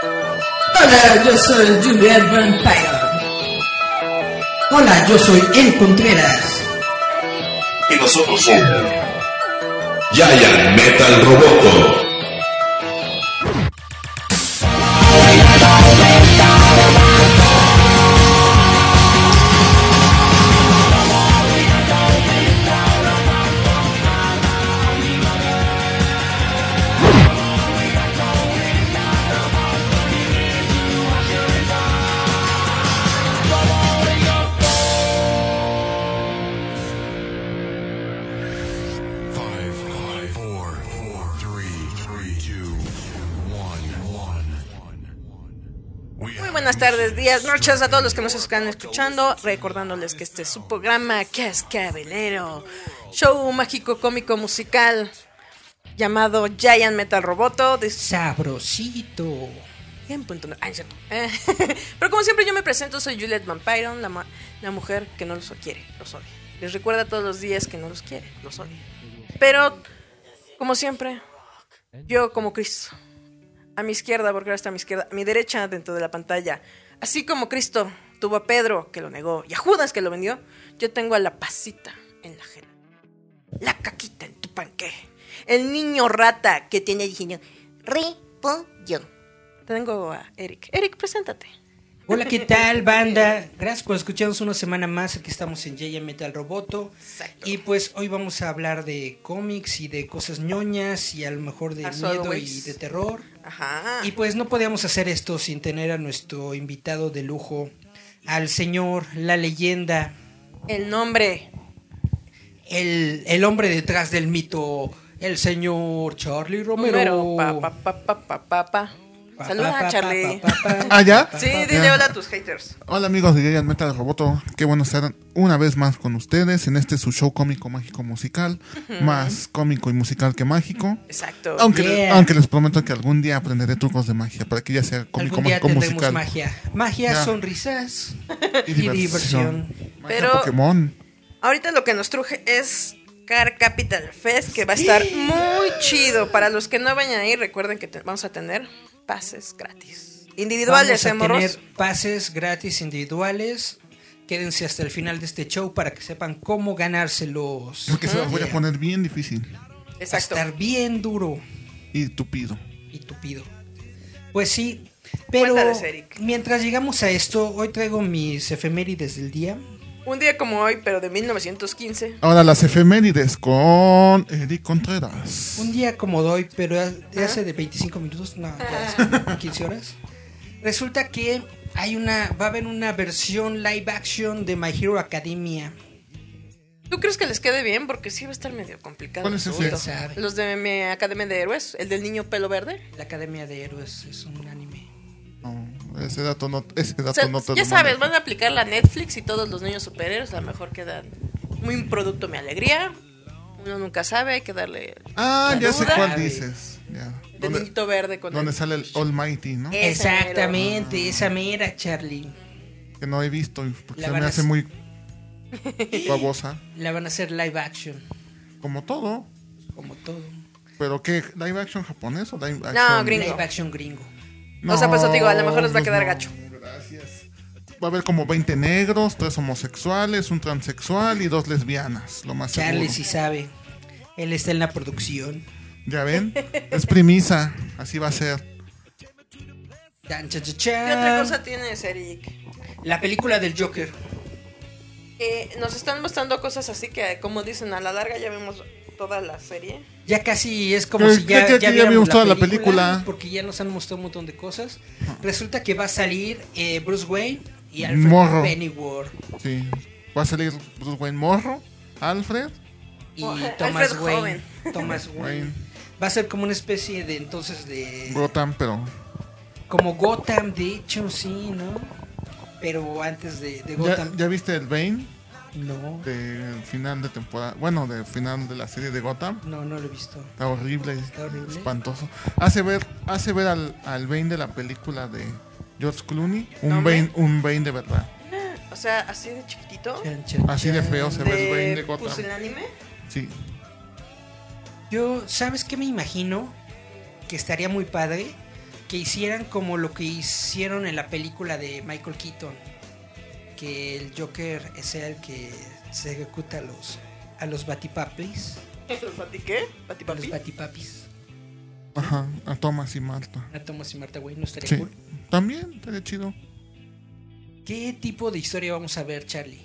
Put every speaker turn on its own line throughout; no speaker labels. Hola, yo soy Juliet Vampire. Hola, yo soy El Contreras.
Y nosotros somos Giant Metal Roboto.
Five, five, four, four, three, three, two, one, one, one. We
Muy buenas tardes, días, noches a todos los que nos están escuchando, recordándoles que este es su programa Cascabelero, show mágico cómico musical llamado Giant Metal Roboto, de
Sabrosito.
100.9. Ah, es cierto. Eh, Pero como siempre yo me presento, soy Juliet Vampiron, la, ma- la mujer que no los quiere, los odia. Les recuerda todos los días que no los quiere, los odia. Pero, como siempre, yo como Cristo, a mi izquierda, porque ahora está a mi izquierda, a mi derecha dentro de la pantalla, así como Cristo tuvo a Pedro, que lo negó, y a Judas, que lo vendió, yo tengo a la pasita en la jera la caquita en tu panque. El niño rata que tiene el Ripollón. Tengo a Eric. Eric, preséntate.
Hola, ¿qué tal, banda? Gracias por escucharnos una semana más. Aquí estamos en Yaya Metal Roboto.
Exacto.
Y pues hoy vamos a hablar de cómics y de cosas ñoñas y a lo mejor de
As
miedo y
always.
de terror.
Ajá.
Y pues no podíamos hacer esto sin tener a nuestro invitado de lujo, al señor, la leyenda,
El nombre.
el, el hombre detrás del mito, el señor Charlie Romero.
Número. Pa, pa, pa, pa, pa, pa, pa.
Pa,
Saluda
pa,
a
pa,
Charlie.
pa, pa, pa.
¿Ah, ya?
Sí,
Ya.
dile hola a tus haters.
Hola amigos de Giant Metal Roboto, qué bueno estar una vez más con ustedes en este su show cómico mágico musical, más cómico y musical que mágico.
Exacto.
Aunque,
Yeah.
aunque les prometo que algún día aprenderé trucos de magia para que ya sea cómico
Algún día
mágico
tendremos
musical
magia. Magia,
Ya.
sonrisas
y
y
diversión.
diversión.
Magia
Pero-
Pokémon.
Ahorita lo que nos truje es Car Capital Fest, que va a estar muy chido. Para los que no vayan ahí, recuerden que te- vamos a tener pases gratis. Individuales,
Vamos
¿eh,
a
morros?
tener pases gratis individuales. Quédense hasta el final de este show para que sepan cómo ganárselos.
Porque se los voy a poner bien difícil
Va a
Exacto.
estar bien duro.
y tupido.
y tupido. Pues sí, pero
Cuéntales, Eric.
mientras llegamos a esto, hoy traigo mis efemérides del día.
Un día como hoy, pero de 1915.
Ahora las efemérides con Eric Contreras.
Un día como doy, pero ha- de hace de 25 minutos, no, de hace 15 horas. Resulta que hay una, va a haber una versión live action de My Hero Academia.
¿Tú crees que les quede bien? Porque sí va a estar medio complicado.
¿Cuál es
el
ese?
asunto.
Sabe.
Los de mi Academia de Héroes, el del niño pelo verde.
Ah,
La Academia de Héroes es un anime.
No, ese dato no, ese dato
O sea,
pues no te
ya
lo
sabes,
manejo.
van a aplicar la Netflix y todos los niños superhéroes a lo mejor quedan muy un producto mi alegría. Uno nunca sabe, hay que darle
Ah,
La
ya sé
duda.
cuál dices. Ya.
del
¿Dónde,
niñito verde con
dónde
el-
sale el Almighty, no?
Eh. Esa mera.
Exactamente, esa mera, Charlie.
Que no he visto y porque
La
se
van
me
a
hace
hacer-
muy babosa.
La van a hacer live action,
Como todo.
como todo.
¿Pero qué? ¿Live action japonés o live action?
Gringo.
Live action gringo.
O sea, por eso te digo, a lo mejor les va a quedar gacho.
Gracias. Va a haber como 20 negros, tres homosexuales, un transexual y dos lesbianas, lo más
Charlie
seguro.
sí sabe. Él está en la producción.
¿Ya ven? Es primisa, así va a ser.
Chan, chan, chan,
¿Qué otra
chan.
cosa tienes, Eric?
La película del Joker.
Que nos están mostrando cosas así que, como dicen, a la larga ya vemos toda la serie.
Ya casi es como
Que-
si ya,
que- que ya
viéramos
vimos toda la película.
Porque ya nos han mostrado un montón de cosas. Resulta que va a salir eh, Bruce Wayne y Alfred
Morro.
Pennyworth
Sí. Va a salir Bruce Wayne Morro, Alfred,
y
Oh, Alfred
Thomas Wayne.
joven.
Thomas Wayne.
Wayne.
Va a ser como una especie de entonces de...
Gotham, pero
Como Gotham, de hecho, sí, ¿no? Pero antes de, de
¿Ya,
Gotham...
ya viste el Bane
No,
del final de temporada? Bueno, del final de la serie de Gotham.
no, no lo he visto.
Está horrible,
Está horrible.
espantoso. Hace ver, hace ver al, al Bane de la película de George Clooney, un
¿Nombre?
Bane, un Bane de verdad.
O sea, así de chiquitito.
Chan, chan,
Así de
chan.
feo se ve el Bane de
De pues,
pues,
Gotham.
pusilánime.
Sí.
Yo, ¿sabes qué me imagino? Que estaría muy padre que hicieran como lo que hicieron en la película de Michael Keaton. Que el Joker sea el que se ejecuta a los, a los batipapis.
¿Los bati qué? ¿Bati
A los
papi?
batipapis.
Ajá, a Thomas y Marta.
A Thomas y Marta Wayne, no estaría
Sí.
cool.
También estaría chido.
¿Qué tipo de historia vamos a ver, Charlie?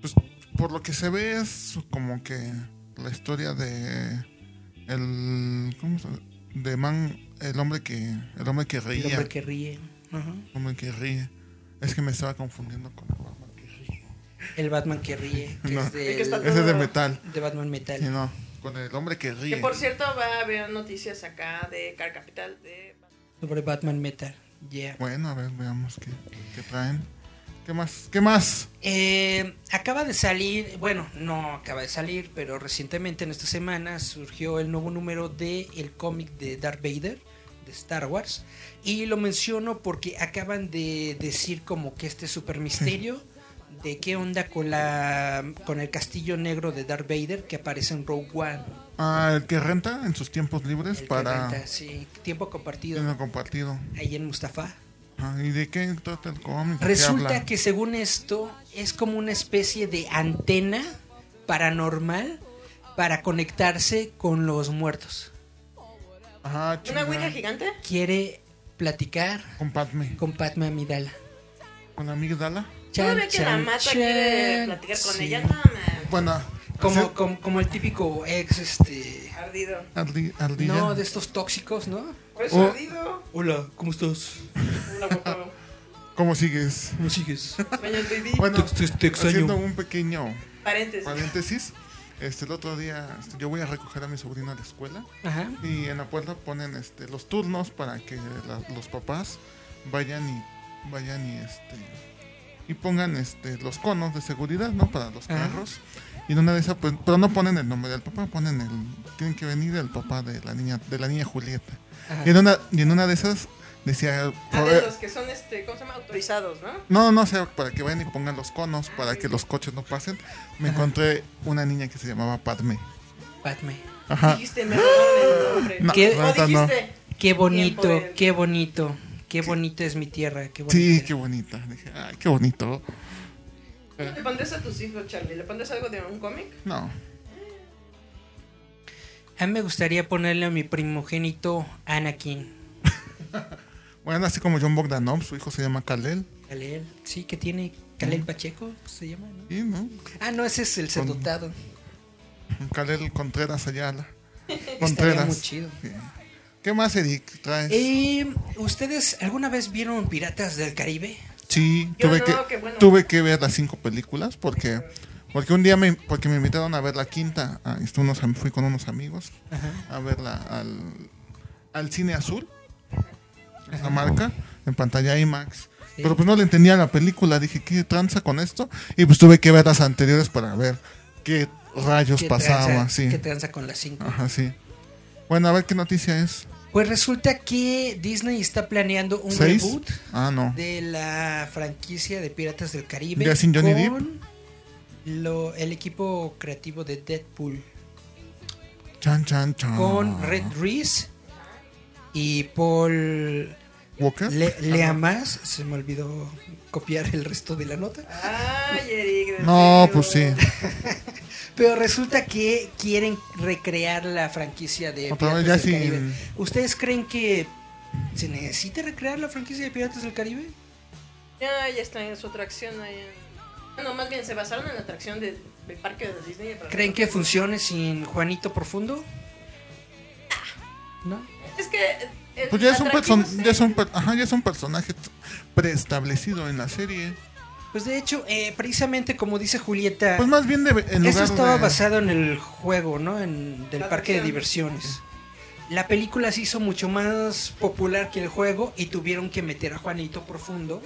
Pues por lo que se ve es como que la historia de el ¿cómo se de man el hombre que el hombre que
El
reía,
hombre que ríe. Ajá.
el hombre que ríe. Es que me estaba confundiendo con el Batman que ríe.
El Batman que ríe. Que
No.
es de,
El que está
Ese es de metal.
de Batman Metal.
Sí, no, con el hombre que
Que
ríe.
por cierto va a haber noticias acá de Car Capital de
Sobre Batman Metal. Yeah.
Bueno, a ver, veamos qué, qué traen. ¿Qué más? ¿Qué más?
Eh, acaba de salir, bueno, no acaba de salir, pero recientemente en esta semana surgió el nuevo número de el cómic de Darth Vader de Star Wars y lo menciono porque acaban de decir como que este super misterio de qué onda con la con el castillo negro de Darth Vader que aparece en Rogue One,
Ah, el que renta en sus tiempos libres
el que
para
renta, sí, tiempo compartido
tiene compartido.
ahí en Mustafa.
Ah, ¿Y de qué trata el cómic? ¿De qué habla?
Resulta que según esto es como una especie de antena paranormal para conectarse con los muertos.
Ajá,
una
chingada.
ouija gigante.
Quiere platicar
Con Padme.
con Padme Amidala.
Con la amigdala.
Chan,
Todavía que la
chan,
mata
chan.
quiere platicar con
Sí.
ella. No, man,
Bueno,
Como,
hacer-
como, como el típico ex, este...
ardido.
Ardi- ardilla.
No, de estos tóxicos, ¿no?
Por eso
Oh.
ardido.
Hola, ¿cómo estás?
Una guapa.
¿Cómo sigues?
¿Cómo sigues?
Sueños baby.
Bueno,
Te- te- te extraño.
haciendo un pequeño
Paréntesis.
paréntesis. Este, el otro día este, yo voy a recoger a mi sobrina a la escuela
Ajá.
y en la puerta ponen este, los turnos para que la- los papás vayan y vayan y este y pongan este los conos de seguridad, ¿no? Para los
Ajá.
carros. Y en una de esas, pues, pero no ponen el nombre del papá, ponen el tienen que venir el papá de la niña de la niña Julieta.
Ajá.
Y en una y en una de esas decía
Ah,
"Joder,
de los que son, este, ¿cómo se llama? Autorizados, ¿no?
No, no, o sea, para que vayan y pongan los conos, para que los coches no pasen. Me encontré una niña que se llamaba Padme.
Padme.
Ajá.
Dijiste, me robaron el nombre.
No,
¿Qué?
¿O
la neta, no.
dijiste?
Qué
Tiempo
bonito,
de-
qué bonito. Qué bonita es mi tierra. Qué bonita
Sí,
es.
qué bonita. Dije, ay, qué bonito.
¿Le pondrías a tus hijos, Charlie? ¿Le pondrías algo de un cómic?
No.
A mí me gustaría ponerle a mi primogénito Anakin.
Bueno, así como John Bogdanov, su hijo se llama Kalel.
Kalel, sí, que tiene Kalel Pacheco, pues, se llama, ¿no?
Y, ¿no?
Ah, no, ese es el sedotado.
Kalel Contreras Ayala.
Estaría muy
Contreras.
chido.
Sí. ¿Qué más, Eric, traes?
Eh, ¿Ustedes alguna vez vieron Piratas del Caribe?
Sí,
Yo
tuve,
no,
que,
qué bueno.
tuve que ver las cinco películas porque porque un día me, porque me invitaron a ver la quinta. Ah, esto unos am- fui con unos amigos a verla al, al cine azul, la marca, en pantalla IMAX. Pero pues no le entendía la película, dije, ¿qué tranza con esto? Y pues tuve que ver las anteriores para ver qué rayos
¿Qué
pasaba.
tranza-
sí.
qué tranza con las cinco?
Ajá, sí. Bueno, a ver qué noticia es.
Pues resulta que Disney está planeando un
¿Seis?
reboot
Ah, no.
de la franquicia de Piratas del Caribe
¿Ya sin Johnny
con lo- el equipo creativo de Deadpool.
Chan, chan, chan.
con Red Reese y Paul
Walker.
Le, Leamas. Se me olvidó copiar el resto de la nota.
Ay, Eric. de
No,
serio.
pues sí.
Pero resulta que quieren recrear la franquicia de
Otra vez
Piratas
Ah, ya
del
sin-
pues Caribe. ¿Ustedes creen que se necesita recrear la franquicia de Piratas del Caribe?
Ya, ya está en su atracción. ahí en- Bueno, más bien se basaron en la atracción de- del parque de Disney. para-
¿Creen que funcione sin Juanito Profundo? ¿No?
Es que. eh, el
Pues ya es un,
atractivo
person-
es-
ya es un per- ajá, ya es un personaje t- preestablecido en la serie.
Pues de hecho, eh, precisamente como dice Julieta,
Pues más bien debe- en
Ah. Eso
lugar
estaba
de-
basado en el juego, ¿no? En, del
La
parque de
atracción.
diversiones. La película se hizo mucho más popular que el juego y tuvieron que meter a Juanito Profundo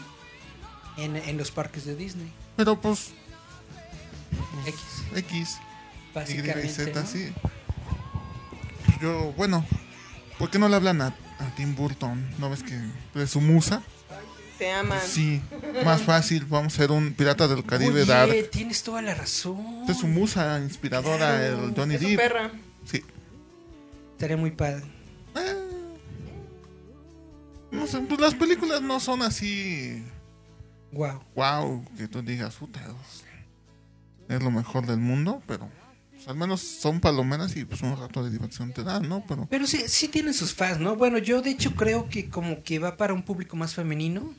en, en los parques de Disney.
Pero pues
X,
X, Y y
básicamente.
Pues, Z,
¿no?
sí. Pues Yo, bueno, ¿por qué no le hablan a, a Tim Burton? ¿No ves que es su musa? Pues
Te aman.
Sí, más fácil, vamos a ser un pirata del Caribe
Oye,
Dark.
tienes toda la razón.
Esta es su musa inspiradora, el Johnny
Es su
Depp.
perra.
Sí.
Estaría muy padre.
Eh, no sé, pues las películas no son así.
Wow.
Wow, que tú digas, puta, es lo mejor del mundo, pero pues, al menos son palomeras y pues un rato de diversión te dan, ¿no? Pero
Pero sí, sí tiene sus fans, ¿no? Bueno, yo de hecho creo que como que va para un público más femenino.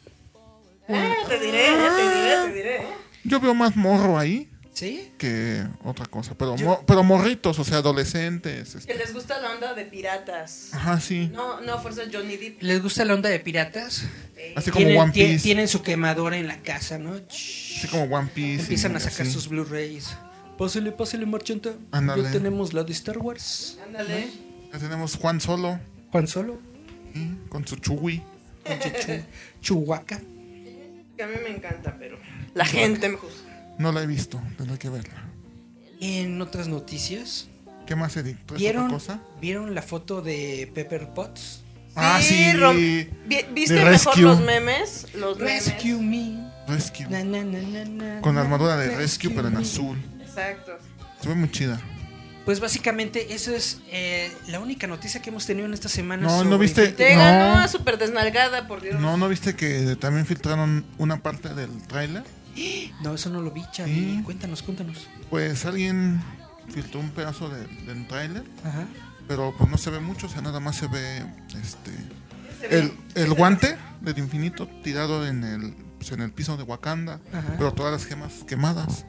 Ah, te diré, eh, te diré, te diré.
yo veo más morro ahí
¿Sí?
que otra cosa, pero mo- pero morritos, o sea, adolescentes.
Que
este.
les gusta la onda de piratas.
Ajá, sí.
No, no, fuerza Johnny Depp.
¿Les gusta la onda de piratas?
Así como
Tienen,
One
tie-
Piece.
tienen su quemadora en la casa, ¿no? Shh.
Así como One Piece.
Empiezan
y
a sacar
así.
sus Blu-rays. Pásale, pásale, marchanta.
Ándale.
Ya tenemos la de Star Wars.
Ándale.
Ya tenemos Juan Solo
Juan Solo,
¿sí? con su Chuwi.
Chuhuaca.
Que a mí me encanta, pero. La gente me juzga.
No la he visto, tendré que verla.
En otras noticias,
¿Qué más, Eric? ¿Tú eres
¿vieron,
otra cosa?
¿vieron la foto de Pepper Potts?
Ah, sí.
rom- vi- ¿Viste
The
mejor
Rescue.
los memes? Los memes.
Rescue me.
Rescue.
Na, na, na, na, na,
Con
na,
armadura de Rescue, pero en
me.
azul.
Exacto.
Se ve muy chida.
Pues básicamente eso es eh, la única noticia que hemos tenido en esta semana.
No,
sobre-
¿no viste?
Te
No.
ganó a super desnalgada, por Dios.
No, ¿no viste que también filtraron una parte del tráiler?
No, eso no lo vi, Charlie.
Sí.
Cuéntanos, cuéntanos.
Pues alguien filtró un pedazo de- del tráiler,
Ajá.
pero pues no se ve mucho, o sea, nada más se ve este
Se ve-
el, el guante del infinito tirado en el pues, en el piso de Wakanda,
Ajá.
pero todas las gemas quemadas.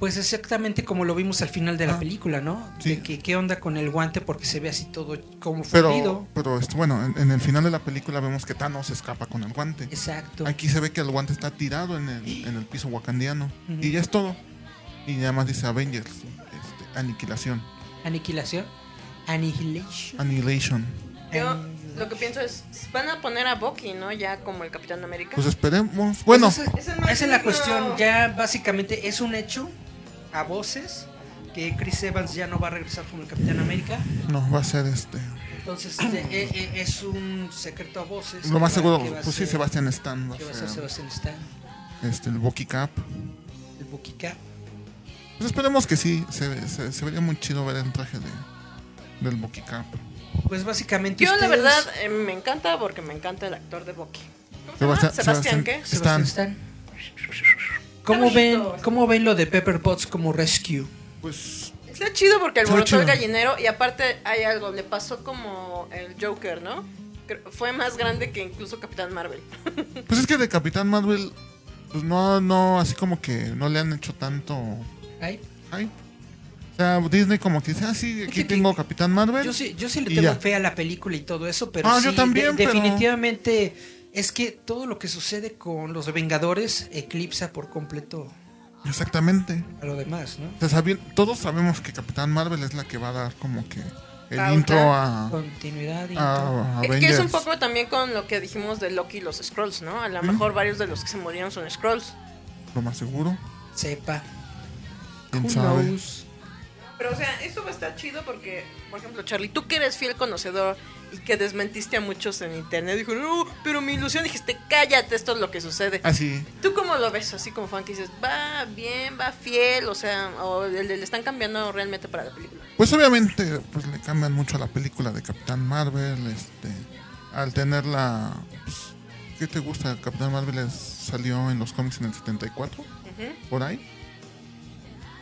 Pues exactamente como lo vimos al final de la
Ah.
película, ¿no?
Sí.
De que qué onda con el guante porque se ve así todo como
Pero
fundido.
pero esto, bueno, en, en el final de la película vemos que Thanos escapa con el guante.
Exacto.
Aquí se ve que el guante está tirado en el, en el piso wakandiano. Y ya es todo. Y nada más dice Avengers. este, aniquilación.
Aniquilación. Annihilation.
Ah, Annihilation.
Yo
Eh.
lo que pienso es, van a poner a Bucky, ¿no? Ya como el Capitán América.
Pues esperemos. Bueno,
Pues esa,
Ese no
esa es
es
la
digno.
cuestión. Ya básicamente es un hecho a voces que Chris Evans ya no va a regresar como el Capitán América.
no, va a ser este.
Entonces este, eh, eh, es un secreto a voces.
Lo más
que
seguro,
va- que va a
pues sí,
ser-
Sebastian Stan va
que va a
a
ser
ser
Sebastián Stan,
este, el Bucky Cap.
el Buki Cap.
Pues esperemos que sí. Se, se, se vería muy chido ver el traje de, del Bucky Cap.
Pues básicamente.
Yo la
ustedes-
verdad eh, me encanta porque me encanta el actor de Bucky. ¿Cómo se llama?
Sebasti-
Sebastián,
Sebasti-
¿qué?
Sebastián
Stan.
Stan. ¿Cómo
Está
ven,
bonito.
¿Cómo ven lo de Pepper Potts como rescue?
Pues
Está chido porque
Está muy
alborotó el
chido.
gallinero y aparte hay algo, le pasó como el Joker, ¿no? Cre- Fue más grande que incluso Capitán Marvel.
Pues es que de Capitán Marvel, pues no, no, así como que no le han hecho tanto
Ay,
hype. O sea, Disney como que dice, ah, sí, aquí
que-
tengo Capitán Marvel.
Yo sí, yo sí le
Y
tengo
ya.
fe a la película y todo eso, pero
Ah,
sí,
yo también, pero-
definitivamente es que todo lo que sucede con los Vengadores eclipsa por completo
Exactamente.
a lo demás, ¿no?
O sea, sabi- todos sabemos que Capitán Marvel es la que va a dar como que el
Pauta.
intro a, a-
Continuidad y
Ah,
todo.
a
Es que es
Avengers.
un poco también con lo que dijimos de Loki y los Scrolls, ¿no? A lo mejor varios de los que se murieron son Scrolls.
Lo más seguro.
sepa.
¿Quién
Who
sabe?
knows?
Pero o sea, eso va a estar chido porque, por ejemplo, Charlie, tú que eres fiel conocedor y que desmentiste a muchos en internet, dijo, no, pero mi ilusión, dijiste, cállate, esto es lo que sucede.
Así.
¿Tú cómo lo ves así como fan que dices, va bien, va fiel, o sea, o le, le- le están cambiando realmente para la película?
Pues obviamente, pues le cambian mucho a la película de Capitán Marvel, este, al tenerla, pues, ¿qué te gusta? Capitán Marvel es- salió en los cómics en el 74, por ahí.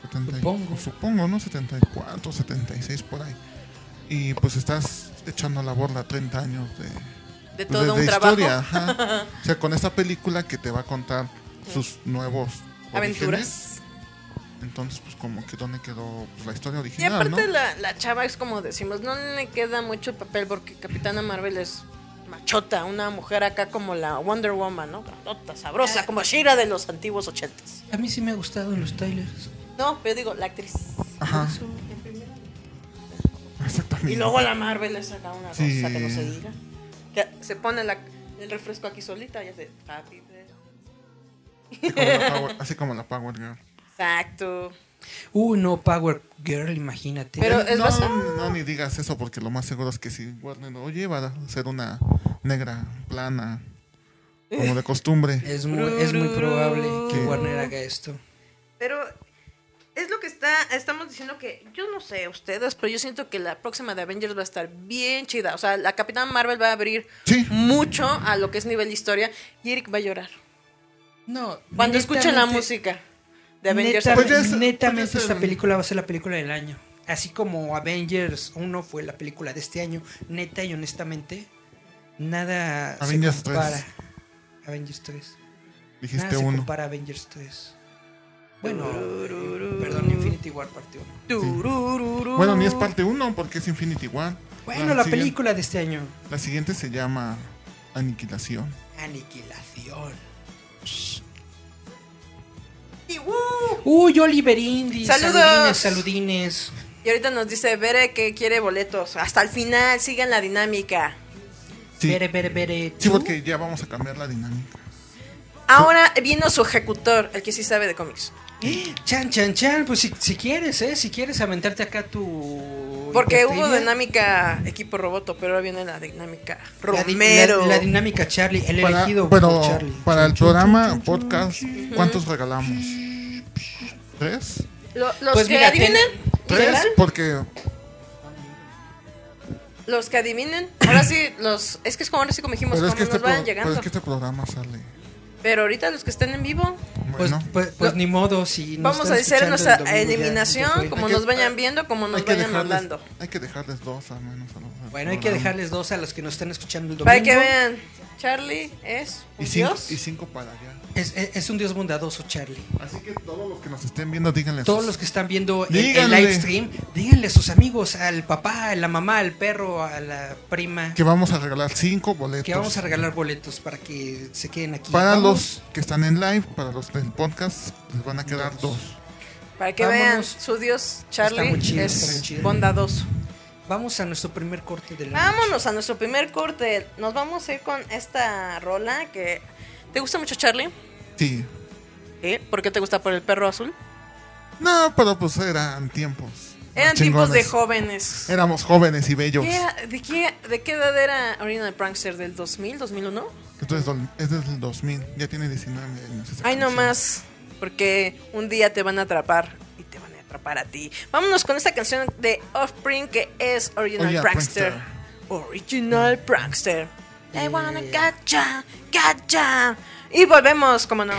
70 y-
Supongo.
Supongo, ¿no? 74, 76, por ahí. Y pues estás echando a la borda 30 años de,
De
pues,
todo
de-
un
de
trabajo.
historia. ajá. O sea, con esta película que te va a contar sus nuevos... orígenes.
Aventuras.
Entonces, pues como que dónde quedó pues, la historia
Y
original,
aparte
¿no?
la, la chava es como decimos, no le queda mucho papel porque Capitana Marvel es machota, una mujer acá como la Wonder Woman, ¿no? Grandota, sabrosa, como Shira de los antiguos ochentas.
A mí sí me ha gustado en los trailers.
No, pero digo, la actriz.
Ajá,
Y
exactamente.
luego la Marvel le saca una cosa
Sí.
que no se diga. Que se pone la- el refresco aquí solita y hace happy birthday.
Así como la Power- así como la Power Girl.
Exacto.
Uy, Uh, no, Power Girl, imagínate.
Pero es
no,
basa-
no, ni digas eso porque lo más seguro es que si Warner, oye, va a ser una negra plana como de costumbre.
Es muy, es muy probable que
Sí.
Warner haga esto.
Pero es lo que está, estamos diciendo que, yo no sé ustedes, pero yo siento que la próxima de Avengers va a estar bien chida. O sea, la Capitán Marvel va a abrir
Sí.
mucho a lo que es nivel de historia y Eric va a llorar.
No,
Cuando escuche la
netamente-
música de Avengers.
Neta-
Pues ya es-
netamente
pues ya es
esta
el-
película va a ser la película del año. Así como Avengers 1 fue la película de este año, neta y honestamente, nada
Avengers
se
3.
compara. Avengers 3. Nada
Dijiste
se
uno.
compara a Avengers 3. Bueno, eh, perdón, Infinity War parte 1.
Turururu.
Bueno, ni es parte uno porque es Infinity War.
Bueno, la
siguiente-
película de este año,
La siguiente se llama Aniquilación.
Aniquilación.
Pues
Y, uh,
Uy, Oliver Indy,
¡Saludos!
saludines, saludines.
y ahorita nos dice Bere que quiere boletos. Hasta el final, sigan la dinámica.
Sí.
Bere, bere, bere.
Sí,
¿Tú?
porque ya vamos a cambiar la dinámica.
Ahora vino su ejecutor, el que sí sabe de cómics.
Eh, Chan, chan, chan, pues si, si quieres, ¿eh? Si quieres aventarte acá tu...
Porque hubo
hipertrivia.
dinámica equipo roboto, pero ahora viene la dinámica
La di-
Romero.
La, la dinámica Charlie, el
Para, pues,
elegido
pero
por Charlie.
para el programa podcast, ¿cuántos regalamos? ¿Tres?
Lo- los
Pues
que
mira, ten-
adivinen,
¿Tres?
literal, Pues
Porque
los que adivinen. Ahora sí, los es que es como ahora sí como dijimos,
pero es,
como
que
nos
este pro-
vayan
pero
llegando.
es que este programa sale.
Pero ahorita los que estén en vivo,
Pues,
Bueno,
pues, pues
No.
ni modo, si nos
vamos a
están
hacer
escuchando
nuestra
el domingo, ya- ya
eliminación,
fue.
como
Hay que-
nos vayan viendo, como nos
hay, que
vayan
dejarles,
hablando.
hay que dejarles dos al menos. a los del
Bueno, hay que
programa.
dejarles dos a los que nos están escuchando el domingo.
Para que vean, Charlie es un
Y cinco,
dios.
y cinco para allá.
Es, es- es un dios bondadoso, Charlie.
Así que todos los que nos estén viendo, díganles.
Todos los que están viendo el, el
Díganle.
live stream, díganle a sus amigos, al papá, a la mamá, al perro, a la prima,
que vamos a regalar cinco boletos.
que vamos a regalar boletos para que se queden aquí.
Para
Vamos.
los que están en live, para los del podcast, les van a quedar dos.
para que
vámonos.
vean, su dios Charlie
muy chido, está muy
es
chido.
bondadoso.
Vamos a nuestro primer corte del
Vámonos a nuestro primer corte. Nos vamos a ir con esta rola que ¿Te gusta mucho Charlie?
Sí.
¿Eh? ¿Por qué te gusta por el perro azul?
No, pero pues eran tiempos.
Eran tiempos
Chingones.
de jóvenes.
Éramos jóvenes y bellos.
¿Qué- de, qué, ¿De qué edad era Original Prankster? ¿Del 2000, 2001?
Entonces, dol- es desde el 2000. Ya tiene 19 años. esa
Ay, no
canción.
más, porque un día te van a atrapar y te van a atrapar a ti. Vámonos con esta canción de Offspring que es Original
Oh,
Oye,
Prankster. Original Prankster. They wanna gotcha, gotcha. Y volvemos, como no.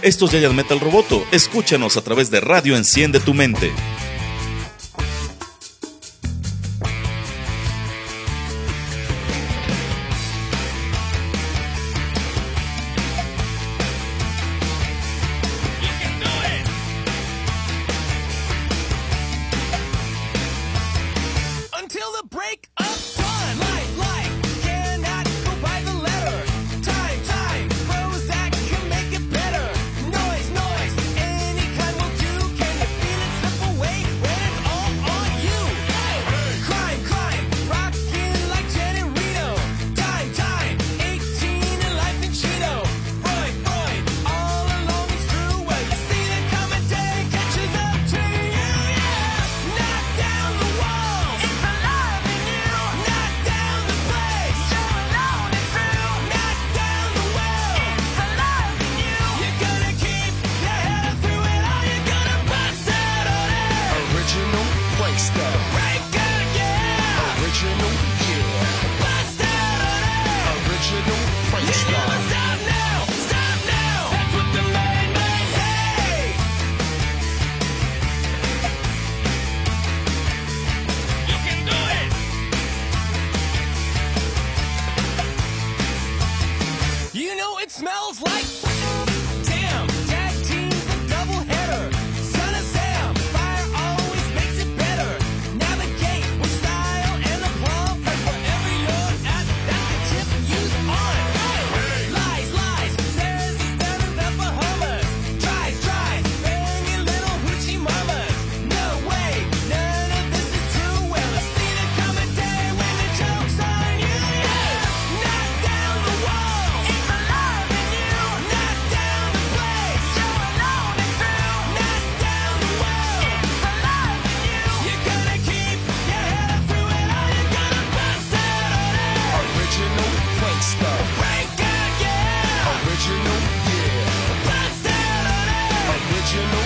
Esto es Giant Metal Roboto. Escúchanos a través de Radio Enciende tu Mente.
until the break of dawn. Light, light, cannot go by the letter. Time, time, Prozac can make it better. Noise, noise, any kind will do. Can you feel it slip away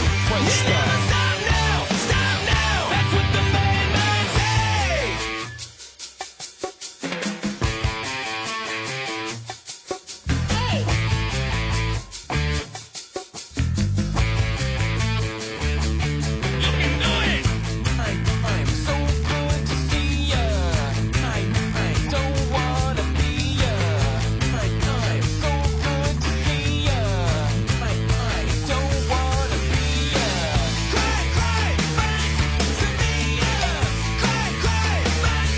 Stop now! Stop now! That's what the main man says! You can do it! I'm, I'm so good to see ya. I, I don't wanna be ya. I, I'm so good to see ya. I, I don't wanna be ya. Cry, cry, back to me ya. Cry, cry, back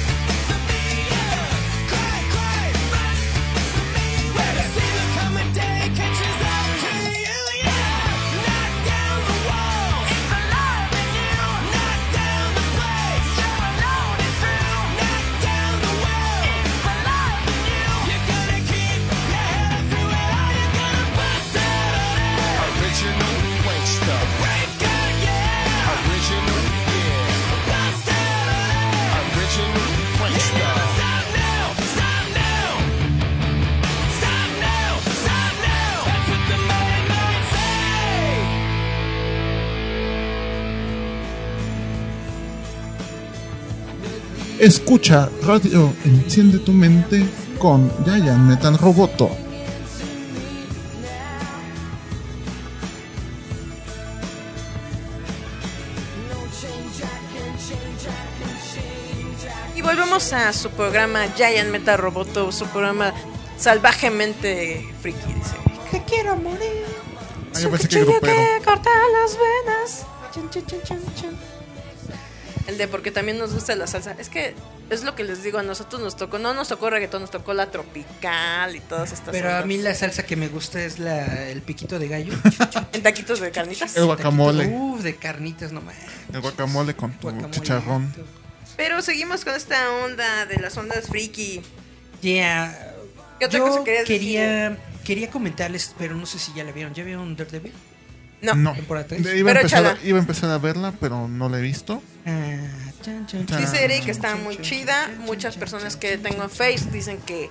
to me ya. Cry, cry, back to me ya. When I see the coming day catches up to you, yeah. Knock down the wall. It's alive in you. Knock down the place. You're alone. It's true. Knock down the wall. It's alive in you. You're gonna keep your head up through it all. You're gonna bust out of it.
Original gangsta.
Break out, yeah.
Original, yeah.
Bust out of it.
Original gangsta.
Stop now! Stop now! Stop now! Stop now! That's what the madman say.
Escucha Radio Enciende tu Mente con Yayan Metal Roboto.
Y volvemos a su programa Giant Meta Roboto, su programa salvajemente friki, dice Eric. Que quiero morir.
Ah, yo
Su
pensé que
cuchillo
grupero.
que corta las venas. Chin, chin, chin, chin, chin. El de porque también nos gusta la salsa. Es que es lo que les digo, a nosotros nos tocó, no nos tocó reggaetón, nos tocó la tropical y todas estas
Pero a
ondas.
mí la salsa que me gusta es la, el piquito de gallo.
En taquitos de carnitas.
El guacamole.
Uf, de carnitas nomás.
El guacamole con tu
Guacamole.
chicharrón.
Pero seguimos con esta onda de las ondas friki.
Yeah.
¿Qué otra
Yo
cosa querías
quería, quería comentarles, pero no sé si ya la vieron. ¿Ya vieron Daredevil?
No.
No.
Temporada tres.
Le Iba a,
Pero
empezar a,
échala.
iba a empezar a verla, pero no la he visto.
Ah, chan, chan, chan,
Dice Eric que
chan,
está
chan,
muy
chan,
chida.
chan,
Muchas
chan,
personas
chan,
que
chan,
tengo en
chan.
Face dicen que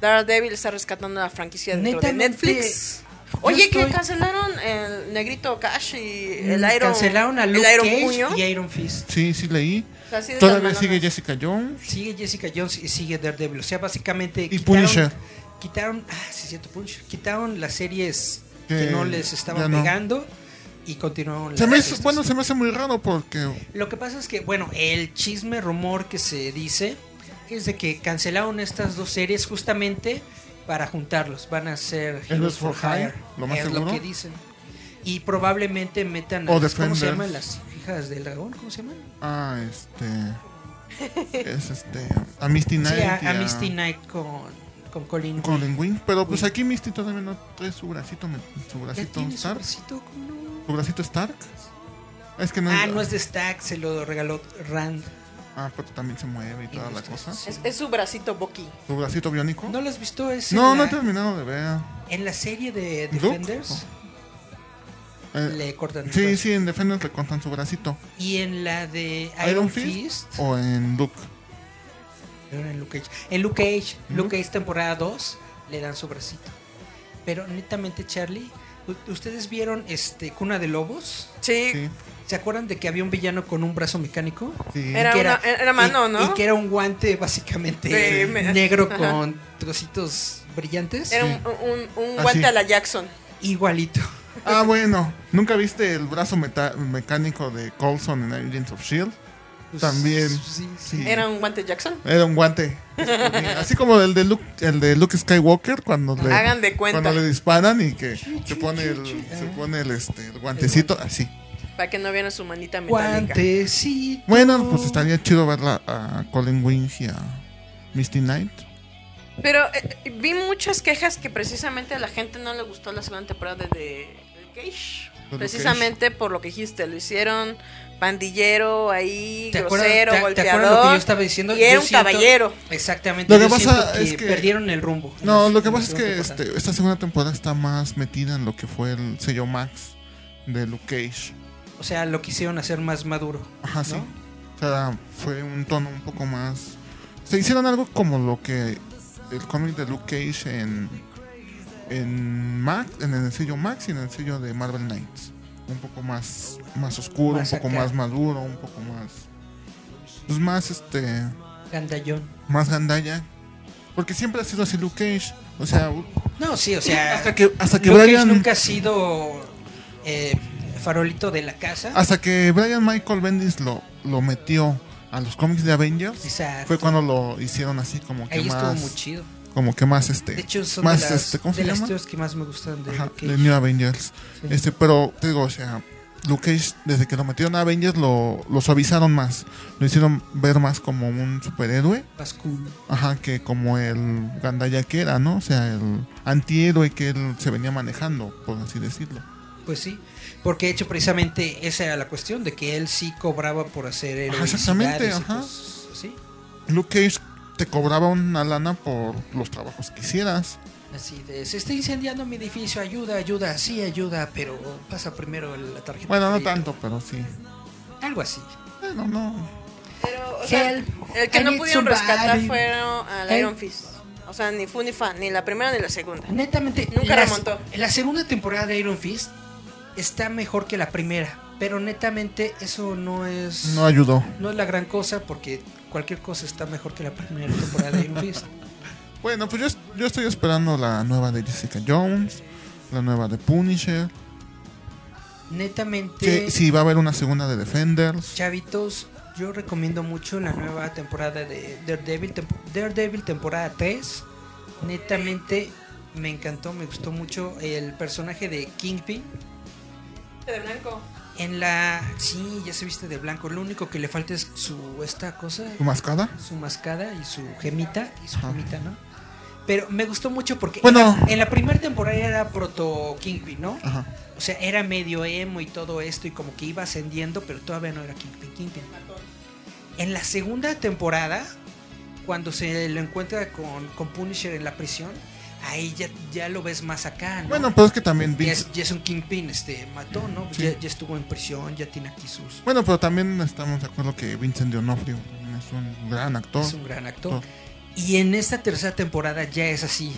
Daredevil está rescatando la franquicia dentro de
Netamente,
Netflix.
yo
Oye, que
estoy-
cancelaron el Negrito Cash y
Mm,
el Iron
Cancelaron a Luke
el Iron
Cage
Puño.
y Iron Fist.
Sí, sí leí.
O sea, así de
Todavía
las
sigue
malonas.
Jessica Jones.
Sigue Jessica Jones y sigue Daredevil. O sea, básicamente.
Y Punisher.
Quitaron. Ah, sí, es cierto, Punisher. Quitaron las series que
Que
no les
ya
estaban
no.
pegando y continuaron
Se
las
me hace-
estas.
bueno, se me hace muy raro porque
Lo que pasa es que, bueno, el chisme rumor que se dice es de que cancelaron estas dos series justamente para juntarlos. Van a ser
Heroes for Hire, lo más
es
seguro.
lo que dicen. Y probablemente metan a
O
las- ¿cómo se
Defenders.
llaman las hijas del dragón? ¿Cómo se llaman?
Ah, este. Es este. A Misty Knight.
Sí, a,
y
a Misty Knight con, con Colin.
Con Colin Wing. Pero pues
Wing.
aquí Misty todavía no trae su bracito. me- Su
¿Ya
bracito
tiene su
Stark.
bracito? ¿Cómo no?
Su bracito Stark. Es que no.
Ah, no es de Stack, se lo regaló Rand.
Ah, pero también se mueve y toda la cosa.
Es, es su bracito Bucky.
Su bracito biónico.
¿No lo has visto? Es
No,
en,
no he
la,
terminado de ver.
en la serie de
Look.
Defenders
Eh,
le cortan el
sí,
brazo.
sí, en Defenders le cortan su bracito.
Y en la de Iron, Fist,
O en Luke.
pero en Luke Cage. En Luke Cage,
¿En
Luke
Luke?
Cage temporada 2 le dan su bracito. Pero netamente Charlie, u- ¿ustedes vieron este Cuna de Lobos?
Sí,
Sí.
¿Se acuerdan de que había un villano con un brazo mecánico?
sí.
Era
que
una- era mano,
y-
¿no?
Y que era un guante básicamente
Sí, me-
negro
ajá.
con trocitos brillantes.
era
Sí.
un, un- un
Ah,
guante
sí.
a la Jackson.
Igualito.
Ah, bueno. ¿Nunca viste el brazo meta- mecánico de Colson en Agents of Shield?
Pues,
E También.
sí, sí.
Sí.
Era un guante Jackson.
Era un guante. Así como el de Luke, el de Luke Skywalker cuando le,
Hagan de cuenta.
cuando le disparan y que se pone el, se pone el, este, el guantecito así.
Para que no vieran su manita metálica.
Guantecito.
Bueno, pues estaría chido verla a Colin Wing y a Misty Knight.
Pero eh, eh, vi muchas quejas que precisamente a la gente no le gustó la segunda temporada de, de Cage.
Luke
Precisamente por lo que dijiste, lo hicieron pandillero ahí,
¿Te acuerdas,
grosero,
te- te
golpeador.
acuerdas lo que yo estaba diciendo?
Y era
Yo
un
siento-
caballero.
Exactamente. Lo que pasa que
es que-
perdieron el rumbo. en
No,
la-
lo que
en la
pasa es
segunda
que
temporada.
este, esta segunda temporada está más metida en lo que fue el sello Max de Luke Cage.
O sea, lo quisieron hacer más maduro.
Ajá, sí.
¿no?
O sea, fue un tono un poco más. Se hicieron algo como lo que el cómic de Luke Cage en en Max, en el sello Max y en el sello de Marvel Knights. un poco más, más oscuro,
Más
un poco
acá.
más maduro, un poco más. Pues más este.
Gandallón.
Más gandalla. Porque siempre ha sido así Luke Cage. O sea, u-
No, sí, o sea.
hasta que, hasta que
Luke Cage
Brian.
nunca ha sido eh, farolito de la casa.
Hasta que Brian Michael Bendis lo, lo metió a los cómics de Avengers.
Exacto.
Fue cuando lo hicieron así como que
Ahí estuvo
más.
muy chido.
Como que más este.
De hecho, son
más
de las,
este. ¿Cómo
de
se
las
llama?
historias que más me gustan de
Ajá,
Luke
de
Cage.
New Avengers.
Sí.
Este, pero te digo, o sea, Luke Cage, desde que lo metieron a Avengers, lo, lo suavizaron más. Lo hicieron ver más como un superhéroe,
Más cool.
ajá, que como el gandaya que era, ¿no? O sea, el antihéroe que él se venía manejando, por así decirlo.
Pues sí, porque de hecho precisamente esa era la cuestión, de que él sí cobraba por hacer
Ajá,
heroicidades
exactamente,
y
ajá.
cosas así.
Luke Cage te cobraba una lana por los trabajos que hicieras.
Así de, se está incendiando mi edificio, ayuda, ayuda, sí, ayuda, pero pasa primero la tarjeta.
Bueno,
de
no
crédito.
tanto, pero sí.
Algo así.
Bueno, no.
Pero, o sea,
Help,
el que
I
no
need
pudieron
somebody. ¿Eh?
rescatar fueron al
Help.
Iron Fist. O sea, ni fu ni fa, ni la primera ni la segunda.
Netamente,
Nunca
la-
remontó.
La segunda temporada de Iron Fist está mejor que la primera, pero netamente eso no es...
No ayudó.
no es la gran cosa porque cualquier cosa está mejor que la primera temporada de Iron Fist.
Bueno, pues yo, es- yo estoy esperando la nueva de Jessica Jones, la nueva de Punisher.
Netamente...
Que si va a haber una segunda de Defenders.
Chavitos, yo recomiendo mucho la nueva temporada de Daredevil, tempo- Daredevil temporada 3. Netamente me encantó, me gustó mucho el personaje de Kingpin.
De blanco.
En la... Sí, ya se viste de blanco. Lo único que le falta es su... esta cosa,
¿Tu mascada?
su mascada y su gemita. Y su
Ajá.
gemita, ¿no? Pero me gustó mucho porque en
Bueno.
la- en la primera temporada era proto Kingpin, ¿no?
Ajá.
O sea, era medio emo y todo esto y como que iba ascendiendo, pero todavía no era Kingpin Kingpin. En la segunda temporada, cuando se lo encuentra con, con Punisher en la prisión, ahí ya, ya lo ves más acá, ¿no?
Bueno, pero es que también
ya
Vince-
es, ya es un Kingpin, este, mató, ¿no?
Sí.
Ya, ya estuvo en prisión, ya tiene aquí sus...
Bueno, pero también estamos de acuerdo que Vincent D'Onofrio también es un gran actor.
Es un gran actor.
Actor.
Y en esta tercera temporada ya es así.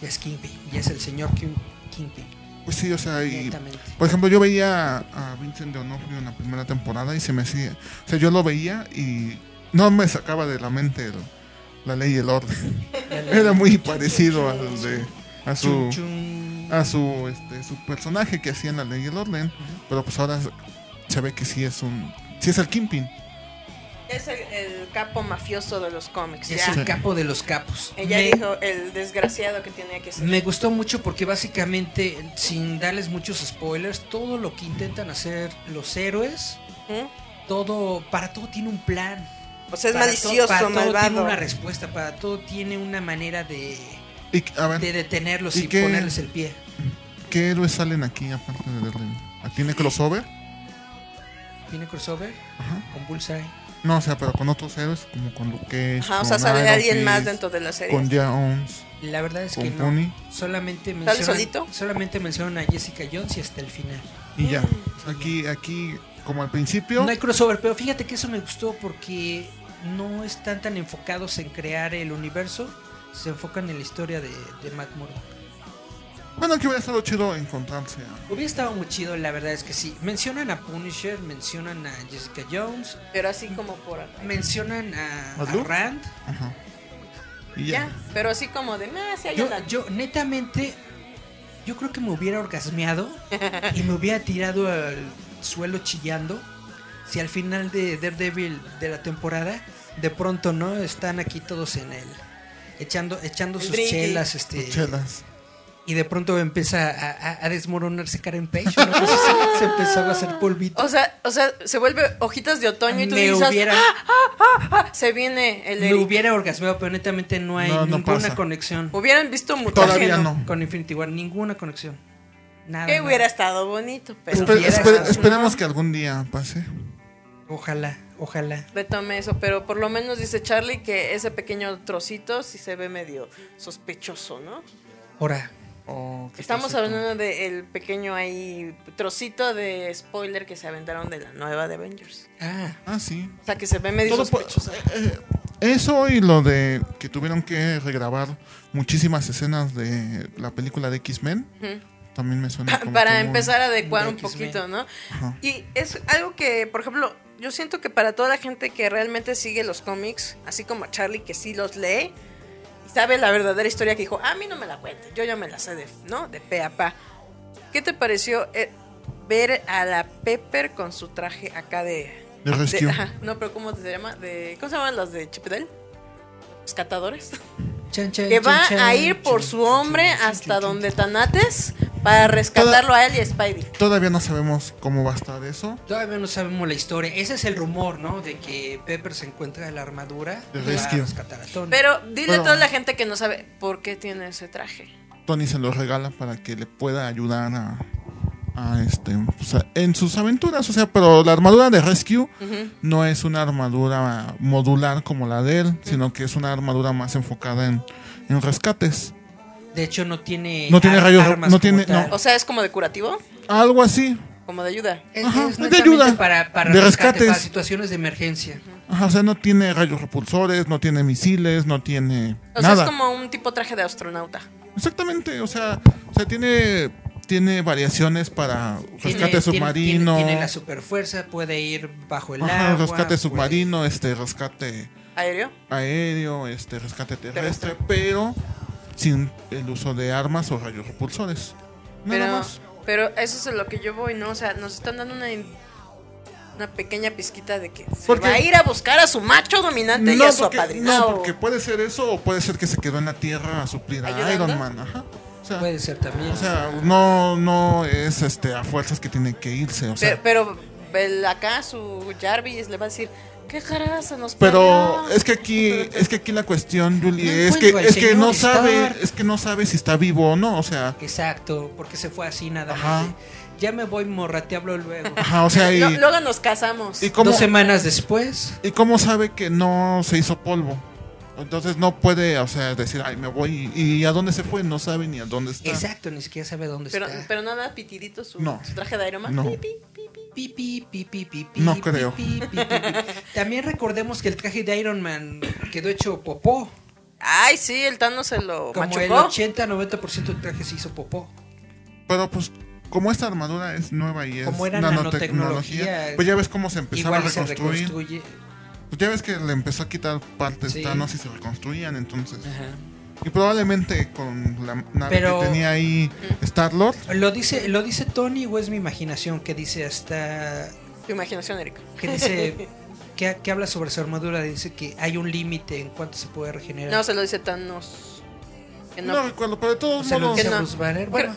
Ya es Kingpin, ya es el señor King- Kingpin,
Pues sí, o sea, y,
directamente.
por ejemplo, yo veía a a Vincent D'Onofrio en la primera temporada y se me hacía, o sea, yo lo veía y no me sacaba de la mente el- la ley y el orden. Era muy parecido al de a
Chun,
su
chun.
a su este su personaje que hacía en la ley y el orden, pero pues ahora se ve que sí es un sí es el Kingpin.
Es el, el capo mafioso de los cómics.
Es
ya.
el capo de los capos.
Ella
Me-
dijo el desgraciado que tenía que ser.
Me gustó mucho porque básicamente, sin darles muchos spoilers, todo lo que intentan hacer los héroes,
¿Mm?
todo, para todo tiene un plan.
O sea, es
Para to-
malicioso,
para todo tiene
malvado.
una respuesta, para todo tiene una manera de,
Y a ver,
de detenerlos
¿Y
y
qué?
ponerles el pie.
¿qué héroes salen aquí aparte de Orden? ¿Tiene crossover?
Tiene crossover
Ajá.
con Bullseye.
No, o sea, pero con otros héroes, como con Luke Cage,
Ajá, o
con
sea, sale
Iron
alguien
Fist,
más dentro de la serie.
Con Jones,
La verdad es que
con
no.
Pony
Solamente
¿Sale
mencionan,
solito?
solamente mencionan a Jessica Jones y hasta el final.
y
Mm.
ya. Aquí, aquí, como al principio,
No hay crossover, pero fíjate que eso me gustó porque no están tan enfocados en crear el universo, se enfocan en la historia de, de Matt Murdock.
bueno, que hubiera estado chido encontrarse a...
Hubiera estado muy chido, la verdad es que sí. Mencionan a Punisher, mencionan a Jessica Jones,
Pero así como por acá.
mencionan a,
¿A
a
Luke?
Rand.
Ajá. Y ya.
Ya, pero así como de, nah, si hay
Yo,
una-
yo, netamente, yo creo que me hubiera orgasmeado y me hubiera tirado al suelo chillando si al final de Daredevil de la temporada, de pronto, ¿no? Están aquí todos en el... Echando, echando
El
sus
drinking.
chelas, este,
Chelas.
y de pronto empieza a, a- a desmoronarse Karen Page, ¿no? Pues se, se empezaba a hacer polvito.
O sea, o sea, se vuelve hojitas de otoño y tú
me
dices,
hubiera,
"Ah, se viene el
me
Eric".
hubiera orgasmeado, pero netamente no hay
No, no
ninguna
pasa.
conexión
Hubieran visto mutágeno.
Todavía no.
con Infinity War, ninguna conexión. Nada.
Que
nada.
hubiera estado bonito, pero
Espe-
hubiera
espe-
estado-
esperemos que algún día pase.
Ojalá, ojalá.
retome eso. Pero por lo menos dice Charlie que ese pequeño trocito sí se ve medio sospechoso, ¿no?
Ahora,
O que
Estamos
pase con-
hablando del pequeño ahí trocito de spoiler que se aventaron de la nueva de Avengers.
ah,
Ah, sí.
O sea, que se ve medio
Todo por-
sospechoso.
eh, Eso y lo de que tuvieron que regrabar muchísimas escenas de la película de X-Men.
Ujú.
También me suena. como que
para
muy-
empezar a adecuar
de
un
X-Men.
poquito, ¿no?
Ajá.
Y es algo que, por ejemplo, yo siento que para toda la gente que realmente sigue los cómics, así como a Charlie que sí los lee, sabe la verdadera historia que dijo, a mí no me la cuente, yo ya me la sé de, ¿no? De pe a pa. ¿Qué te pareció eh, ver a la Pepper con su traje acá de...
De rescue.
ajá, no, pero ¿cómo se llama? De, ¿Cómo se llaman los de Chipedel? Rescatadores.
Chan, chan,
Que va
chan,
a
chan,
ir por
chan,
su hombre
chan, chan,
hasta
chan,
donde Tanates para rescatarlo a él y a Spidey.
Todavía no sabemos cómo va a estar eso.
Todavía no sabemos la historia. Ese es el rumor, ¿no? De que Pepper se encuentra en la armadura
De
y va a
Rescue.
rescatar a Tony.
Pero dile
Bueno.
a toda la gente que no sabe por qué tiene ese traje.
Tony se lo regala para que le pueda ayudar a, a este o sea, en sus aventuras, o sea, pero la armadura de Rescue no es una armadura modular como la de él, sino que es una armadura más enfocada en, en rescates.
de hecho, no tiene.
No tiene
ar-
rayos-
armas
no
como
tiene-
tal.
no.
O sea, es como de curativo,
Algo así.
como de ayuda.
Es,
Ajá,
es
es de
netamente
ayuda,
Para, para
de
rescate,
rescates.
Para situaciones de emergencia.
Ajá, o sea, no tiene rayos repulsores, no tiene misiles, no tiene
O sea,
nada.
es como un tipo traje de astronauta.
Exactamente, o sea, o sea, tiene tiene variaciones para
Tiene-
rescate
tiene-
submarino,
Tiene, tiene la superfuerza, puede ir bajo el
ajá,
agua. pues.
rescate
puede-
submarino, este rescate
Aéreo.
aéreo, este rescate terrestre,
Terrestre.
pero sin el uso de armas o rayos repulsores. Nada
Pero,
más.
pero eso es a lo que yo voy, ¿no? O sea, nos están dando una, una pequeña pizquita de que se
Porque-
va a ir a buscar a su macho dominante y a su
porque,
apadrinado.
no, porque puede ser eso o puede ser que se quedó en la Tierra a suplir a
¿Ayudando?
Iron Man. Ajá. O sea,
Puede ser también.
o sea, no, no es este a fuerzas que tiene que irse. O sea,
Pe- pero, el- acá su Jarvis le va a decir, ¿qué caraza nos
Pero
parió?"
es que aquí, es que aquí la cuestión, Julie,
No
es que,
encuentro al
es que
señor
no
Stark.
sabe, es que no sabe si está vivo o no, o sea,
Exacto, porque se fue así nada
Ajá.
más. de, Ya me voy, morra, te hablo luego.
ajá, o sea, y,
Lo- luego nos casamos.
y cómo,
Dos semanas después.
y cómo sabe que no se hizo polvo. Entonces no puede, o sea, decir, ay, me voy y, y a dónde se fue, no sabe ni a dónde está.
Exacto, ni siquiera sabe dónde
Pero,
está.
pero no da pitidito su,
No.
su traje de Iron Man.
No.
Pi, pi, pi, pi.
Pi, pi, pi, pi, pi, pi,
No
pi,
creo.
pi, pi, pi, pi. También recordemos que el traje de Iron Man quedó hecho popó.
Ay, sí, el Thanos se lo
Como el
machucó.
80-90% del traje se hizo popó.
Pero pues, como esta armadura es nueva y es
Como era nanotecnología,
pues ya ves cómo se empezaba a
Igual y se
reconstruir.
reconstruye.
Pues ya ves que le empezó a quitar partes
Sí.
Thanos y se reconstruían, entonces.
Ajá.
Ah.
Y probablemente con la nave
Pero- Mm.
que tenía ahí Star-Lord,
Lo dice, lo dice Tony o es mi imaginación que dice hasta
Tu imaginación, Erika.
que dice que, que habla sobre su armadura dice que hay un límite en cuánto se puede regenerar.
No, se lo dice Thanos. Que
No,
no.
recuerdo, pero de todos
se lo
modos,
dice
no.
a Bruce Banner. Bueno,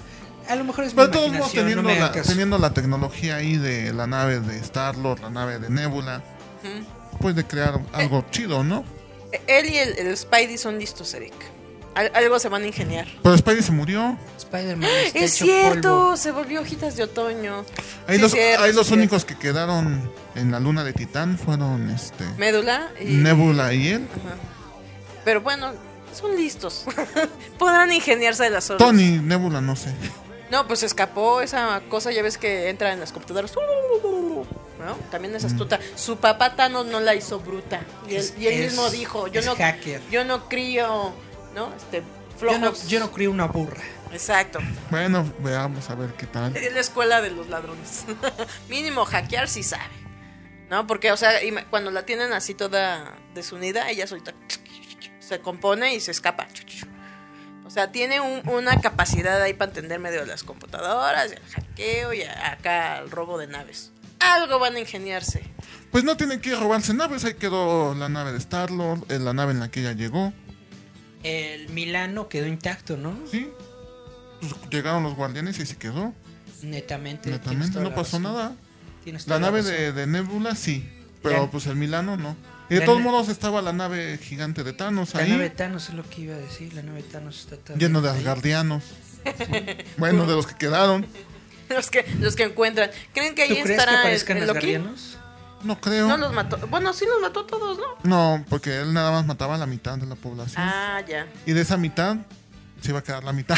a lo mejor es mi
pero de todos modos
imaginación,
teniendo,
no me hagan
la,
caso.
teniendo la tecnología ahí de la nave de Star-Lord, la nave de Nebula,
Ujú.
puede
Eh.
crear algo chido, ¿no?
Él y el, el Spidey son listos, Eric. Al- algo se van a ingeniar.
Pero Spidey se murió.
Spider-Man está
Es
hecho
cierto,
polvo.
se volvió hojitas de otoño.
Ahí
Sí,
los,
cierto,
ahí los
cierto.
únicos que quedaron en la luna de Titán fueron este
Médula y.
Nebula y él.
Ajá. Pero bueno, son listos. Podrán ingeniarse de las horas.
Tony, Nebula, no sé.
No, pues escapó esa cosa, ya ves que entra en las computadoras. ¿No? También es astuta. Su papá Thanos no la hizo bruta. Y él,
Es-
y él
es-
mismo dijo, yo
es
no,
hacker.
yo no crío, ¿no? Este,
Yo no,
flojos.
yo no crío una burra.
Exacto.
Bueno, veamos a ver qué tal.
Es la escuela de los ladrones. Mínimo hackear si sabe. ¿No? Porque, o sea, ima- cuando la tienen así toda desunida, ella solita se compone y se escapa. O sea, tiene un- una capacidad ahí para entender medio de las computadoras, y el hackeo y a- acá el robo de naves. Algo van a ingeniarse.
Pues no tienen que robarse naves, ahí quedó la nave de Star-Lord, eh, la nave en la que ella llegó.
El Milano quedó intacto, ¿no?
¿Sí? Pues llegaron los guardianes y se quedó.
Netamente. tienes
Netamente,
toda
no
la
pasó
razón.
nada.
Tienes toda
La nave
razón.
de, de Nebula sí, pero
La-
pues el Milano no. Y de
la
todos
na-
modos estaba la nave gigante de Thanos
La
ahí,
nave Thanos es lo que iba a decir. La nave Thanos está tan.
lleno de
ahí.
asgardianos. bueno, de los que quedaron.
Los que, los que encuentran. ¿Creen que
¿Tú
ahí
crees que
estará el,
aparezcan
el Loki?
asgardianos?
No creo.
No
No,
los mató. Bueno, sí los mató a todos, ¿no?
porque él nada más mataba a la mitad de la población.
Ah, ya.
Y de esa mitad se iba a quedar la mitad.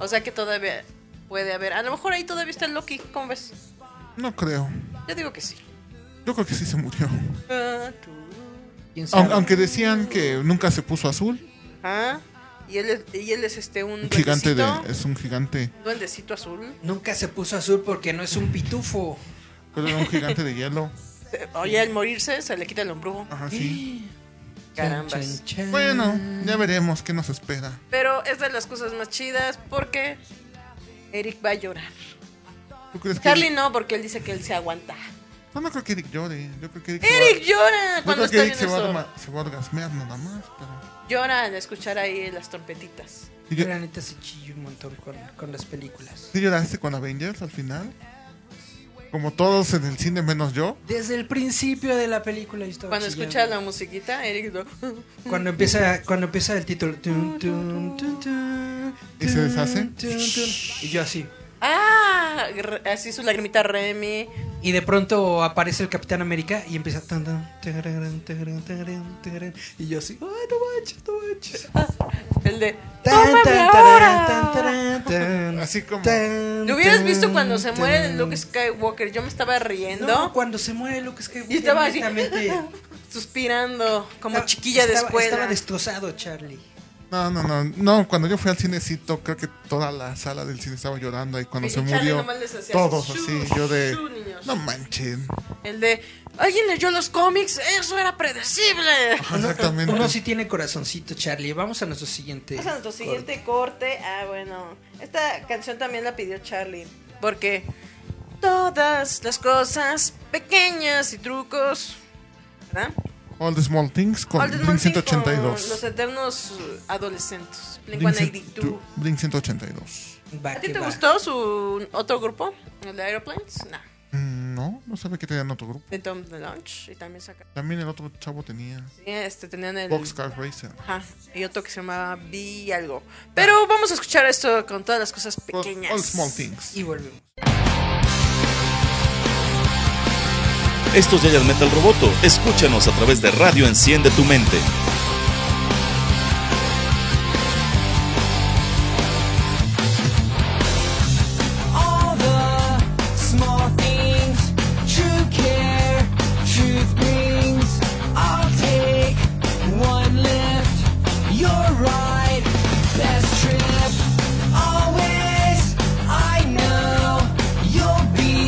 O sea que todavía puede haber. A lo mejor ahí todavía está el Loki. ¿Cómo ves?
no creo.
Yo digo que sí.
Yo creo que sí se murió.
Ah,
¿Quién sabe?
Aun- Aunque decían que nunca se puso azul.
Ah, Y él, es- y él es este un
Un gigante de.
duendecito,
Es un gigante.
duendecito azul.
Nunca se puso azul porque no es un pitufo.
Pero era un gigante de hielo.
Oye, al morirse se le quita el ombrujo.
Ajá, sí.
Carambas.
Chan, chan, chan.
Bueno, ya veremos qué nos espera.
Pero es de las cosas más chidas porque Eric va a llorar.
¿Tú crees que.?
Charlie no, porque él dice que él se aguanta.
No, no creo que Eric llore. Yo creo que Eric. se va-
Eric llora
yo
cuando
creo que
está
Eric se
viendo
va, a
eso.
orga- se va a orgasmear nada más. Pero...
Llora al escuchar ahí las trompetitas.
¿Sí
Yo
llo-
la neta se chilló un montón con, con las películas.
¿Sí lloraste con Avengers al final? Como todos en el cine, menos yo.
Desde el principio de la película yo
Oh,
estaba
Cuando
chillando.
escucha la musiquita, Eric lo-
Cuando empieza, cuando empieza el título. Tun, tun, tun, tun,
¿Y se deshace?
tun, tun, tun. Y yo así.
¡Ah! gr- Así su lagrimita Remy.
Y de pronto aparece el Capitán América y empieza. tan, tan, tararán, tararán, tararán, tararán. Y yo así. ¡Ay, no manches, no manches!
El de.
Tan,
"Tómame
tan,
ahora".
tararán, tan, tarán, tan,
Así como-
tan,
¿Lo hubieras
tan,
visto cuando se muere
tan.
Luke Skywalker? Yo me estaba riendo,
No, cuando se muere Luke Skywalker.
Y estaba así.
netamente,
suspirando, como
estaba-
chiquilla de
estaba-
escuela.
Estaba destrozado, Charlie.
No, no, no, no, cuando yo fui al cinecito, creo que toda la sala del cine estaba llorando ahí cuando
Y
se
Charlie
murió.
nomás les hacía
Todos
así,
así,
"Shoo,
yo de...
shoo, niños".
No manchen.
El de. ¿Alguien leyó los cómics? ¡Eso era predecible!
Exactamente.
Uno sí tiene corazoncito, Charlie. Vamos a nuestro siguiente.
Vamos a nuestro siguiente corte. Ah, bueno. Esta canción también la pidió Charlie. Porque todas las cosas pequeñas y trucos. ¿Verdad?
All the Small Things con
All the
Blink
Small Things con Los
182.
eternos eh, adolescentes. Blink
Blink cien-
182.
Blink 182.
Va
¿A
que
ti te
va.
gustó su otro grupo? ¿El de Aeroplanes? No.
Mm, No, no sabía que tenían otro grupo.
De Tom the Launch. Y también saca.
También el otro chavo tenía
sí, este, tenían el.
Boxcar Racer.
Ajá. Y otro que se llamaba B algo. Pero vamos a escuchar esto con todas las cosas
All,
pequeñas.
Ah. All Small Things.
Y volvemos.
Estos es Yayas Metal Roboto. Escúchanos a través de Radio Enciende tu Mente.
All the small things, true care, truth brings. I'll take one lift, your ride, best trip. Always, I know you'll be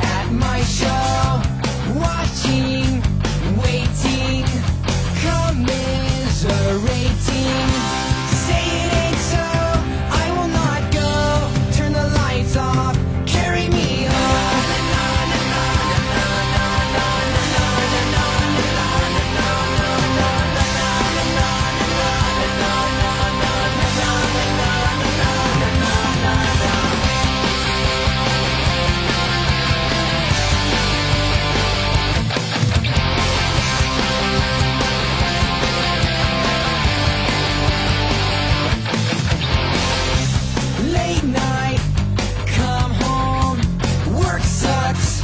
at my show, watching, waiting, commiserating. Say it ain't so, I will not go. Turn the lights off, carry me home. Late night, come home, work sucks.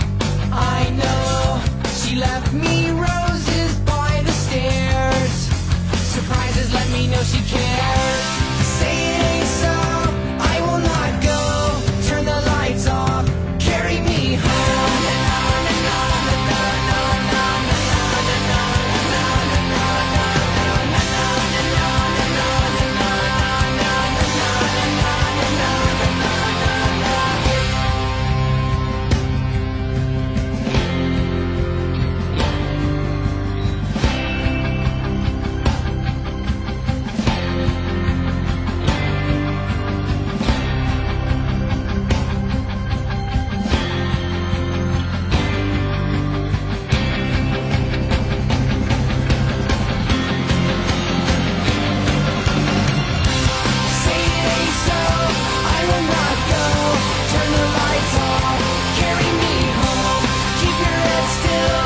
I know she left me roses by the stairs. Surprises let me know she cares. Say it ain't so, I will not go. Turn the lights off, carry me home. Say it ain't so, I will not go. Turn the lights off, carry me home. Keep your head still,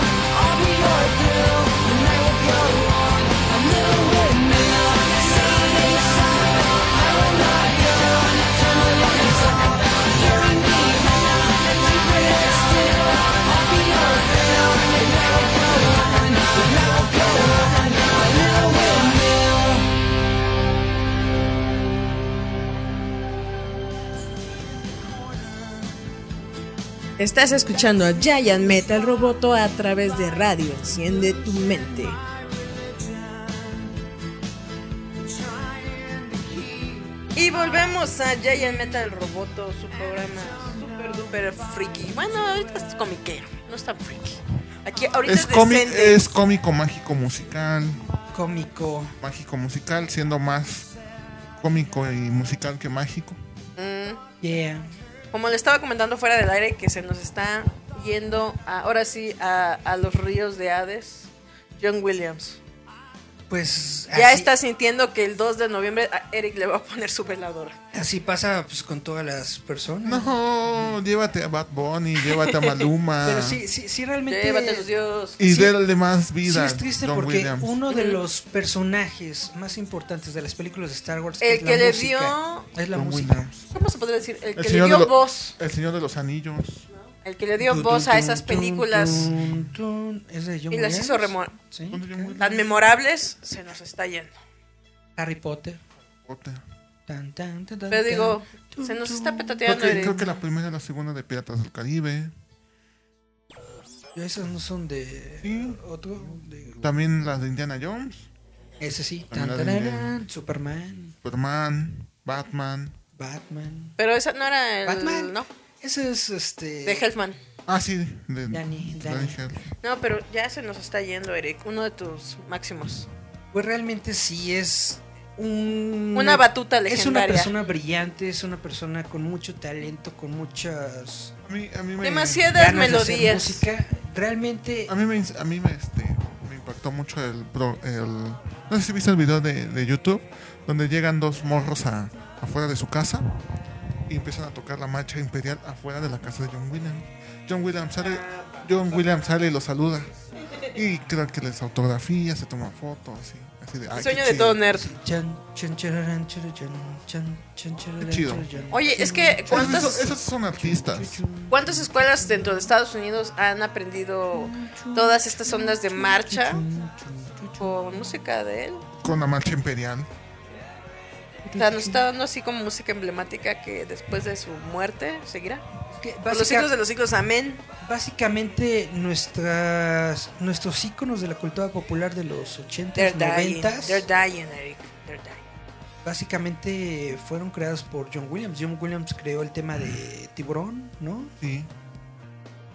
I'll be your thrill. The night will go on, a little windmill. Say it ain't so, I will not go. Turn the lights off, carry me home. Keep your head still, I'll be your thrill. The night will go on, the night will go on, a little windmill.
Estás escuchando a Giant Metal Roboto a través de radio. Enciende tu mente.
trying to keep
Y volvemos a Giant Metal Roboto, su programa super duper friki. Bueno, ahorita es comiquero, no es tan friki. Aquí ahorita es,
Es, cómic,
decente.
es cómico, mágico, musical.
Cómico.
Mágico, musical, siendo más cómico y musical que mágico.
Mm.
Yeah.
Como le estaba comentando fuera del aire, que se nos está yendo a- ahora sí a, a los ríos de Hades, John Williams.
Pues
Ya
así,
está sintiendo que el 2 de noviembre a Eric le va a poner su veladora.
así pasa pues, con todas las personas.
No, llévate a Bad Bunny, llévate a Maluma.
Pero sí, sí, sí realmente...
Llévate los dios.
Y
Sí.
denle más
Sí,
vida.
es triste
Don
porque
Williams.
uno de los personajes más importantes de las películas de Star Wars
El
es la
que le
música.
dio-
Es la
Don
música.
Williams.
¿Cómo se podría decir? El que le
señor
dio
de lo-
voz.
El Señor de los Anillos.
El que le dio
Tun,
voz
tun,
a
tun,
esas
tun,
películas
tun, tun. Es de John
y las
Williams.
hizo remo-
Sí.
¿Cuándo John Williams?
tan memorables, se nos está yendo.
Harry Potter.
Potter.
Tan, tan, tan, tan,
Pero digo,
tan.
se nos está
Creo
petateando
que,
Eric.
creo que la primera y la segunda de Piratas del Caribe.
Esas no son de
Sí.
otro. de-
También las de Indiana Jones.
Ese sí.
También
Tan,
la de-
tararán, Superman,
Superman, Batman.
Batman.
Pero esa no era el.
Batman.
No,
Ese es este.
de Helfman.
Ah, sí, de
Danny,
de
Danny.
Hell.
No, pero ya se nos está yendo, Eric. Uno de tus máximos.
Pues realmente sí es un.
Una batuta
Mm, Es una
legendaria.
persona brillante, es una persona con mucho talento, con muchas
A mí, a mí me,
Demasiadas
ganas de hacer
melodías.
música. Realmente
A mí me, a mí me, este, me impactó mucho el, pro- el- No sé si viste el video de, de YouTube donde llegan dos morros a, afuera de su casa y empiezan a tocar la marcha imperial afuera de la casa de John Williams. John Williams sale, John Williams sale y los saluda. Y creo que les autografía, se toma fotos, así, así de... "Ay,
El
Ah, qué
sueño de
chido".
todo nerd.
Chan, chan, chararán, chararán, chan, chan, chararán,
Qué chido.
chararán.
Oye, es que
Esos- Esos,
¿cuántas,
esos son artistas.
cuántas escuelas dentro de Estados Unidos han aprendido todas estas ondas de marcha con música de él?
Con la marcha imperial.
O sea, nos está dando así como música emblemática que después de su muerte seguirá.
Que
Por los
básica-
siglos de los siglos, amén.
Básicamente nuestras nuestros íconos de la cultura popular de los 80s,
They're dying.
90s,
They're dying, Eric. They're dying.
básicamente fueron creados por John Williams. John Williams creó el tema de Tiburón, ¿no?
Sí.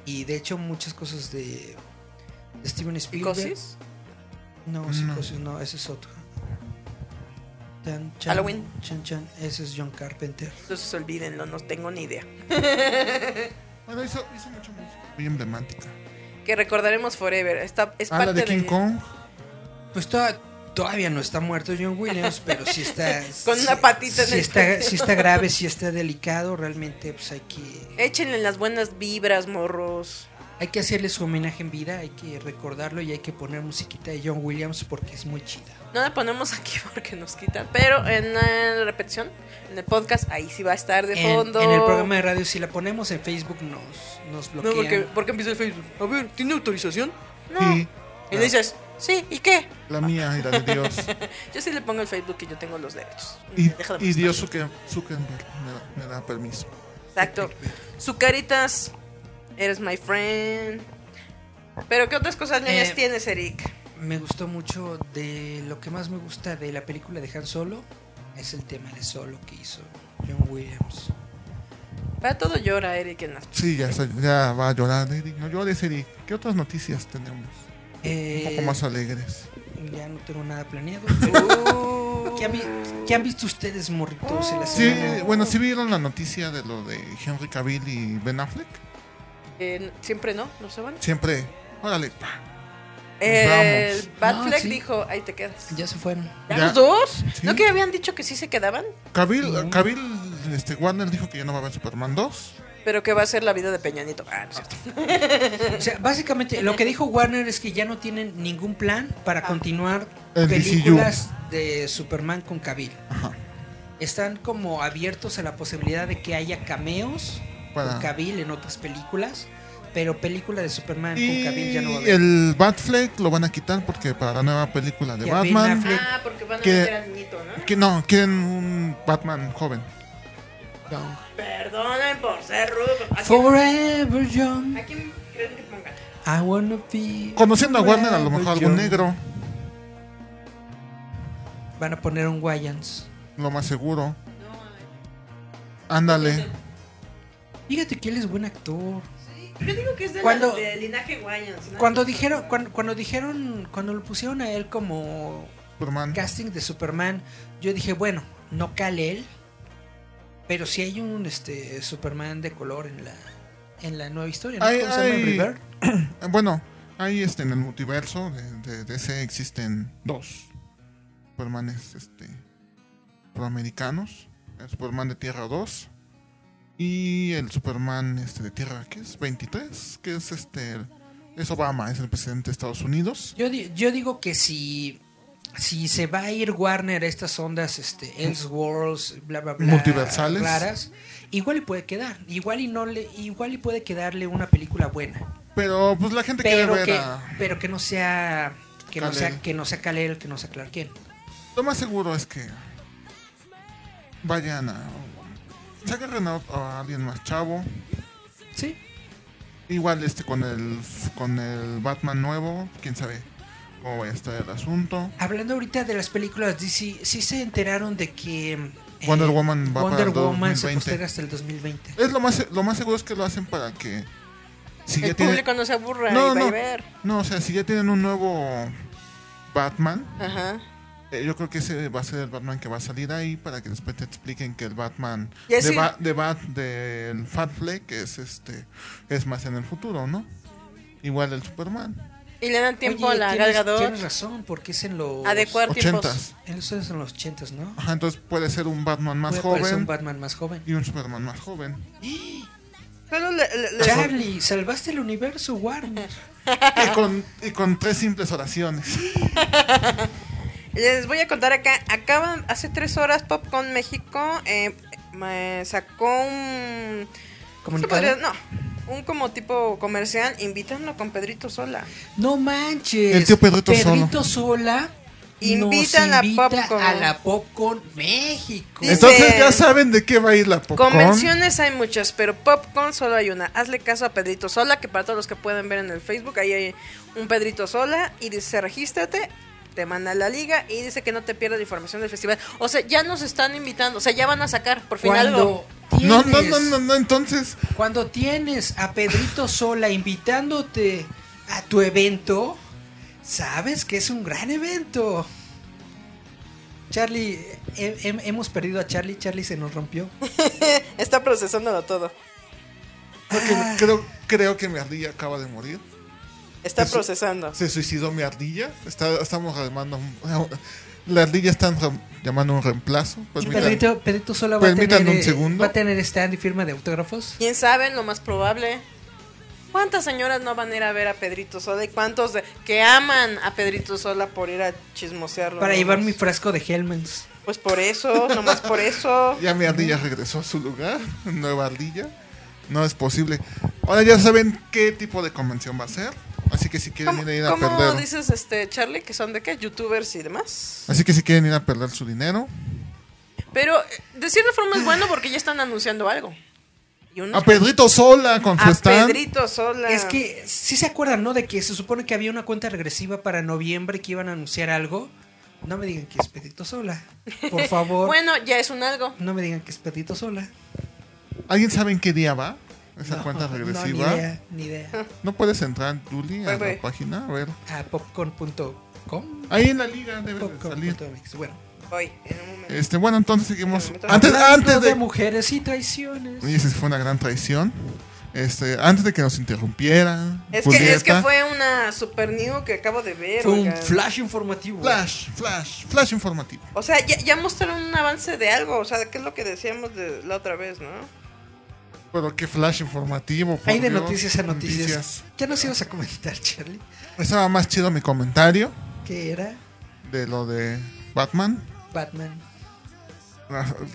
Y de hecho muchas cosas de, de Steven Spielberg.
¿Picosis?
No,
No.
Psicosis no, ese es otro. Tan, chan,
Halloween.
Chan, chan, ese es John Carpenter.
Entonces olvídenlo, no tengo ni idea.
Bueno, hizo, hizo mucha música. Muy emblemática.
Que recordaremos forever. Está, es
Ah,
parte
la de King Kong.
Pues toda- todavía no está muerto John Williams, pero sí está.
Con
sí-
una patita en
sí
el
está,
pecho.
sí está grave, sí está delicado. Realmente, pues hay que,
Échenle las buenas vibras, morros.
hay que hacerle su homenaje en vida, hay que recordarlo y hay que poner musiquita de John Williams porque es muy chida.
No la ponemos aquí porque nos quitan, pero en la repetición, en el podcast, ahí sí va a estar de
en,
fondo.
en el programa de radio, si la ponemos en Facebook, nos, nos
No,
bloquean.
porque, porque empieza el Facebook. A ver, ¿tiene autorización? No.
Sí.
Y
Ah.
le dices, sí, ¿y qué?
La mía y la de Dios.
Yo sí le pongo el Facebook que yo tengo los derechos.
Y,
Deja de
y
molestar.
Dios Zucker- Zuckerberg me da, me da permiso.
Exacto. Su caritas, eres my friend. Pero ¿qué otras cosas niñas
Eh,
tienes, Eric?
Me gustó mucho de lo que más me gusta de la película de Han Solo es el tema de Solo que hizo John Williams.
Para todo llora, Eric, en las...
Sí, ya, se- ya va a llorar, Eric. No llores, Eric. ¿Qué otras noticias tenemos? Un
Eh,
poco más alegres.
Ya no tengo nada planeado.
Uh,
¿Qué han, vi- qué han visto ustedes, morritos? en la
Sí,
semana?
bueno, ¿sí vieron la noticia de lo de Henry Cavill y Ben Affleck?
eh, Siempre no, no se van.
Siempre, órale, pa.
El
vamos.
Batfleck
Ah, sí.
dijo, ahí te quedas.
Ya se fueron.
¿Ya
Ya.
los dos?
Sí.
¿No que habían dicho que sí se quedaban?
Cavill, Cavill, este, Warner dijo que ya no va a haber Superman 2.
Pero que va a ser la vida de Peñanito. Ah, no es cierto.
O sea, básicamente lo que dijo Warner es que ya no tienen ningún plan para continuar
El
películas de Superman con Cavill.
Ajá.
Están como abiertos a la posibilidad de que haya cameos con
Para-
Cavill en otras películas, pero película de Superman
Y
con Cavill ya no va a haber.
el Batfleck lo van a quitar porque para la nueva película de
Y a Ben
Batman.
Affleck.
Ah, porque van a
¿Qué?
meter al niñito, ¿no?
Que, no, quieren un Batman joven.
No.
Perdonen por ser rudo. ¿A quién,
Forever young,
a quién creen que pongan?
I wanna be
Conociendo a Warner, a lo mejor
forever young.
algún negro,
Van a poner un Wayans.
lo más seguro.
No,
Ándale.
Fíjate que él es buen actor.
Yo digo que es de,
Cuando-
la, de linaje Wayans. ¿no?
Cuando dijeron, cuando, cuando dijeron, cuando lo pusieron a él como
Superman.
casting de Superman, yo dije, bueno, no cale él, pero si hay un este Superman de color en la en la nueva historia, ¿no?
Hay-
¿Cómo se llama?
hay-
River.
Eh, Bueno, ahí este, en el multiverso de, de DC existen dos Supermanes este, proamericanos. El Superman de Tierra 2 y el Superman este, de Tierra ¿qué es? 23, que es este es Obama, es el presidente de Estados Unidos.
Yo, di- yo digo que si si se va a ir Warner a estas ondas este Elseworlds, bla bla bla
Multiversales.
raras, igual y puede quedar, igual y no le igual y puede quedarle una película buena.
Pero pues la gente quiere
pero
ver
que,
a...
pero que no sea que no
Kal-El.
sea que no sea Kalel, que no sea Clark Kent.
Lo más seguro es que vayan a... Saquen a, a alguien más chavo.
Sí.
Igual este con el con el Batman nuevo, quién sabe cómo vaya a estar el asunto.
Hablando ahorita de las películas DC, sí se enteraron de que eh,
Wonder Woman va
Wonder
para el
Woman se
2020.
posterga hasta el 2020.
Es lo más lo más seguro es que lo hacen para que si
El
ya tienen
público no se aburra
No,
y vaya
no.
a ver.
no, o sea, si ya tienen un nuevo Batman,
Ajá.
eh, yo creo que ese va a ser el Batman que va a salir ahí para que después te expliqen que el Batman
Y
de,
así-
Ba- de Bat del Fat Fleck es este es más en el futuro, ¿no? Igual el Superman,
Y le dan tiempo Ah,
Oye,
a la
tienes-
Galgador
Tienes razón, porque es en los
a adecuar tiempos.
ochentas.
Eso es en los 80, ¿no?
Ajá, entonces puede ser un Batman más
Puede
joven
parecer un Batman más joven.
y un Superman más joven.
Solo le- le- le-
Charlie, salvaste el universo Warner.
y, con, y con tres simples oraciones.
les voy a contar acá. Acaban, hace tres horas Popcorn México eh, me sacó un... ¿cómo se
Comunicado.
podría- no, un como tipo comercial. Invítanlo con Pedrito Sola.
No manches.
El tío Pedrito Sola.
Pedrito Sola.
Invita a la
nos invita
Popcorn.
a la Popcorn México.
Dice-
Entonces ya saben de qué va a ir la popcorn.
Convenciones hay muchas, pero Popcorn solo hay una. Hazle caso a Pedrito Sola, que para todos los que pueden ver en el Facebook, ahí hay un Pedrito Sola y dice, regístrate, te manda la liga y dice que no te pierdas la información del festival. O sea, ya nos están invitando, o sea, ya van a sacar por fin algo.
Cuando tienes,
No, no, no, no, no, entonces.
Cuando tienes a Pedrito Sola invitándote a tu evento, sabes que es un gran evento. Charlie, he- hem- hemos perdido a Charlie, Charlie se nos rompió.
Está procesándolo todo.
creo que-
Ah.
Creo, creo que mi ardilla acaba de morir.
Está
Pues
Eso-
procesando.
Se suicidó mi ardilla. Está, estamos llamando. un- La ardilla están re- llamando un reemplazo. Pues
Y
Permitan-
Pedrito, Pedrito Sola va a,
permítanme
tener,
Pues un
eh,
segundo.
va a tener stand y firma de autógrafos.
¿Quién sabe? Lo más probable. ¿Cuántas señoras no van a ir a ver a Pedrito Sola? ¿Y cuántos de- que aman a Pedrito Sola por ir a chismosearlo?
Para
nomás?
llevar mi frasco de Hellmans.
Pues por eso, nomás por eso.
Ya mi ardilla regresó a su lugar. Nueva ardilla. No es posible. Ahora ya saben qué tipo de convención va a ser. Así que si quieren
¿Cómo,
ir a, ir a
cómo
perder.
dices, este, Charlie, que son de qué? ¿Youtubers y demás?
Así que si quieren ir a perder su dinero.
Pero eh, de cierta forma es bueno porque ya están anunciando algo. Y uno
A Pedrito sola con su
a
stand.
Pedrito Sola.
Es que, si se acuerdan, no? De que se supone que había una cuenta regresiva para noviembre que iban a anunciar algo. No me digan que es Pedrito Sola. Por favor,
Bueno, ya es un algo.
no me digan que es Pedrito Sola.
¿Alguien sabe en qué día va? Esa
No,
cuenta
no,
regresiva.
ni
No,
idea, ni idea.
puedes entrar, Julie,
Voy,
a
voy.
la página. A ver.
A popcorn.com.
Ahí en la liga debe de salir.
popcorn.mx. Bueno,
Voy, en un momento.
Este, bueno, entonces seguimos.
Espérame,
Antes,
Hablando
antes
de
de.
mujeres y traiciones.
Oye, esa fue una gran traición. Este, antes de que nos interrumpiera.
Es que, es que
Julieta.
fue una super new que acabo de ver.
Fue un
oigan.
flash informativo.
Flash, flash, flash informativo.
O sea, ya, ya mostraron un avance de algo. O sea, ¿qué es lo que decíamos de la otra vez, no?
Pero qué flash informativo. por
Hay de
Dios.
noticias a noticias. Ya nos ibas a comentar, Charlie.
Estaba más chido mi comentario
¿Qué era?
de lo de Batman. Ah,
Batman.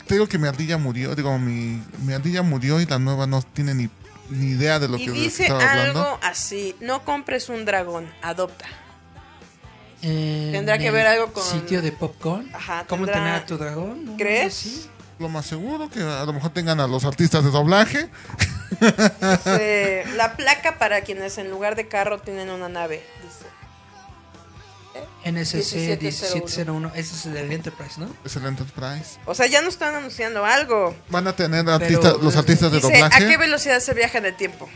Te digo que mi ardilla murió, digo, mi, mi ardilla murió y la nueva no tiene ni, ni idea de lo
Y
que
dice
estaba hablando.
algo así: no compres un dragón, adopta.
En
Tendrá que
el
ver algo con-
Sitio de popcorn.
Ajá,
¿Cómo
tendrá-
entrenar a tu dragón? ¿No?
¿Crees?
Sí.
Lo más seguro que a lo mejor tengan a los artistas de doblaje.
Dice, la placa para quienes en lugar de carro tienen una nave. Dice.
NSC
1701.
1701. Ese es el del Enterprise, ¿no?
Es el Enterprise.
O sea, ya nos están anunciando algo.
Van a tener artistas, los artistas de
Dice, ¿a
doblaje.
qué velocidad se viaja en el tiempo?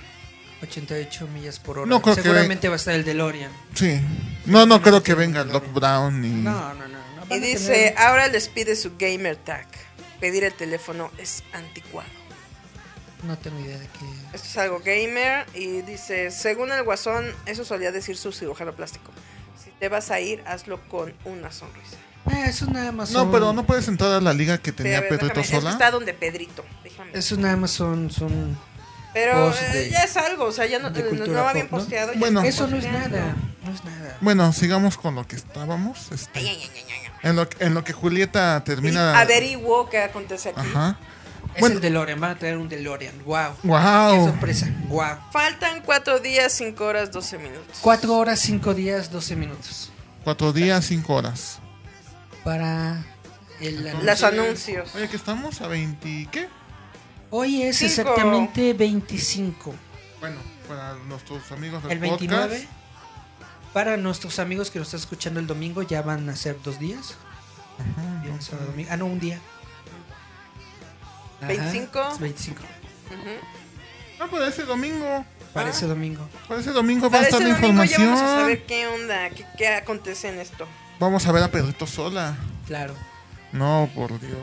88 millas por hora.
No creo que-
Seguramente va a estar el DeLorean.
Sí. No, no creo que venga el Doc Brown ni.
No, no, no. no, van a
Y dice,
tener-
ahora les pide su gamer tag. Pedir el teléfono es anticuado.
No tengo idea de qué.
Esto es algo gamer. Y dice, según el guasón, eso solía decir su cirujano plástico. Si te vas a ir, hazlo con una sonrisa.
Eh, eso nada más.
No,
son-
pero no puedes entrar a la liga que
Sí, a
tenía
ver,
Pedrito
déjame, es que
Sola.
Está donde Pedrito. déjame.
Eso nada más son. son...
Pero
post de-
eh, ya es algo, o sea, ya no,
de
no- no
cultura
va
pop,
bien
¿no?
posteado. ya
Bueno.
está
Eso no es
posteando.
nada. No es nada.
Bueno, sigamos con lo que estábamos. este,
Ay, ay, ay, ay, ay.
en, lo, que- en lo que Julieta termina.
Averiguó qué acontece aquí.
Ajá.
Es
Bueno.
el DeLorean. Van a traer un DeLorean. Wow. Qué
Wow.
sorpresa. Wow.
Faltan cuatro días, cinco horas, 12 minutos.
4 horas, 5 días, 12 minutos.
Cuatro días, cinco horas.
Para el
Los
anuncio.
anuncios.
Oye, que estamos a 20. ¿Qué?
Hoy es
Cinco.
exactamente 25.
Bueno, para nuestros amigos del
El 29.
podcast.
Para nuestros amigos que nos están escuchando el domingo, ya van a ser dos días.
Ajá,
Viernes, sábado, domingo. Ah, no, un día. Ajá,
25.
es 25.
Ujú.
No, pero ese domingo.
Para
Ah.
ese domingo.
Para ese domingo va a
Para
estar
ese
la
domingo ya
información.
vamos a saber qué onda, qué, qué acontece en esto.
Vamos a ver a Pedrito Sola.
Claro.
No, por Dios.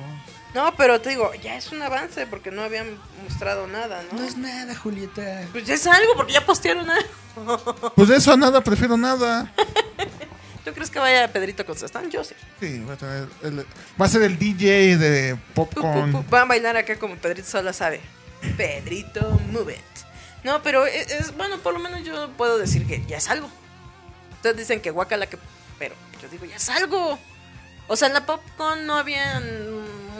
No, pero te digo, ya es un avance porque no habían mostrado nada, ¿no?
No es nada, Julieta.
Pues ya es algo porque ya postearon algo.
Pues de eso a nada, prefiero nada.
¿Tú crees que vaya Pedrito con Sastán? Yo sí.
Sí, va a, tener el- va a ser el DJ de
Pu, pu,
Popcorn.
pu. Van a bailar acá como Pedrito Sola sabe. Pedrito, move it. No, pero es, es- bueno, por lo menos yo puedo decir que ya es algo. Ustedes dicen que guacala que... Pero yo digo, ya es algo. O sea, en la Popcorn no habían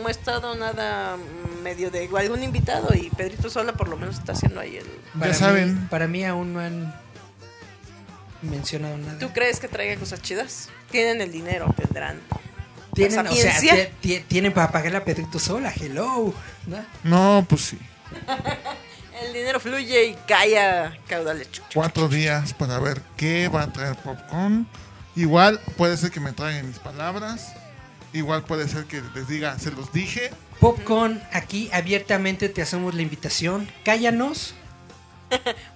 mostrado nada medio de algún invitado y Pedrito Sola por lo menos está haciendo ahí el...
Para mí-
saben.
Para mí aún no han mencionado nada.
¿Tú crees que traiga cosas chidas? Tienen el dinero, tendrán.
Tienen,
la
o sea,
sapiencia?
tie- tie- tienen para pagar la Pedrito sola. Hello. ¿no?
No, pues sí.
El dinero fluye y cae a caudales.
Cuatro días para ver qué va a traer Popcorn. Igual puede ser que me traigan mis palabras. Igual puede ser que les diga, se los dije.
Popcorn, aquí abiertamente te hacemos la invitación. Cállanos.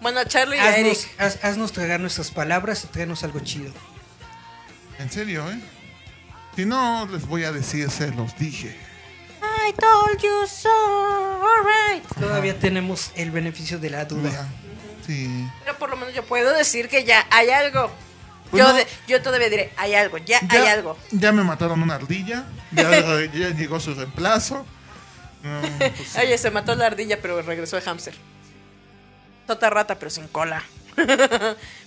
Bueno, a Charlie y a Eric.
Haznos, haz- haznos tragar nuestras palabras y tráenos algo chido.
En serio, ¿eh? Si no, les voy a decir, se los dije.
I told you so, alright.
Todavía tenemos el beneficio de la duda.
Sí.
Pero por lo menos yo puedo decir que ya hay algo.
Pues
yo,
no.
de- yo todavía diré, hay algo, ya,
Ya-
hay algo.
Ya me mataron una ardilla. Ya, ya llegó su reemplazo. No, pues sí.
Oye, se mató la ardilla, pero regresó de hámster. Tota rata, pero sin cola.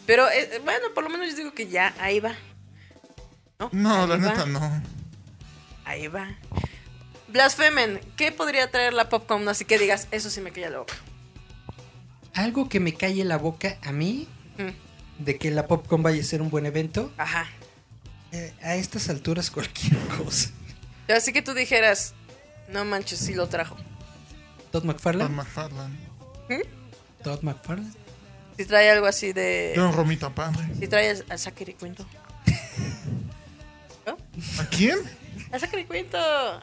pero eh, bueno, por lo menos yo digo que ya, ahí va. No,
No,
ahí
la
va,
neta no.
Ahí va. Blasfemen, ¿qué podría traer la popcorn? Así que digas, eso sí me calla la boca.
Algo que me calle la boca a mí
Mm,
de que la Popcorn vaya a ser un buen evento.
Ajá.
eh, a estas alturas cualquier cosa.
Así que tú dijeras, no manches, sí lo trajo.
Todd
Don
McFarlane.
McFarlane.
Todd McFarlane.
Si trae algo así de...
Don Romita Padre.
Si traes al Zachary Quinto. ¿No?
¿A quién?
Al Zachary Quinto,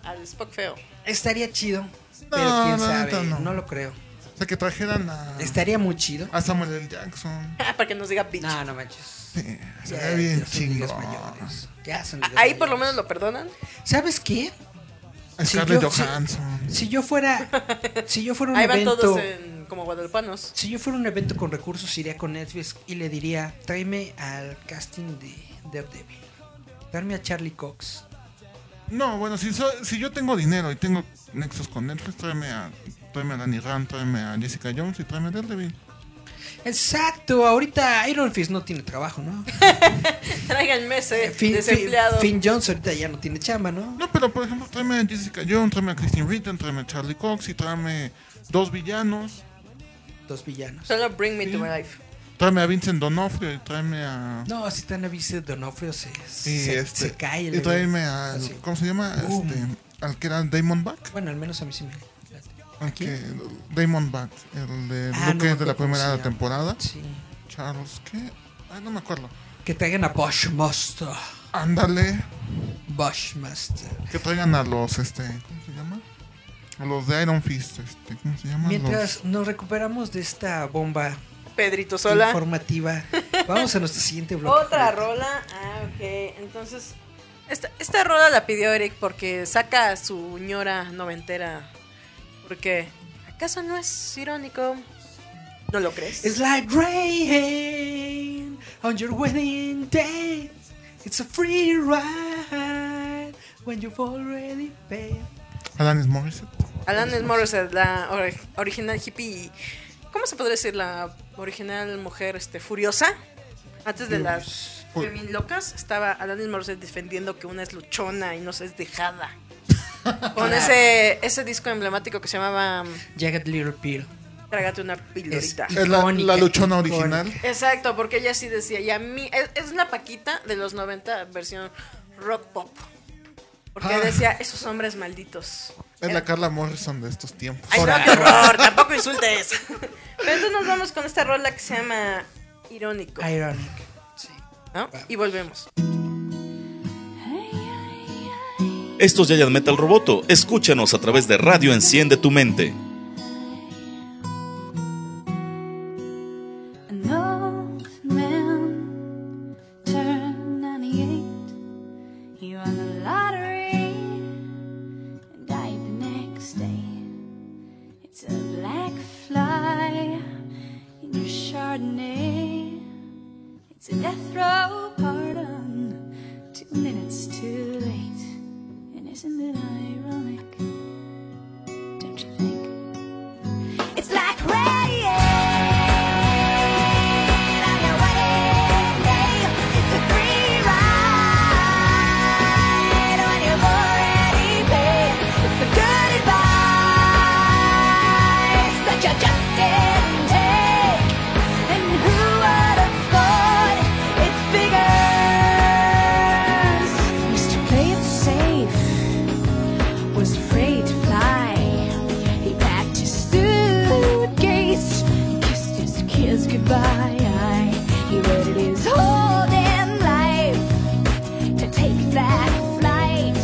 al Spock feo.
Estaría chido. pero quién
la
sabe,
neta no.
no. lo creo.
O sea, que trajeran a,
Estaría muy chido.
a Samuel L. Jackson.
Ah, Para que nos diga bitch.
No, no manches.
Sí, se
Ya-
ve bien
ya son ligas
chingón.
mayores. Ya son
A-
ligas
Ah, Ahí por lo menos
mayores.
lo perdonan.
¿Sabes qué?
A
Sí,
Scarlett
yo- sí.
Johansson.
Si yo fuera, si yo fuera un
Ahí van
evento,
todos eh. en, como guadalupanos.
si yo fuera un evento con recursos, iría con Netflix y le diría, tráeme al casting de Daredevil, tráeme a Charlie Cox.
No, bueno, si, so- si yo tengo dinero y tengo nexos con Netflix, tráeme a, tráeme a Danny Rand, tráeme a Jessica Jones y tráeme a Daredevil.
Exacto, ahorita Iron Fist no tiene trabajo, ¿no?
Tráiganme ese
Finn,
desempleado.
Finn- Finn Jones ahorita ya no tiene chamba, ¿no?
No, pero por ejemplo, tráeme a Jessica Jones, tráeme a Christine Ritten, tráeme a Charlie Cox y tráeme dos villanos.
Dos villanos.
Solo bring me to my life.
Tráeme a Vincent Donofrio y tráeme a...
No, si tan aviso Donofrio se,
y
se,
este,
se cae. el
Y tráeme a...
Así.
¿Cómo se llama?
Boom.
Este, al que era Diamondback.
Bueno, al menos a mí sí me.
Al
¿Quién?
que, Diamondback, el de
Ah, no
Luke
me
de la
acuerdo cómo se
primera
llama.
temporada.
Sí.
Charles, ¿qué? Ay, no me acuerdo.
Que traigan a Bushmaster.
Ándale.
Bushmaster.
Que traigan a los, este, ¿cómo se llama? A los de Iron Fist, este, ¿cómo se llama?
Mientras nos recuperamos de esta bomba
Pedrito Sola.
informativa, vamos a nuestro siguiente bloque.
Otra rola. Ah, ok. Entonces, esta, esta rola la pidió Eric porque saca a su ñora noventera. Porque, ¿acaso no es irónico? ¿No lo crees?
It's like rain on your wedding day. It's a free ride when you've already paid.
Los Alanis Morissette.
Alanis Morissette, la ori- original hippie. ¿Cómo se podría decir? La original mujer este, furiosa. Antes de las
Fu-
femin locas, estaba Alanis Morissette defendiendo que una es luchona y no se es dejada. Con ese, ese disco emblemático que se llamaba mm,
Jagged Little Pill.
Trágate una pilorita.
Es la,
Icónica,
la luchona
icónica.
original.
Exacto, porque ella sí decía, y a mí, es, es la Paquita de los 90 versión rock pop. Porque
Ah.
decía, esos hombres malditos.
Es la Carla Morrison de estos tiempos.
Ay, no, qué horror, tampoco insultes. Pero entonces nos vamos con esta rola que se llama Irónico,
Ironic. Sí.
¿no? Y volvemos.
Esto es Giant Metal Roboto. Escúchanos a través de Radio Enciende tu Mente.
An old man turned 98. He won the lottery and died the next day. It's a black fly in your Chardonnay. It's a death row pardon, two minutes too late. And isn't it ironic? Don't you think? It's like rain. Was afraid to fly. He packed his suitcase, kissed his kids goodbye. He waited his whole damn life to take that flight.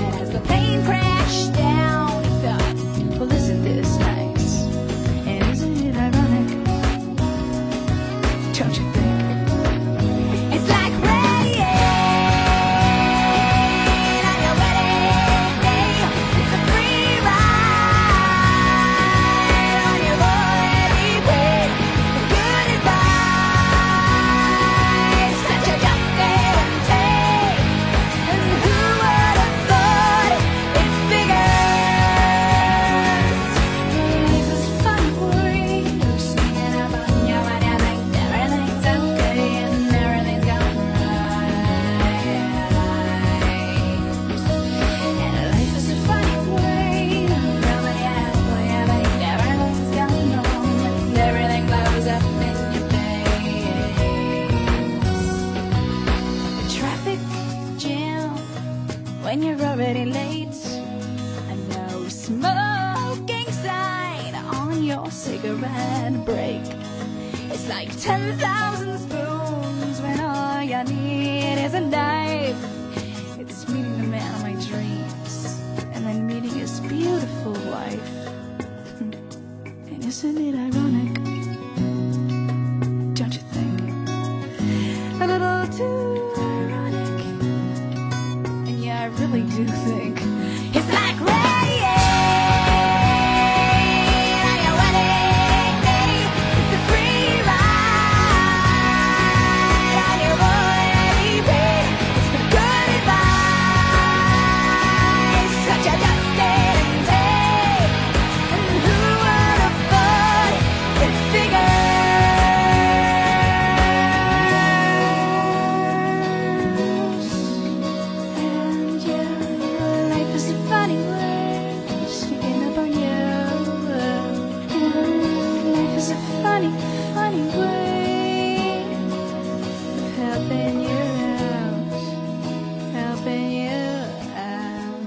And as the plane crashed down, he thought, well, isn't this nice? And isn't it ironic? Don't you think? It's like rain. on your wedding day. It's a free ride. On your already paid good advice that you just didn't take, and who would have thought it's bigger? Life is fun for you, singing about you and everything's okay and everything's going right. And life is a funny way. Nobody asks for you, but everything's going wrong. Everything blows up in your face. A traffic jam when you're already late. A no smoking sign on your cigarette break. It's like 10,000 spoons when all you need is a knife. It's meeting the man of my dreams, and then meeting his beautiful wife. Hmm. And isn't it ironic? Don't you think? A little too ironic. And yeah, I really do think it's like rain. on your wedding day. It's a free ride on your already paid. It's the good advice that you just didn't take. And who would have thought it's bigger? And yeah, life is a funny way, sneaking up on you. And life is a funny, funny way of helping you out, helping you out.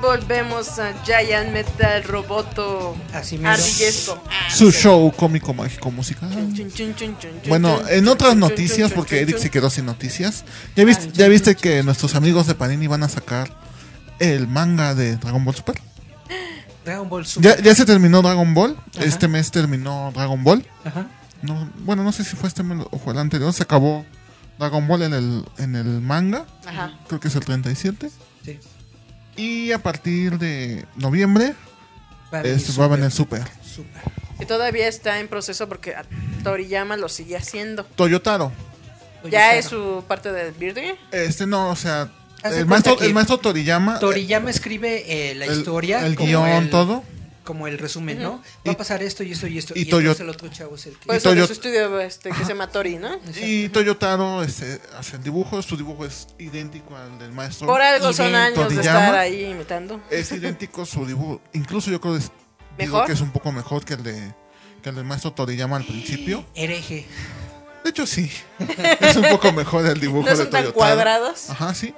volvemos a Giant Metal Roboto
Así
Ah,
mero.
Ardillesco.
Su show cómico mágico musical. Bueno, en otras noticias, porque Eric se quedó sin noticias. ¿Ya
Ah,
viste, ya viste que nuestros amigos de Panini van a sacar el manga de Dragon Ball Super?
Dragon Ball
Ya,
Super.
ya se terminó Dragon Ball.
Ajá.
Este mes terminó Dragon Ball.
Ajá.
No, bueno, no sé si fue este mes o fue el anterior. Se acabó Dragon Ball en el, en el manga.
Ajá.
Creo que es el 37.
Sí.
Y a partir de noviembre
Va a venir
este, va a venir
Super.
Super.
Super.
Que todavía está en proceso porque a- Toriyama lo sigue haciendo.
Toyotaro.
Oye,
Ya
pero
es su parte del Virgen.
Este no, o sea,
Haz de
el maestro,
cuenta que
el maestro Toriyama.
Toriyama escribe eh, la
el-
historia.
el
como
guión,
el-
todo.
Como el resumen, ¿no?
Y-
Va a pasar esto y esto y esto.
y
Y, entonces
Toyo-
el otro chavo es el que...
Por
Y
eso de
Toyo-
su estudio este, que se llama Tori, ¿no?
Y Toyotaro este, hace el dibujo. Su dibujo es idéntico al del maestro.
Por algo
Y
son
de
años de
Toriyama.
estar ahí imitando.
Es idéntico su dibujo. Incluso yo creo que es, digo
¿Mejor?
que es un poco mejor que el de que el del maestro Toriyama al principio.
Hereje.
De hecho sí. es un poco mejor el dibujo
No
de
son tan
Toyotaro.
cuadrados.
Ajá, sí.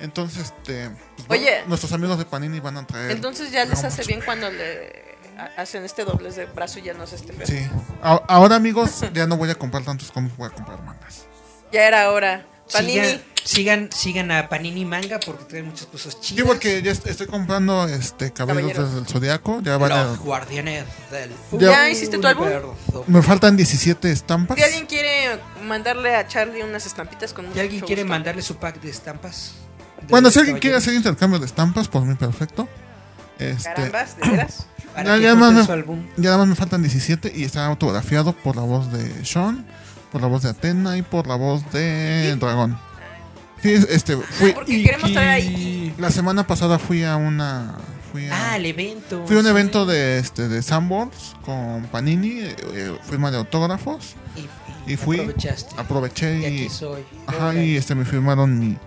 Entonces, este pues,
Oye.
bueno, nuestros amigos de Panini van a traer
Entonces ya les
Dragon
hace
Ball
bien cuando le a- hacen este doblez de brazo y ya no es este pedo.
Sí. A- Ahora, amigos, ya no voy a comprar tantos cómics, voy a comprar mangas.
Ya era hora. Panini.
Sigan, sigan, sigan a Panini Manga porque traen muchas cosas chidas.
Sí, porque ya est- estoy comprando este Caballeros
Caballeros.
del Zodiaco. Ya van a-
Los guardianes del
Ya- ¿Ya
hiciste tu álbum?
universo.
Me faltan 17 estampas.
Si alguien quiere mandarle a Charlie unas estampitas con
Si
mucho
alguien
gusto.
quiere mandarle su pack de estampas. de
Bueno,
los
si alguien quiere
caballeros,
hacer intercambio de estampas, por mí perfecto. Este,
Carambas, de veras.
para
ya,
que
ya
junten
más
su
me-
álbum.
ya nada más me faltan 17 y está autografiado por la voz de Sean, por la voz de Atena y por la voz de Dragón. Sí, es- este, fui,
Porque queremos traer ahí.
la semana pasada fui a una... Fui a,
Ah, el evento.
Fui a un
sí.
evento de este de Sanborns con Panini, eh, eh, firma de autógrafos,
Y,
y fui,
Aprovechaste.
aproveché
Y aquí
y,
soy.
ajá,
Hola.
y este me firmaron mi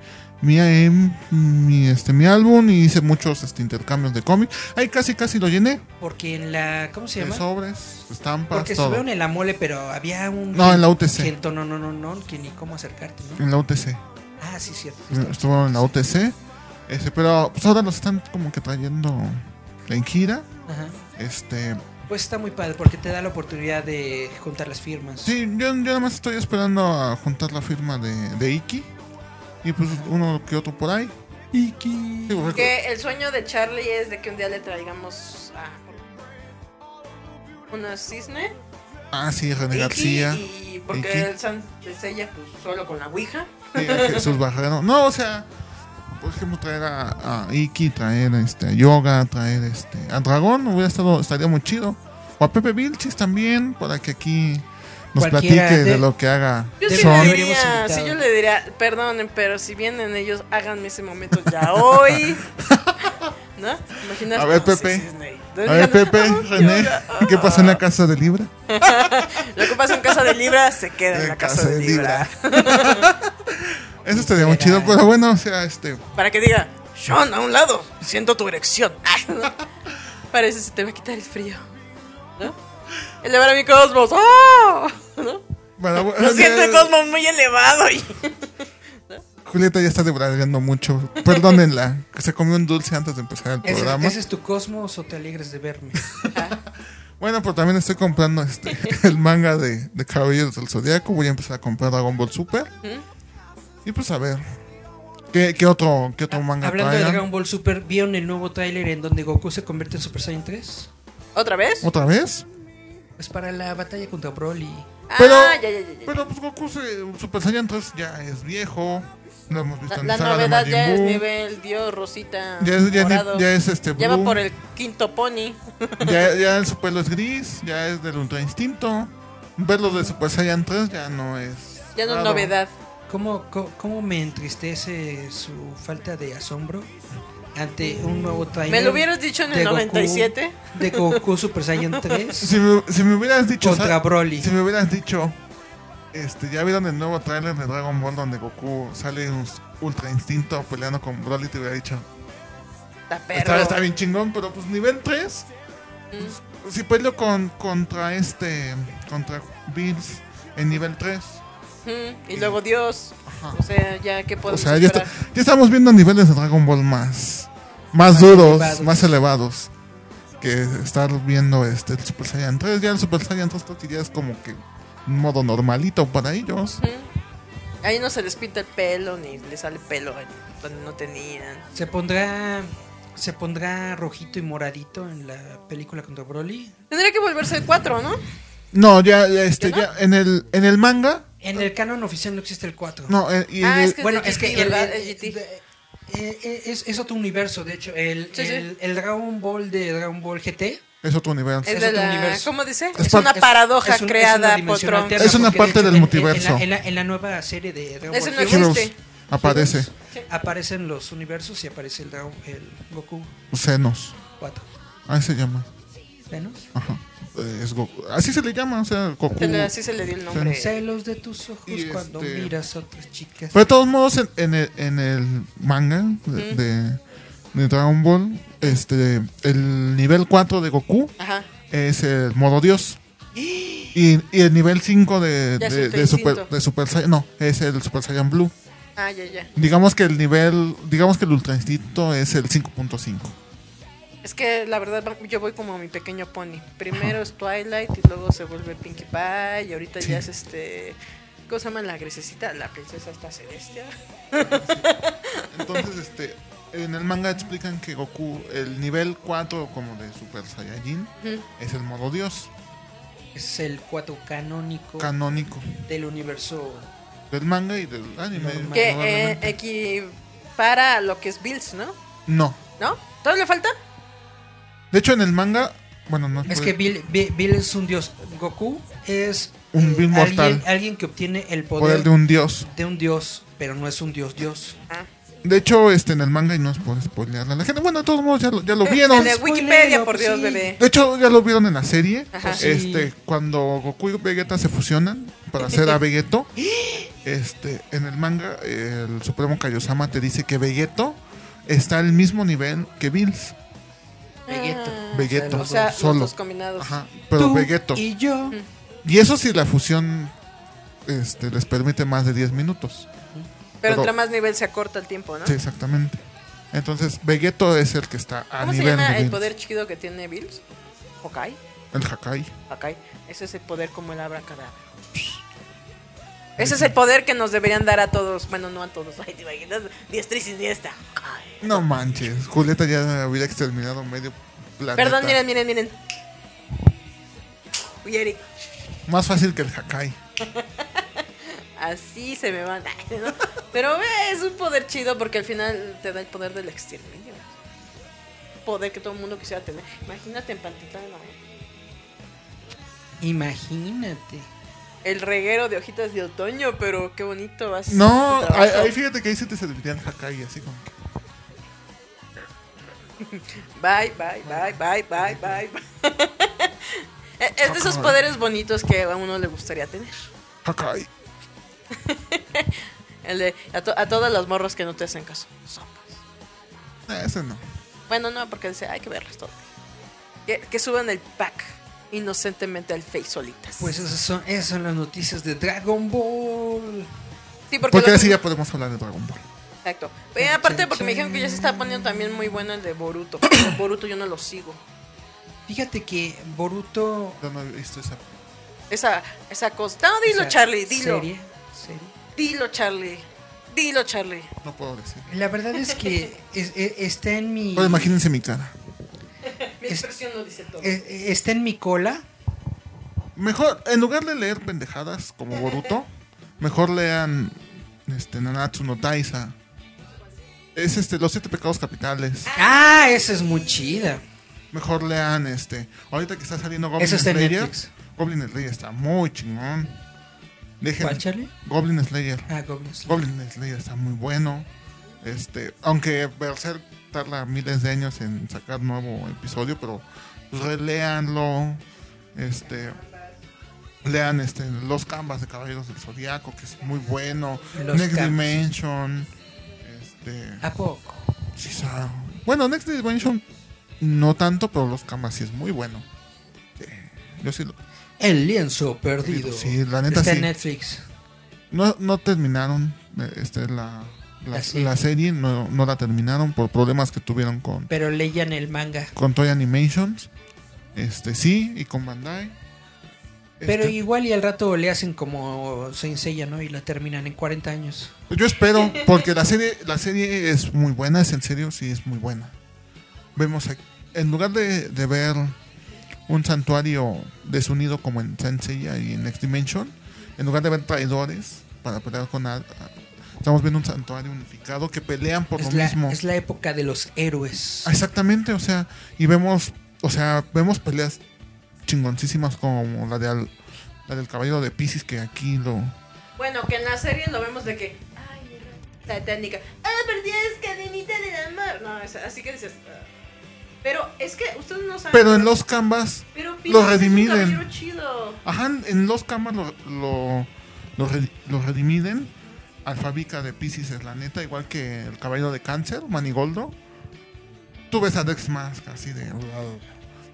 mi, AM, mi este mi álbum y hice muchos este intercambios de cómics. Ahí casi casi lo llené
Porque en la. ¿Cómo se
de
llama?
sobres, estampas,
Porque
todo.
estuvieron en la mole, pero había un.
No, en la Mm. UTC.
Gente, no, no, no, no, que ni cómo acercarte, ¿no?
En la UTC.
Ah, sí, cierto.
Mm. Estuvo en la UTC. Este, pero pues ahora los están como que trayendo en gira.
Ajá.
Este,
Pues está muy padre porque te da la oportunidad de juntar las firmas.
Sí, yo, yo nada más estoy esperando a juntar la firma de, de Iki. Y pues uno que otro por ahí. pues, Iki.
Que el sueño de Charlie es de que un día le traigamos a unos cisne.
ah, sí, René
Iki,
García.
Y porque
Iki.
el San es ella, pues solo con la Ouija.
sí, a Jesús Barrero. No, o sea, pues por ejemplo, traer a, a Iki, traer este, a Yoga, traer este, a Dragón. Hubiera estado, estaría muy chido. O a Pepe Vilchis también, para que aquí nos
Cualquiera
platique de...
de-
lo que haga.
Yo sí
Son.
le
Deberíamos
diría,
invitarlo.
sí, yo le diría, perdonen, pero si vienen ellos, háganme ese momento ya hoy. ¿No? Imaginas,
A ver,
no, sí,
Pepe.
cisne. Entonces
A ver,
digan,
Pepe,
"Ah,
René,
Yoga, ah".
¿qué pasó en la casa de Libra?
Lo que pasa en casa de Libra se queda en la casa de Libra.
Eso estaría muy chido, pero bueno, o sea, este.
Para que diga, Sean, a un lado, siento tu erección. Ah, Parece se te va a quitar el frío. ¿No? Elevar a mi cosmos. ¡Oh! ¿No?
Bueno,
Lo
bueno,
siento
ya-
el cosmos muy elevado. Y...
Julieta ya está debrayando mucho. Perdónenla, que se comió un dulce antes de empezar el
¿Ese,
programa.
ese es tu cosmos o te alegres de verme?
Bueno, pero también estoy comprando este, el manga de, de Caballeros del Zodiaco. Voy a empezar a comprar Dragon Ball Super. Y pues a ver, ¿qué, qué otro, qué
Ah,
otro manga
Hablando de
traigan?
Dragon Ball Super, ¿vieron el nuevo tráiler en donde Goku se convierte en Super Saiyan 3?
¿Otra vez?
¿Otra vez?
Pues para la batalla contra Broly.
Pero-
ah, ya, ya, ya. ya.
Pero pues Goku se- Super Saiyan 3 ya es viejo. Lo hemos visto
La,
en
la
saga de
novedad ya
Majin
es
Buu.
nivel Dios, Rosita.
Ya es, ya,
morado.
ni- ya es este
Ya va
Blue.
por el quinto pony.
Ya, ya el- su pelo es gris, ya es del Ultra Instinto. Verlo de Super Saiyan 3 ya no es.
Ya no es
raro.
novedad.
¿Cómo, co- cómo me entristece su falta de asombro ante un nuevo tráiler?
¿Me lo hubieras dicho en
de
el
Goku-
97?
de Goku Super Saiyan 3
Si me, si me hubieras dicho.
contra
sa-
Broly.
Si me hubieras dicho. Este, ya vieron el nuevo tráiler de Dragon Ball donde Goku sale en un Ultra Instinto peleando con Broly. Te hubiera dicho.
Está perro.
Está, está bien chingón, pero pues nivel 3.
Mm.
Si peleo con, contra este. Contra Bills en nivel 3.
Mm, Y luego Dios.
Ajá.
O sea, ya que
O
podemos
sea, ya, está-
esperar?
ya estamos viendo niveles de Dragon Ball más. más,
Más
duros,
elevados.
más elevados que estar viendo este el Super Saiyan 3. Ya el Super Saiyan 3 creo que ya es como que un modo normalito para ellos.
Ahí no se les pinta el pelo, ni le sale pelo donde no tenían.
Se pondrá. Se pondrá rojito y moradito en la película contra Broly.
Tendría que volverse el 4, ¿no?
No, ya, ya, este
¿Ya no?
ya en el en el manga
En el canon oficial no existe el 4.
no, eh, y
Ah,
el-
es que-
Bueno,
de
es que
GT,
el-
¿verdad?
el-
Es GT.
de- eh, eh, es, es otro universo, de hecho. El,
Sí, sí.
el- el Dragon Ball de Dragon Ball GT
es otro universo.
Es
Es
de
otro
la-
universo.
¿Cómo dice?
Es
Es,
par-
una
Es-
paradoja
es un-
creada
una
por
dimensión
Trump.
alterna,
Es una
porque,
parte
de
del
en-
multiverso.
En, la, en la- en la nueva serie de Dragon
Ese
Ball
no
Heroes,
Heroes
existe.
aparece
aparecen los universos y aparece el, Dragon- el Goku
Senos.
4.
Ahí se llama.
Menos.
Ajá. Eh, es Goku. Así se le llama, o sea, Goku.
Se le- Así se le dio el nombre.
Celos de tus ojos
Y
cuando
este-
miras a otras chicas.
Pero de todos modos, en, en el, en el manga de, de- de Dragon Ball, este, el nivel 4 de Goku
Ajá.
es el modo Dios. Y, y el nivel 5 de,
Ya
de-
Super
de super,
Instinto.
de Super Saiyan, no, es el Super Saiyan Blue.
Ah, ya, ya.
Digamos que el nivel, digamos que el Ultra Instinto es el 5.5.
Es que la verdad va- yo voy como mi pequeño pony. Primero es Twilight y luego se vuelve Pinkie Pie y ahorita ya es este... ¿Cómo se llama la grisecita? La princesa está celestia.
Entonces, este, en el manga explican que Goku, el nivel 4 como de Super Saiyajin,
Ujú.
es el modo Dios
Es el 4 canónico
canónico
del universo.
del manga y del anime.
Normal.
Que eh,
probablemente.
equipara a lo que es Bills, ¿no?
No.
¿No? ¿Todo le falta?
De hecho, en el manga, bueno, no
Es
puede-
que Bill, Bill- Bill es un dios. Goku es eh,
Un Bill mortal.
alguien, alguien que obtiene el poder,
poder de un dios.
de un dios, pero no es un dios dios.
De hecho, este en el manga y no es por spoilearla. La gente, bueno, de todos modos ya lo, ya lo vieron.
El de
De
Wikipedia, por
pues
Dios,
sí.
bebé.
hecho, ya lo vieron en la serie.
Ajá.
Sí.
Este, cuando Goku y Vegeta se fusionan para hacer a Vegeto, este, en el manga el Supremo Kaiosama te dice que Vegeto está al mismo nivel que Bills.
Vegeto.
Ah,
Vegeto,
O sea,
solo.
los dos combinados.
Ajá, pero
Tú
Vegeto. Y...
Y yo.
eso si la fusión este, les permite más de 10 minutos.
Pero
Pero-
entre más nivel se acorta el tiempo, ¿no?
Sí, exactamente. Entonces, Vegeto es el que está a
¿Cómo se
nivel de
llama el
Bills.
poder chido que tiene Bills? Hokai.
El Hakai.
Hokai. Ese es el poder como el abracadabra. Ese es el poder que nos deberían dar a todos. Bueno, no a todos. Ay, te imaginas. Diestra y siniestra. Hokkai.
No manches, Julieta ya hubiera exterminado medio planeta.
Perdón, miren, miren, miren. Uy, Eric.
Más fácil que el Hakai.
Así se me van. Ay, ¿no? Pero eh, es un poder chido porque al final te da el poder del exterminio. Poder que todo el mundo quisiera tener. Imagínate en Pantita de Mamá.
Imagínate.
El reguero de hojitas de otoño, pero qué bonito vas.
No,
tu trabajo.
ahí, ahí fíjate que ahí se te serviría el Hakai, así como. que-
Bye, bye, bye, bye, bye, bye. bye. Eh, es de esos
Ay.
poderes bonitos que a uno le gustaría tener.
Hakai.
El de a, to- a todas las morras que no te hacen caso. Sopas.
Eh, Ese no.
Bueno, no, porque dice, hay que verlas todas. Que, que suban el pack inocentemente al Face solitas.
Pues esas son, esas son las noticias de Dragon Ball.
sí, porque,
Porque
lo-
ahora sí ya podemos hablar de Dragon Ball.
Exacto. Pero aparte porque me dijeron que ya se está poniendo también muy bueno el de Boruto. Boruto yo no lo sigo.
Fíjate que Boruto.
Yo no he visto esa.
Esa, esa cosa. No, dilo,
esa
Charlie, dilo.
serie- serie.
Dilo, Charlie. Dilo, Charlie.
No puedo decir.
La verdad es que es- e- está en mi.
Pero imagínense mi cara.
Mi
Es-
expresión lo dice todo.
e- e- está en mi cola.
Mejor, en lugar de leer pendejadas como Boruto, mejor lean este, Nanatsu no Taisa. Es este, Los Siete Pecados Capitales.
Ah, esa es muy chida.
Mejor lean este. Ahorita que está saliendo Goblin
Eso está en
Slayer.
Netflix.
Goblin Slayer está muy chingón. Dejen-
¿Cuál, Charlie?
Goblin Slayer.
Ah, Goblin Slayer.
Goblin Slayer está muy bueno. Este, aunque Berserk tarda miles de años en sacar nuevo episodio, pero pues, releanlo. Este, lean este Los Canvas de Caballeros del Zodiaco, que es muy bueno.
Los
Next
Canvas.
Dimension. Este,
¿A poco?
Sí, sa- Bueno, Next Dimension no tanto, pero los camas sí es muy bueno. Sí, yo sí lo-
El lienzo perdido.
Sí, la neta
Está en
sí.
Netflix.
No, no terminaron eh, este, la, La,
La serie.
la serie no, no la terminaron por problemas que tuvieron con,
Pero leían el manga.
con Toy Animations. Este sí, y con Bandai.
Pero
Este,
igual y al rato le hacen como se enseña, ¿no? Y la terminan en 40 años.
Yo espero, porque la serie, la serie es muy buena, es en serio, sí es muy buena. Vemos aquí, en lugar de, de ver un santuario desunido como en Senseiya y en Next Dimension, en lugar de ver traidores para pelear con al- estamos viendo un santuario unificado que pelean por
Es
lo
la,
mismo.
es la época de los héroes.
Ah, Exactamente, o sea, y vemos, o sea, vemos peleas chingoncísimas como la de al- la del caballero de Pisces que aquí lo
Bueno, que en la serie lo vemos de que. Ay, era satánica. Ah, perdí las cadenitas del amor. No, es- así que dices. ah. Pero es que ustedes no saben.
Pero en los canvas
Pero
lo
Pisces es un
redimiden.
caballero chido.
Ajá, en los camas lo, lo, lo re- lo redimiden. Alfabica de Pisces es la neta, igual que el caballero de cáncer, Manigoldo. Tú ves a Dex Mask así de.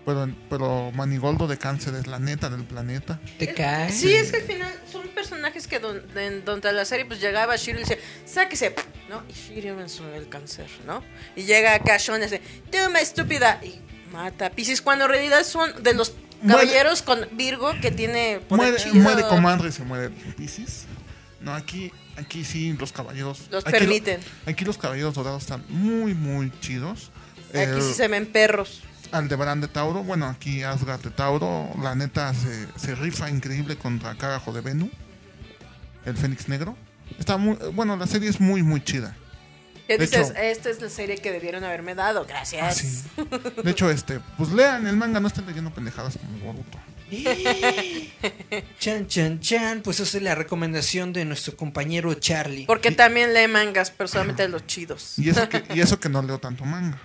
Pero, pero Manigoldo de cáncer es la neta del planeta.
¿Te cae?
Sí, es que al final son personajes que don- en- donde la serie pues llegaba Shirley y decía, sáquese, ¿no? Y Shirley venció el cáncer, ¿no? Y llega acá Sean y dice, toma estúpida, y mata a Pisces, cuando en realidad son de los
Muere.
caballeros con Virgo que tiene poder
Muere,
chido.
muere Comandre y se muere Pisces. No, aquí, aquí sí los caballeros.
Los
aquí lo-
permiten.
aquí los caballeros dorados están muy, muy chidos.
Aquí
El-
sí se ven perros.
Aldebarán de Tauro, bueno, aquí Asgard de Tauro, la neta se, se rifa increíble contra Cagajo de Venu, el Fénix Negro. Está muy, bueno, la serie es muy, muy chida.
Que
De
dices,
hecho- Ah,
esta es la serie que debieron haberme dado, gracias.
Así. De hecho, este, pues lean el manga, no estén leyendo pendejadas como Boruto.
Chan, chan, chan. Pues esa es la recomendación de nuestro compañero Charlie.
Porque también lee mangas, pero solamente los chidos.
Y eso que, y eso que no leo tanto manga.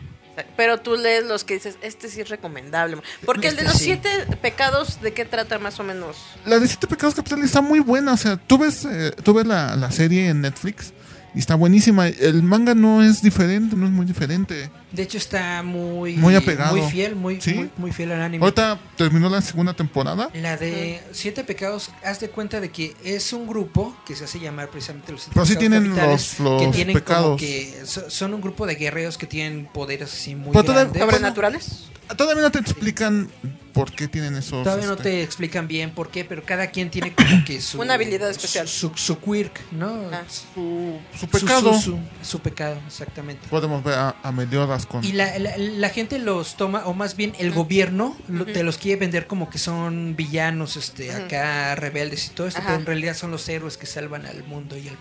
Pero tú lees los que dices, este sí es recomendable. Porque el de
Este
los
sí.
siete pecados, ¿de qué trata más o menos?
La de Siete Pecados Capitales está muy buena, o sea, tú ves, eh, tú ves la, la serie en Netflix y está buenísima. El manga no es diferente, no es muy diferente.
De hecho está muy...
Muy apegado.
Muy fiel, muy,
Sí.
muy, muy fiel al anime.
Ahorita terminó la segunda temporada.
La de Siete Pecados, haz de cuenta de que es un grupo que se hace llamar precisamente los Siete
Pero sí
Pecados
tienen
Capitales,
los- los
que tienen Como
pecados.
que so- son un grupo de guerreros que tienen poderes así muy
Pero todavía-
grandes. Todavía,
¿Sobrenaturales?
Todavía no te explican por qué tienen esos.
no
este,
te explican bien por qué, pero cada quien tiene como que su...
Una habilidad especial.
Su, su, su quirk, ¿no?
Ah.
Su, su
Su-
pecado.
Su, su- su pecado, exactamente.
Podemos ver a, a Meliodas con.
Y la, la- la gente los toma, o más bien el gobierno lo- te los quiere vender como que son villanos, este, acá rebeldes y todo esto,
Ajá.
pero en realidad son los héroes que salvan al mundo y al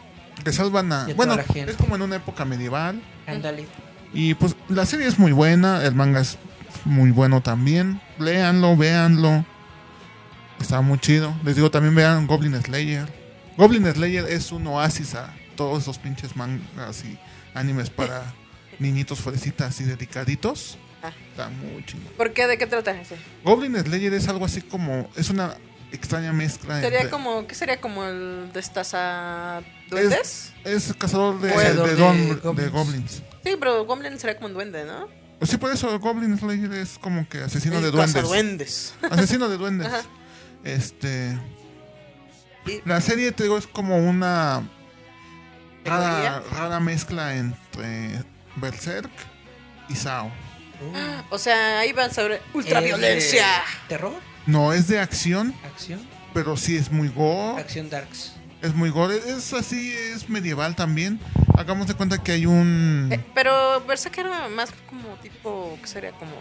Que salvan a.
y a
Bueno,
toda la gente.
es como en una época medieval.
ándale.
Y pues la serie es muy buena. El manga es muy bueno también. Léanlo, véanlo. Está muy chido. Les digo, también vean Goblin Slayer. Goblin Slayer es un oasis a todos esos pinches mangas y animes para niñitos fresitas y dedicaditos.
Ah.
Está muy chido.
¿Por qué? ¿De qué trata? ese?
Goblin Slayer es algo así como. Es una extraña mezcla.
Sería
entre-
como, ¿Qué sería como el destaza duendes?
Es cazador de,
Cazador
de
de
don- de goblins. Pues
goblins.
Sí, pero Goblin sería como un duende, ¿no?
Sí, por eso Goblin Slayer es como que asesino
El
de duendes.
cazaduendes.
Asesino de duendes.
Ajá.
Este.
Y-
La serie, te digo, es como una rara,
¿Teoría?
rara mezcla entre Berserk y Sao.
O sea, ahí van sobre ultraviolencia.
Es Mm. de Terror,
No es de acción,
acción,
pero sí es muy
Oh.
gore.
acción darks.
Es muy gore. Es así, es medieval también. Hagamos de cuenta que hay un.
Eh, pero Berserk era más como tipo, ¿qué sería? Como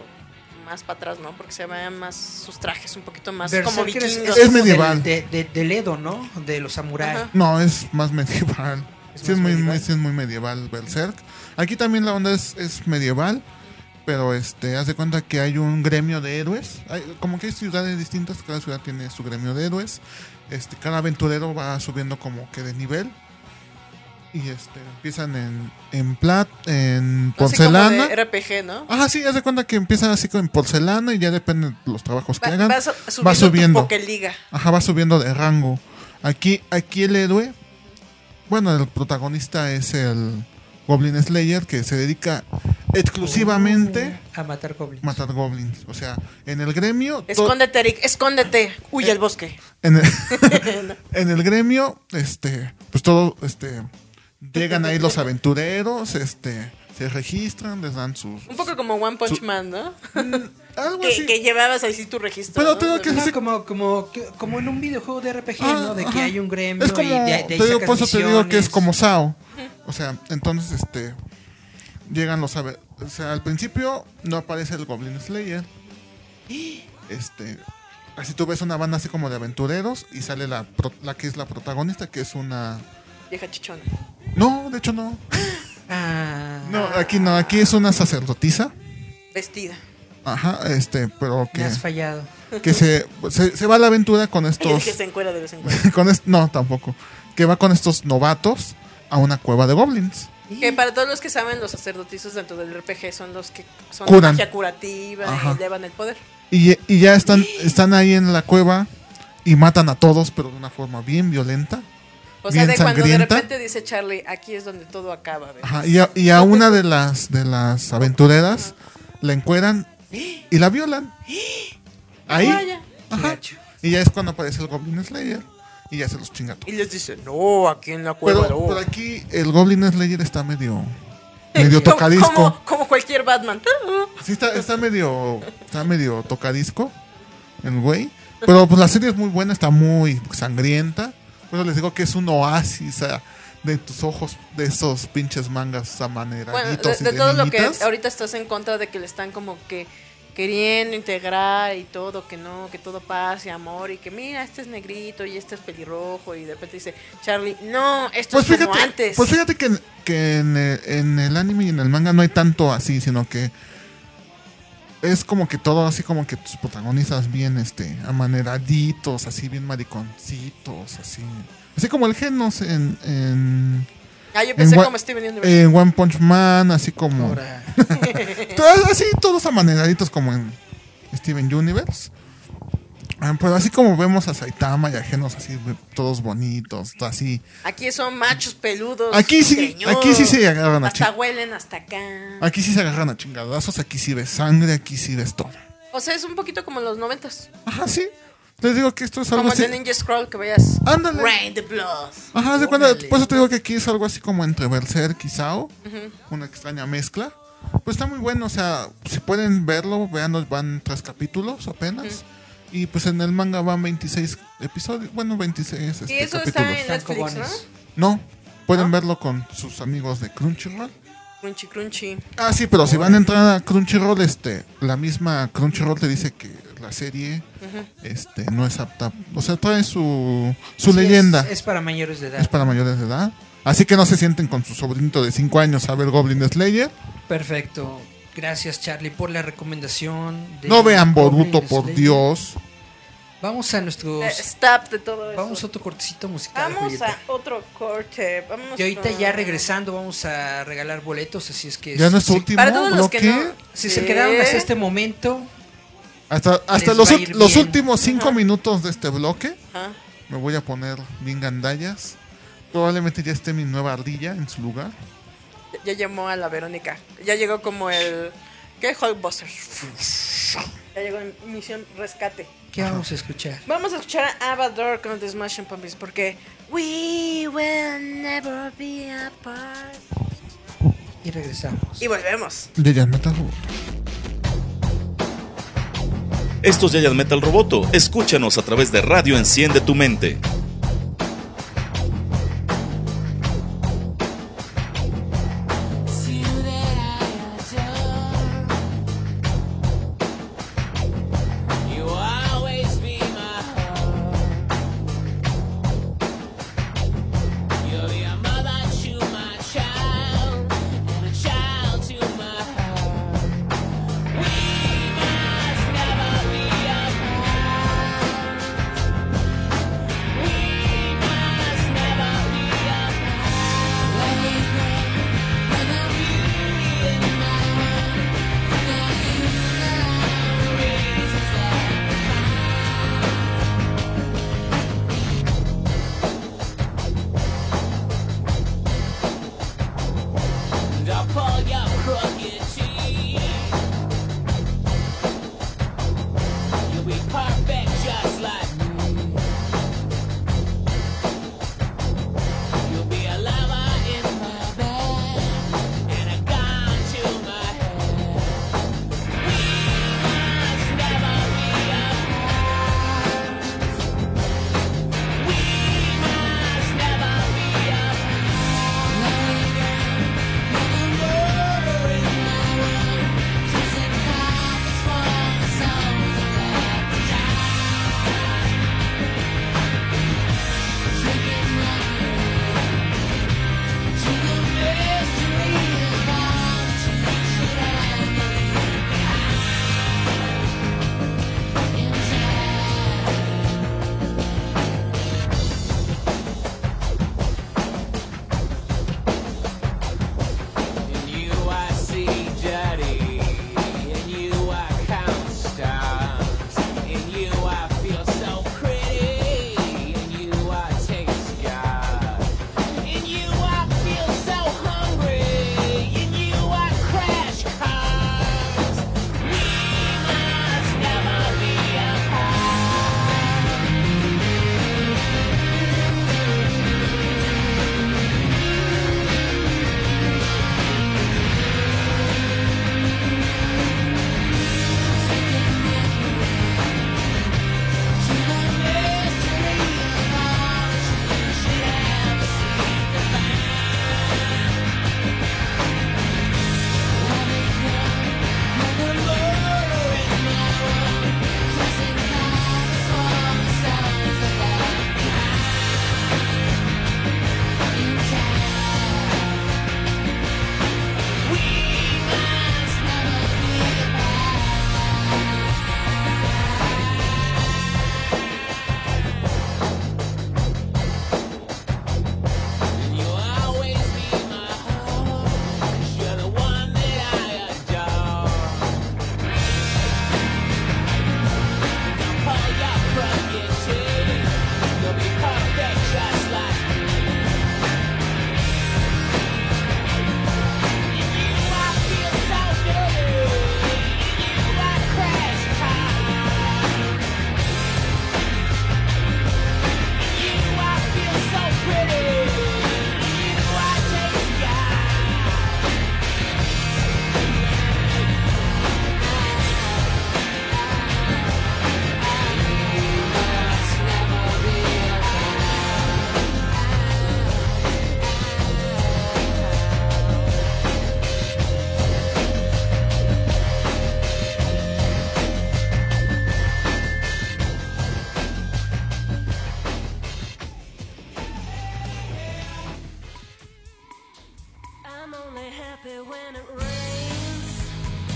más para atrás, ¿no? Porque se veían más sus trajes un poquito más como
Berserker es-
vikingos.
es
como
medieval.
del- De, de, del Edo, ¿no? De los samuráis.
Ajá.
No, es más medieval.
¿Es
sí, es
más
muy,
medieval?
muy- sí es muy medieval Berserk. Aquí también la onda es, es medieval, pero este, haz de cuenta que hay un gremio de héroes. Hay- como que hay ciudades distintas, cada ciudad tiene su gremio de héroes. Este, cada aventurero va subiendo como que de nivel. Y este, empiezan en, en plat, en
Así como de
porcelana.
RPG, ¿no?
Ajá, sí, haz de cuenta que empiezan así con porcelana y ya depende de los trabajos que
Va-
hagan.
vas subiendo, tu Pokeliga.
Ajá, va subiendo de rango. Aquí, aquí el héroe. Bueno, el protagonista es el Goblin Slayer que se dedica exclusivamente
Oh.
A matar goblins.
a matar goblins. O sea, en el gremio. to-
Escóndete, Eric, escóndete. Huye al bosque.
en el, en el gremio, este, pues todo, este, Llegan ahí los aventureros, este, se registran, les dan sus...
Un poco como One Punch
Su-
Man, ¿no?
Algo
Que,
así.
que llevabas ahí sí tu registro.
Pero
¿no?
tengo que-
De-
Ah,
sí.
como, como, que- como en un videojuego de RPG,
Ah,
¿no? De que
ajá.
hay un gremio
Es como,
y de, de ahí
te digo,
sacas
por eso te digo que es
misiones.
como SAO. O sea, entonces, este, llegan los... ave- O sea, al principio no aparece el Goblin Slayer. Este, así tú ves una banda así como de aventureros y sale la, pro- la que es la protagonista, que es una...
Vieja chichona.
No, de hecho no.
Ah,
No, aquí no, aquí es una sacerdotisa.
Vestida.
Ajá, este, pero
me has
que,
fallado.
que se, se, se va a la aventura con
Ay, es
estos...
que se encuera de vez en cuando.
con est- no, tampoco. Que va con estos novatos a una cueva de goblins.
Que para todos los que saben, los sacerdotizos dentro del RPG son los que son
Curan.
magia curativa
Ajá.
y elevan el poder.
Y, y ya están, están ahí en la cueva y matan a todos, pero de una forma bien violenta.
O sea,
Bien
de cuando de
sangrienta.
repente dice Charlie, aquí es donde todo acaba. ¿ves?
Ajá, y, a, y a una de las, de las aventureras la encueran y la violan. Ahí.
Vaya.
Ajá.
Gacho.
Y ya es cuando aparece el Goblin Slayer y ya se los chinga a todos.
Y les dice, no, aquí en la cueva.
Pero
no".
por aquí el Goblin Slayer está medio, medio
Como-
tocadisco.
Como, como cualquier Batman.
Sí, está, está medio. Está medio tocadisco. El güey. Pero pues la serie es muy buena, está muy sangrienta. Por eso les digo que es un oasis ah, de tus ojos, de esos pinches mangas
Bueno,
amaneraditos
de, de
y de
todo lo que
niñitas.
ahorita estás en contra de que le están como que queriendo integrar y todo, que no, que todo paz y amor y que mira, este es negrito y este es pelirrojo y de repente dice Charlie, no, esto
Pues
es como
fíjate,
antes.
pues fíjate que, que en, el, en el anime y en el manga no hay tanto así, sino que es como que todo así como que tus protagonistas bien este amaneraditos, así bien mariconcitos, así. Así como el Genos en, en
ah, yo pensé
en eh, Wa-
como Steven Universe.
en One Punch Man, así como.
Ahora,
Todas- Así todos amaneraditos como en Steven Universe. Ah, Pero así como vemos a Saitama y a Genos así, ve- todos bonitos, así.
Aquí son machos peludos.
Aquí sí,
señor.
aquí sí se agarran a
Hasta
chingadazos.
huelen hasta acá.
Aquí sí se agarran a chingadazos, aquí sí ves sangre, aquí sí ves todo.
O sea, es un poquito como los noventas.
Ajá, sí. Les digo que esto es algo
Como el
así.
de Ninja Scroll que veías.
Ándale.
Rain the Blood.
Ajá, haz de cuenta, por eso te digo que aquí es algo así como entre Berserk y Sao, una extraña mezcla. Pues está muy bueno, o sea, si pueden verlo, vean, van tres capítulos apenas. Y pues en el manga van 26 episodios, bueno, 26
Y
este,
eso
capítulos.
está en
están
Netflix, ¿no?
cobones.
No, pueden verlo con sus amigos de Crunchyroll.
Crunchy Crunchy.
Ah, sí, pero si van a entrar a Crunchyroll, este, la misma Crunchyroll te dice que la serie este, no es apta. O sea, trae su, su
sí, es-
leyenda.
Es, para mayores de edad.
Es para mayores de edad. Así que no se sienten con su sobrinito de 5 años a ver Goblin Slayer.
Perfecto. Gracias, Charlie, por la recomendación. de
No vean Boruto,
Goblin
por
Slayer.
Dios.
Vamos a nuestros.
Eh, Stop de todo eso.
Vamos a otro cortecito musical.
Vamos
Julieta.
a otro corte. Vamos
Y ahorita
con-
ya regresando vamos a regalar boletos, así es que
Ya
si-
no es su
si,
último
Para todos los que
bloque.
no.
si
¿Eh?
se quedaron hasta este momento,
Hasta, hasta
Les
los,
va a
ul-
ir
los
bien.
últimos 5 minutos de este bloque
Ajá.
me voy a poner bien gandallas. Probablemente ya esté mi nueva ardilla en su lugar.
Ya- Ya llamó a la Verónica. Ya llegó como el. ¿Qué? Hulkbuster. Ya llegó en misión rescate.
¿qué vamos a escuchar?
Vamos a escuchar a Avador con The Smashing Pumpkins porque. We will never be apart.
Y regresamos.
Y volvemos.
De Jan Metal Robot.
Estos es Yayan Metal Roboto. Escúchanos a través de Radio Enciende tu Mente.
You always be my heart. You're your mother to my child, and a child to my heart. We must never be apart. We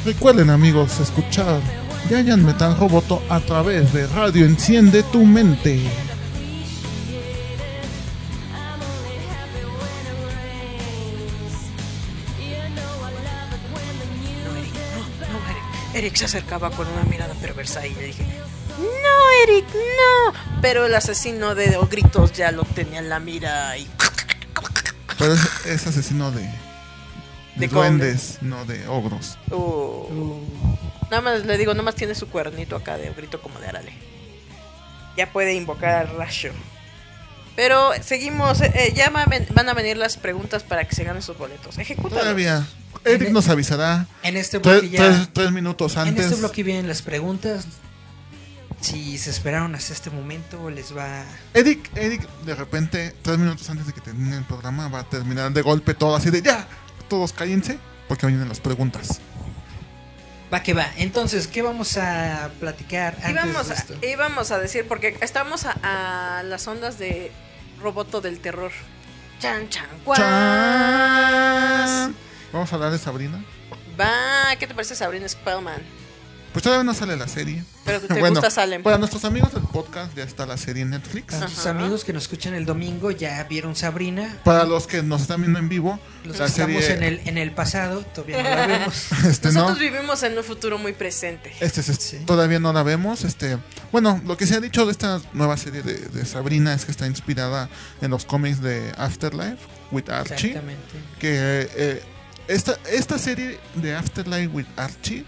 Recuerden amigos, escuchar Giant Metal Roboto a través de Radio Enciende tu Mente.
No, Eric, no, no, Eric. Eric se acercaba con una mirada perversa y le dije, no, Eric, no. Pero el asesino de los gritos ya lo tenía en la mira y...
Pero es, es asesino de, de,
De
duendes, no de ogros.
Oh. Nada más le digo, nada más tiene su cuernito acá de grito como de Arale. Ya puede invocar al Rasho. Pero seguimos, eh, eh, ya va a ven- van a venir las preguntas para que se ganen sus boletos. Ejecuta.
Todavía. Eric nos avisará
En este bloque
tres,
ya.
tres- tres minutos
En
antes.
este bloque vienen las preguntas. Si se esperaron hasta este momento, les va.
Eric, Eric, de repente, tres minutos antes de que termine el programa, va a terminar de golpe todo así de ya, todos cállense, porque vienen las preguntas.
Va que va. Entonces, ¿qué vamos a platicar antes
Íbamos
de
a,
esto?
íbamos a decir, porque estamos a, a las ondas de Roboto del Terror. Chan, chan, guas.
¡Chan! Vamos a hablar de Sabrina.
Va, ¿qué te parece Sabrina Spellman?
Pues todavía no sale la serie.
Pero te gusta Salem.
Para nuestros amigos del podcast ya está la serie en Netflix.
Para tus
Ajá.
amigos que nos escuchan el domingo, ya vieron Sabrina.
Para los que nos están viendo en vivo,
Los
la
que estamos
serie
en el, en el pasado, todavía no la vemos.
este, ¿no?
Nosotros vivimos en un futuro muy presente.
Este se-
Sí.
todavía no la vemos. Este, bueno, lo que se ha dicho de esta nueva serie de, de Sabrina es que está inspirada en los cómics de Afterlife with Archie.
Exactamente.
Que eh, esta, esta serie de Afterlife with Archie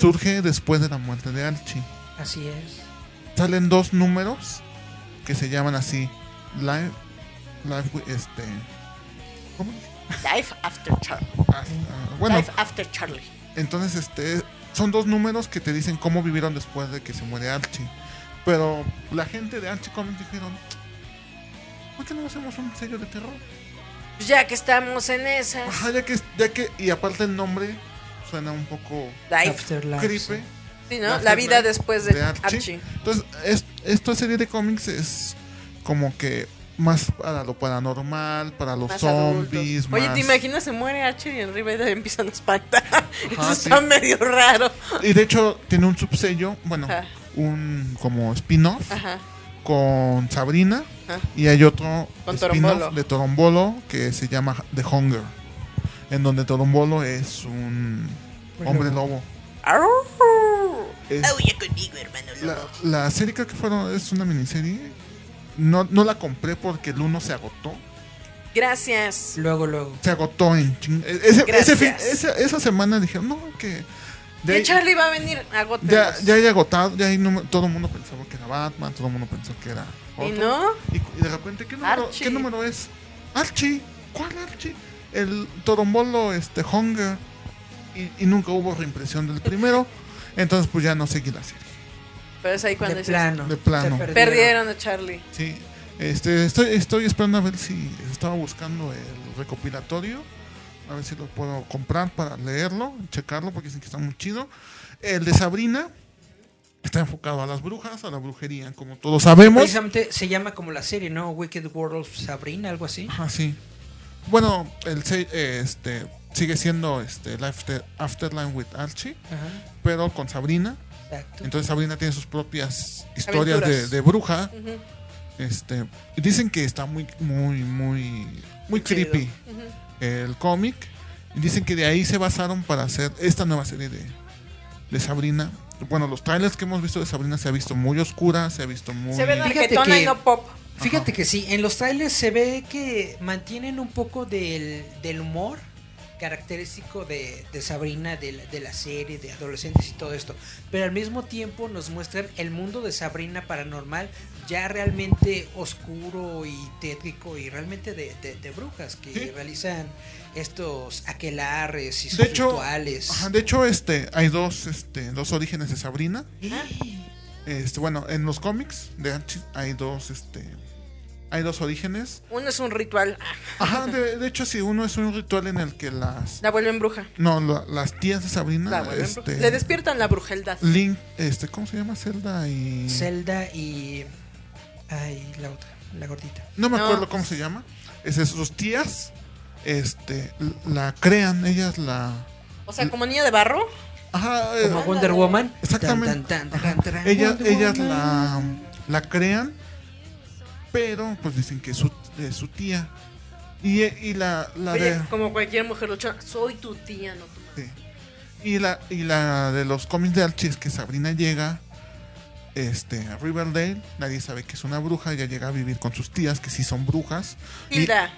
surge después de la muerte de Archie.
Así es.
Salen dos números que se llaman así Life, Life with- este ¿cómo?
Life After Charlie.
Ah, ah, bueno,
Life After Charlie.
Entonces, este, son dos números que te dicen cómo vivieron después de que se muere Archie. Pero la gente de Archie Comics dijeron, ¿por qué no hacemos un sello de terror?
Pues Ya que estamos en esas.
Ajá, ya que, ya que, y aparte el nombre suena un poco
Life.
Afterlife.
creepy.
Sí, ¿no?
After
La vida
Life
después de,
de Archie.
Archie.
Entonces, es- esta serie de cómics es como que más para lo paranormal, para los
Más
zombies,
adultos. Oye,
más-
¿te imaginas? Se muere Archie y en Rivera empiezan a espantar. Eso
sí.
está medio raro.
Y de hecho tiene un subsello, bueno,
Ajá.
un como spin-off
Ajá.
con Sabrina
Ajá.
y hay otro
Con
spin-off
Torombolo.
de Torombolo que se llama The Hunger, en donde Torombolo es un hombre lobo.
Arr.
Es-
Aúlla conmigo, hermano.
la,
lobo.
la serie creo que fueron, es una miniserie. No, no la compré porque el uno se agotó.
Gracias.
Luego, luego.
Se agotó en ching- e-, ese- ese
Gracias.
fin- esa, esa semana dijeron, no, que... ya
Que
hay-
Charlie va a venir a Gotham.
ya, ya hay agotado, ya hay número- todo el mundo pensaba que era Batman, todo el mundo pensó que era
¿Y
otro.
no?
Y, cu- y de repente, ¿qué número,
Archie.
¿qué número es? Archie, ¿cuál Archie? El Torombolo, este, Hunger. Y, y nunca hubo reimpresión del primero. Entonces, pues ya no seguí la serie.
Pero es ahí cuando
de
dices,
plano.
de plano.
Se
Perdieron a Charlie.
Sí, este, estoy, estoy esperando a ver si estaba buscando el recopilatorio. A ver si lo puedo comprar para leerlo, checarlo, porque dicen que está muy chido. El de Sabrina está enfocado a las brujas, a la brujería, como todos sabemos.
Precisamente se llama como la serie, ¿no? Wicked World of Sabrina, algo así.
Ajá, sí. Bueno, el se- eh, este sigue siendo este el after, Afterline with Archie,
Ajá,
pero con Sabrina.
exacto.
Entonces Sabrina tiene sus propias historias de,
Aventuras.
de bruja.
Ujú.
Este, y dicen que está muy muy muy muy
chido.
creepy el cómic. Y Dicen que de ahí se basaron para hacer esta nueva serie de, de Sabrina. Bueno, los trailers que hemos visto de Sabrina se ha visto muy oscura, se ha visto muy
Se ve
Fíjate
narquetona y
que-
no pop.
Fíjate que sí, en los trailers se ve que mantienen un poco del, del humor característico de, de Sabrina, de la, de la serie, de adolescentes y todo esto. Pero al mismo tiempo nos muestran el mundo de Sabrina paranormal ya realmente oscuro y tétrico y realmente de, de- de brujas que
Sí.
realizan estos aquelarres y sus
de hecho,
rituales.
ajá, de hecho, este, hay dos, este, dos orígenes de Sabrina. Este, bueno, en los cómics de Archie hay dos, este, hay dos orígenes.
Uno es un ritual. Ah,
Ajá, de, de hecho, sí, uno es un ritual en el que las,
La vuelven bruja.
no, la- las tías de Sabrina,
La vuelven bruja. Ah, Le
este,
despiertan la brujeldad.
Link, este, ¿cómo se llama? Zelda y,
Zelda y... Ay, la otra, la gordita.
no me
No.
acuerdo cómo se llama. Es de sus tías este, la crean, ellas la...
O sea, como niño de barro.
Ajá, eh,
Como Wonder Woman.
Exactamente.
Tan, tan, tan, tan, tan, tan.
ellas,
Wonder
ellas
Woman.
la, la crean, pero pues dicen que es su, de su tía. Y, y la, la
Oye,
de...
como cualquier mujer luchona, soy tu tía, no tu madre.
Sí. Y la, y la de los cómics de Archie es que Sabrina llega este, a Riverdale, nadie sabe que es una bruja, ella llega a vivir con sus tías que sí son brujas. Y-
Hilda.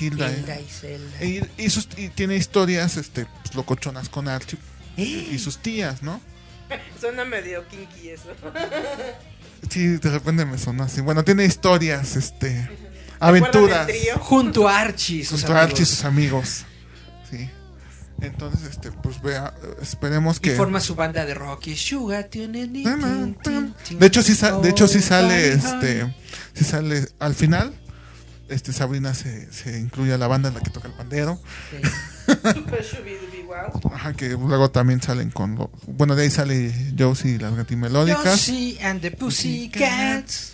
Hilda. eh.
Hilda y Zelda.
Y, y sus- y tiene historias este, pues, locochonas con Archie y sus tías, ¿no?
Suena medio kinky eso.
Sí, de repente me sonó así. Bueno, tiene historias, este, aventuras.
el trío?
Junto a Archie. sus
Junto a Archie y
amigos.
sus amigos. Sí. Entonces, este, pues vea, esperemos
Y
que...
forma su banda de rock. y Sugar, tin, tin, tin, tin, tin, tin.
De hecho, sí, sa- de hecho, sí sale
Oh,
este. Sí sale al final. Este Sabrina se, se incluye a la banda en la que toca el pandero.
Sí.
Super shubidubi, wow.
Ajá, que luego también salen con. lo- bueno, de ahí sale Josie y las gatimelódicas.
Josie and the Pussycats.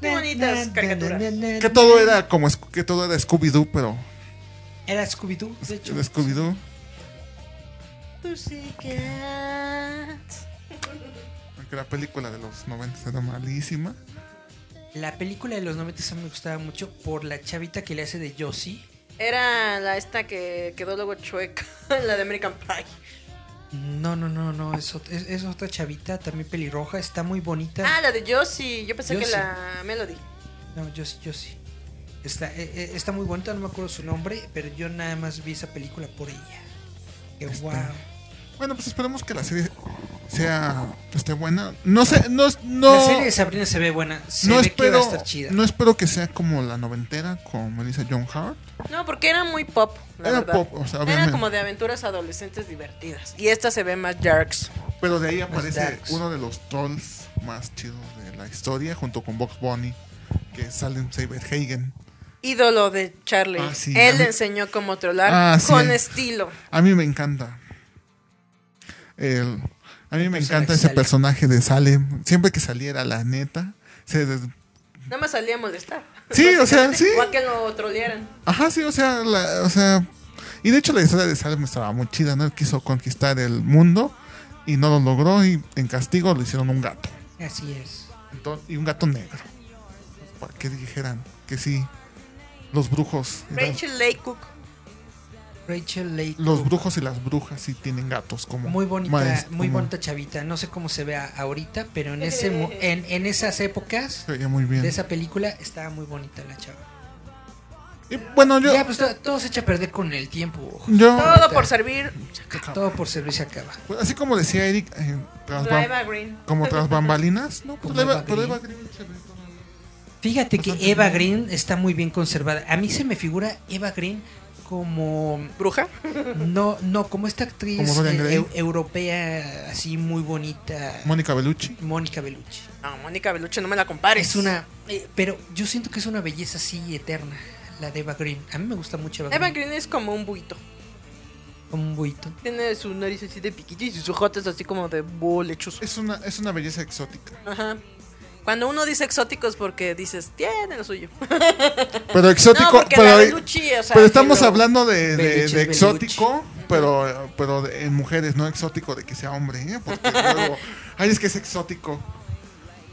Qué bonitas caricaturas.
Que todo era como. Sc- Que todo era Scooby-Doo, pero.
Era Scooby-Doo, de hecho.
era Scooby-Doo.
Pussycat.
Aunque la película de los 90 era malísima.
La película de los 90 esa me gustaba mucho por la chavita que le hace de Josie.
Era la esta que quedó luego chueca, la de American Pie.
No, no, no, no. Es, ot- es- es otra chavita, también pelirroja. Está muy bonita.
Ah, la de Josie. Yo pensé que
Josie.
la Melody.
No, yo sí, yo sí. Está, eh, eh, está muy bonita, no me acuerdo su nombre, pero yo nada más vi esa película por ella. Que
Está.
guau.
Bueno, pues esperemos que la serie sea. pues, esté buena. No sé, no. no
La serie de Sabrina se ve buena. Se
no
ve que va
espero,
a estar chida.
no espero que sea como la noventera con Melissa John Hart.
No, porque era muy pop. La
Era
verdad.
pop, o sea,
Era
obviamente.
como de aventuras adolescentes divertidas. Y esta se ve más darks.
Pero de ahí
Los
aparece
Darks.
uno de los trolls más chidos de la historia, junto con Box Bunny, que es Salem Hagen.
Ídolo de Charlie.
Ah, sí, a
Él
mí-
le enseñó cómo trolar
Ah, sí.
con estilo.
A mí me encanta. El- a mí me
personaje
encanta ese
Salem.
personaje de Salem. Siempre que saliera, la neta. se des-
Nada más salía a molestar.
Sí, o sea, sí.
O a que lo trolearan.
Ajá, sí, o sea, la- o sea. Y de hecho, la historia de Salem estaba muy chida, ¿no? Él quiso conquistar el mundo y no lo logró, y en castigo le hicieron un gato.
Así es.
Enton- y un gato negro. Para que dijeran que sí, los brujos. eran-
Rachel Lay Cook.
Rachel Lake.
los brujos y las brujas sí tienen gatos como.
Muy bonita,
maest-
muy
como-
bonita chavita. No sé cómo se vea ahorita, pero en ese mo- en, en esas épocas
Se veía muy bien.
de esa película estaba muy bonita la chava.
Y bueno, yo.
Ya, pues to- todo se echa a perder con el tiempo.
yo
Todo por servir.
Todo por servicio acaba.
Pues así como decía Eric, eh, tras bam-
Live Green.
como tras bambalinas, ¿no? Pues
Como
la Eva-
Eva
pero
Green.
Eva Green se ve como-
Fíjate que Eva Green está muy bien conservada. A mí se me figura Eva Green como
¿Bruja?
no no como esta actriz
Como Dorian
eh,
Gray.
eu- europea así muy bonita
Mónica Bellucci.
Mónica Bellucci.
No, Mónica Bellucci, no me la compares.
Es una eh, pero yo siento que es una belleza así eterna la de Eva Green. A mí me gusta mucho Eva,
Eva
Green,
Green es como un buito.
como un buito.
Tiene su nariz así de piquito y sus ojotes así como de bolechos.
Es una, es una belleza exótica.
Ajá. Cuando uno dice exóticos porque dices, tiene lo suyo.
Pero
No,
exótico.
porque la
pero,
Bellucci, o sea,
pero estamos
que lo-
hablando de, de- de
Bellucci,
exótico, pero, pero de- en mujeres, no exótico de que sea hombre, ¿eh? Porque luego, ay, es que es exótico.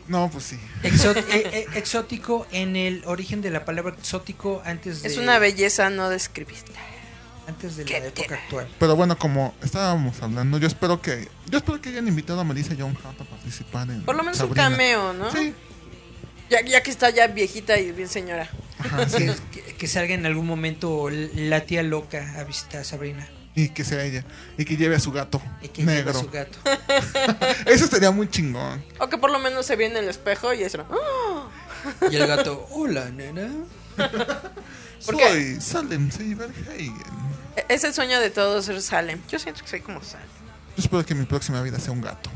No, pues sí.
Exo- eh, eh, exótico en el origen de la palabra exótico antes de
Es una belleza no describiste.
antes de la
¿Qué
época
tiene?
actual.
Pero bueno, como estábamos hablando, yo espero que yo espero que hayan invitado a Melissa John Hart a participar en
Por lo menos
Sabrina.
un cameo, ¿no?
Sí,
Ya, ya que está ya viejita y bien señora.
ajá, sí.
Que, que- que salga en algún momento la tía loca a visitar a Sabrina
Y que sea ella. Y que lleve a su gato
y que lleve a
negro.
su gato.
Eso estaría muy chingón.
O que por lo menos se ve en el espejo y eso. ¡Ah!
Y el gato, hola nena.
¿Por
Soy Salem Silverhagen.
E- Es el sueño de todos ser Salem. Yo siento que soy como Salem.
Yo espero que mi próxima vida sea un gato.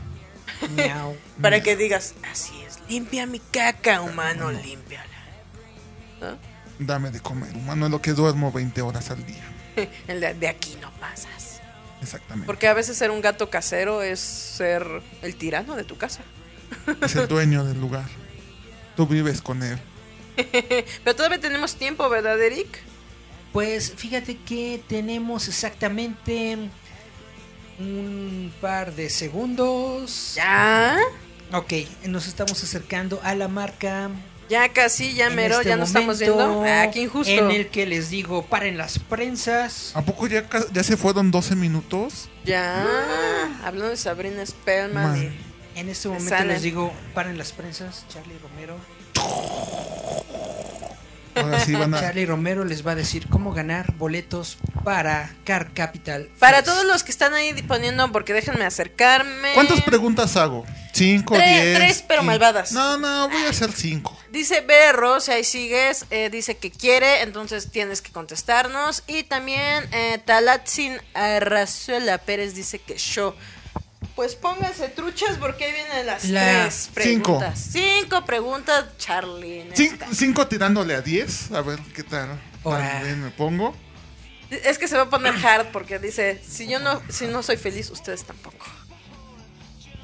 Miau.
Mm.
Para que digas, así es, limpia mi caca, humano, límpiala.
Dame de comer, humano, es lo que duermo 20 horas al día.
El de, de aquí no pasas.
Exactamente.
Porque a veces ser un gato casero es ser el tirano de tu casa.
Es el dueño del lugar. Tú vives con él.
Pero todavía tenemos tiempo, ¿verdad, Eric?
Pues fíjate que tenemos exactamente un par de segundos.
Ya,
Ok, nos estamos acercando a la marca.
ya casi, ya
en
mero,
este
ya nos estamos viendo.
momento,
Ah, qué injusto.
En el que les digo, paren las prensas.
¿A poco ya, ca- ya se fueron 12 minutos?
Ya, hablando de Sabrina Spellman.
Man,
En este momento
Sale.
les digo, paren las prensas. Charlie Romero.
ahora sí van a...
Charlie Romero les va a decir cómo ganar boletos para Car Capital.
Para
Fest.
todos los que están ahí poniendo, porque déjenme acercarme.
¿Cuántas preguntas hago? ¿Cinco,
Tres-
diez?
tres, pero
quin-
malvadas.
No, no, voy a hacer cinco.
Dice Berro, si ahí sigues, eh, dice que quiere, entonces tienes que contestarnos. Y también eh, Talatzin Arrazuela Pérez dice que yo. Pues pónganse truchas porque ahí vienen las
La-
tres
Cinco.
preguntas. Cinco, preguntas, Charlie. en
Cin-
esta.
cinco tirándole a 10. A ver qué tal.
Ahora.
También me pongo.
Es que se va a poner hard porque dice, si yo no, si no soy feliz, ustedes tampoco.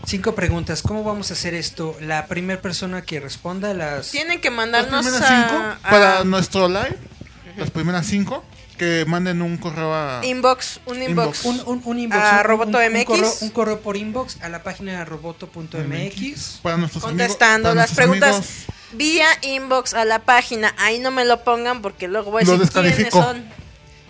Cinco preguntas. ¿Cómo vamos a hacer esto? La primera persona que responda las...
Tienen que
Las
mandarnos
primeras
a,
cinco
a
para nuestro live. Las primeras cinco que manden un correo a.
inbox, un inbox.
Inbox.
Un, un- un inbox.
A
un- un-
Roboto
un
MX.
correo, un correo por inbox a la página roboto.mx.
Para nuestros amigos-
contestando las
para nuestros
preguntas
amigos.
vía inbox a la página. Ahí no me lo pongan porque luego voy a
Lo
decir quiénes
descalifico.
son.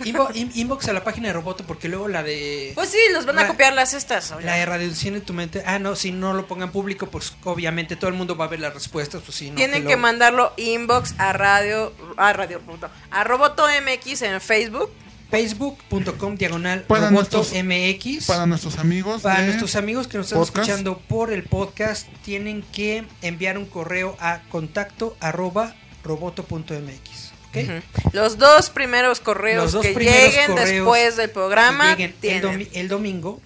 Inbo- in- inbox a la página de roboto porque luego la de...
Pues sí, los van a
La-
copiar las estas.
La de
obvio.
radiación en tu mente. Ah, no, si no lo pongan público, pues obviamente todo el mundo va a ver las respuestas. Pues, si no,
Tienen
lo-
que mandarlo inbox a radio a radio no, a roboto mx en Facebook.
Facebook.com diagonal
Para
roboto
nuestros-
MX.
Para nuestros amigos.
Para
de-
nuestros amigos que nos están
podcast.
escuchando por el podcast, tienen que enviar un correo a contacto arroba roboto.mx. ¿ok?
Ujú. Los dos primeros correos
Los dos
que
primeros
lleguen
correos
después del programa
Que lleguen el,
tienen.
domi- el domingo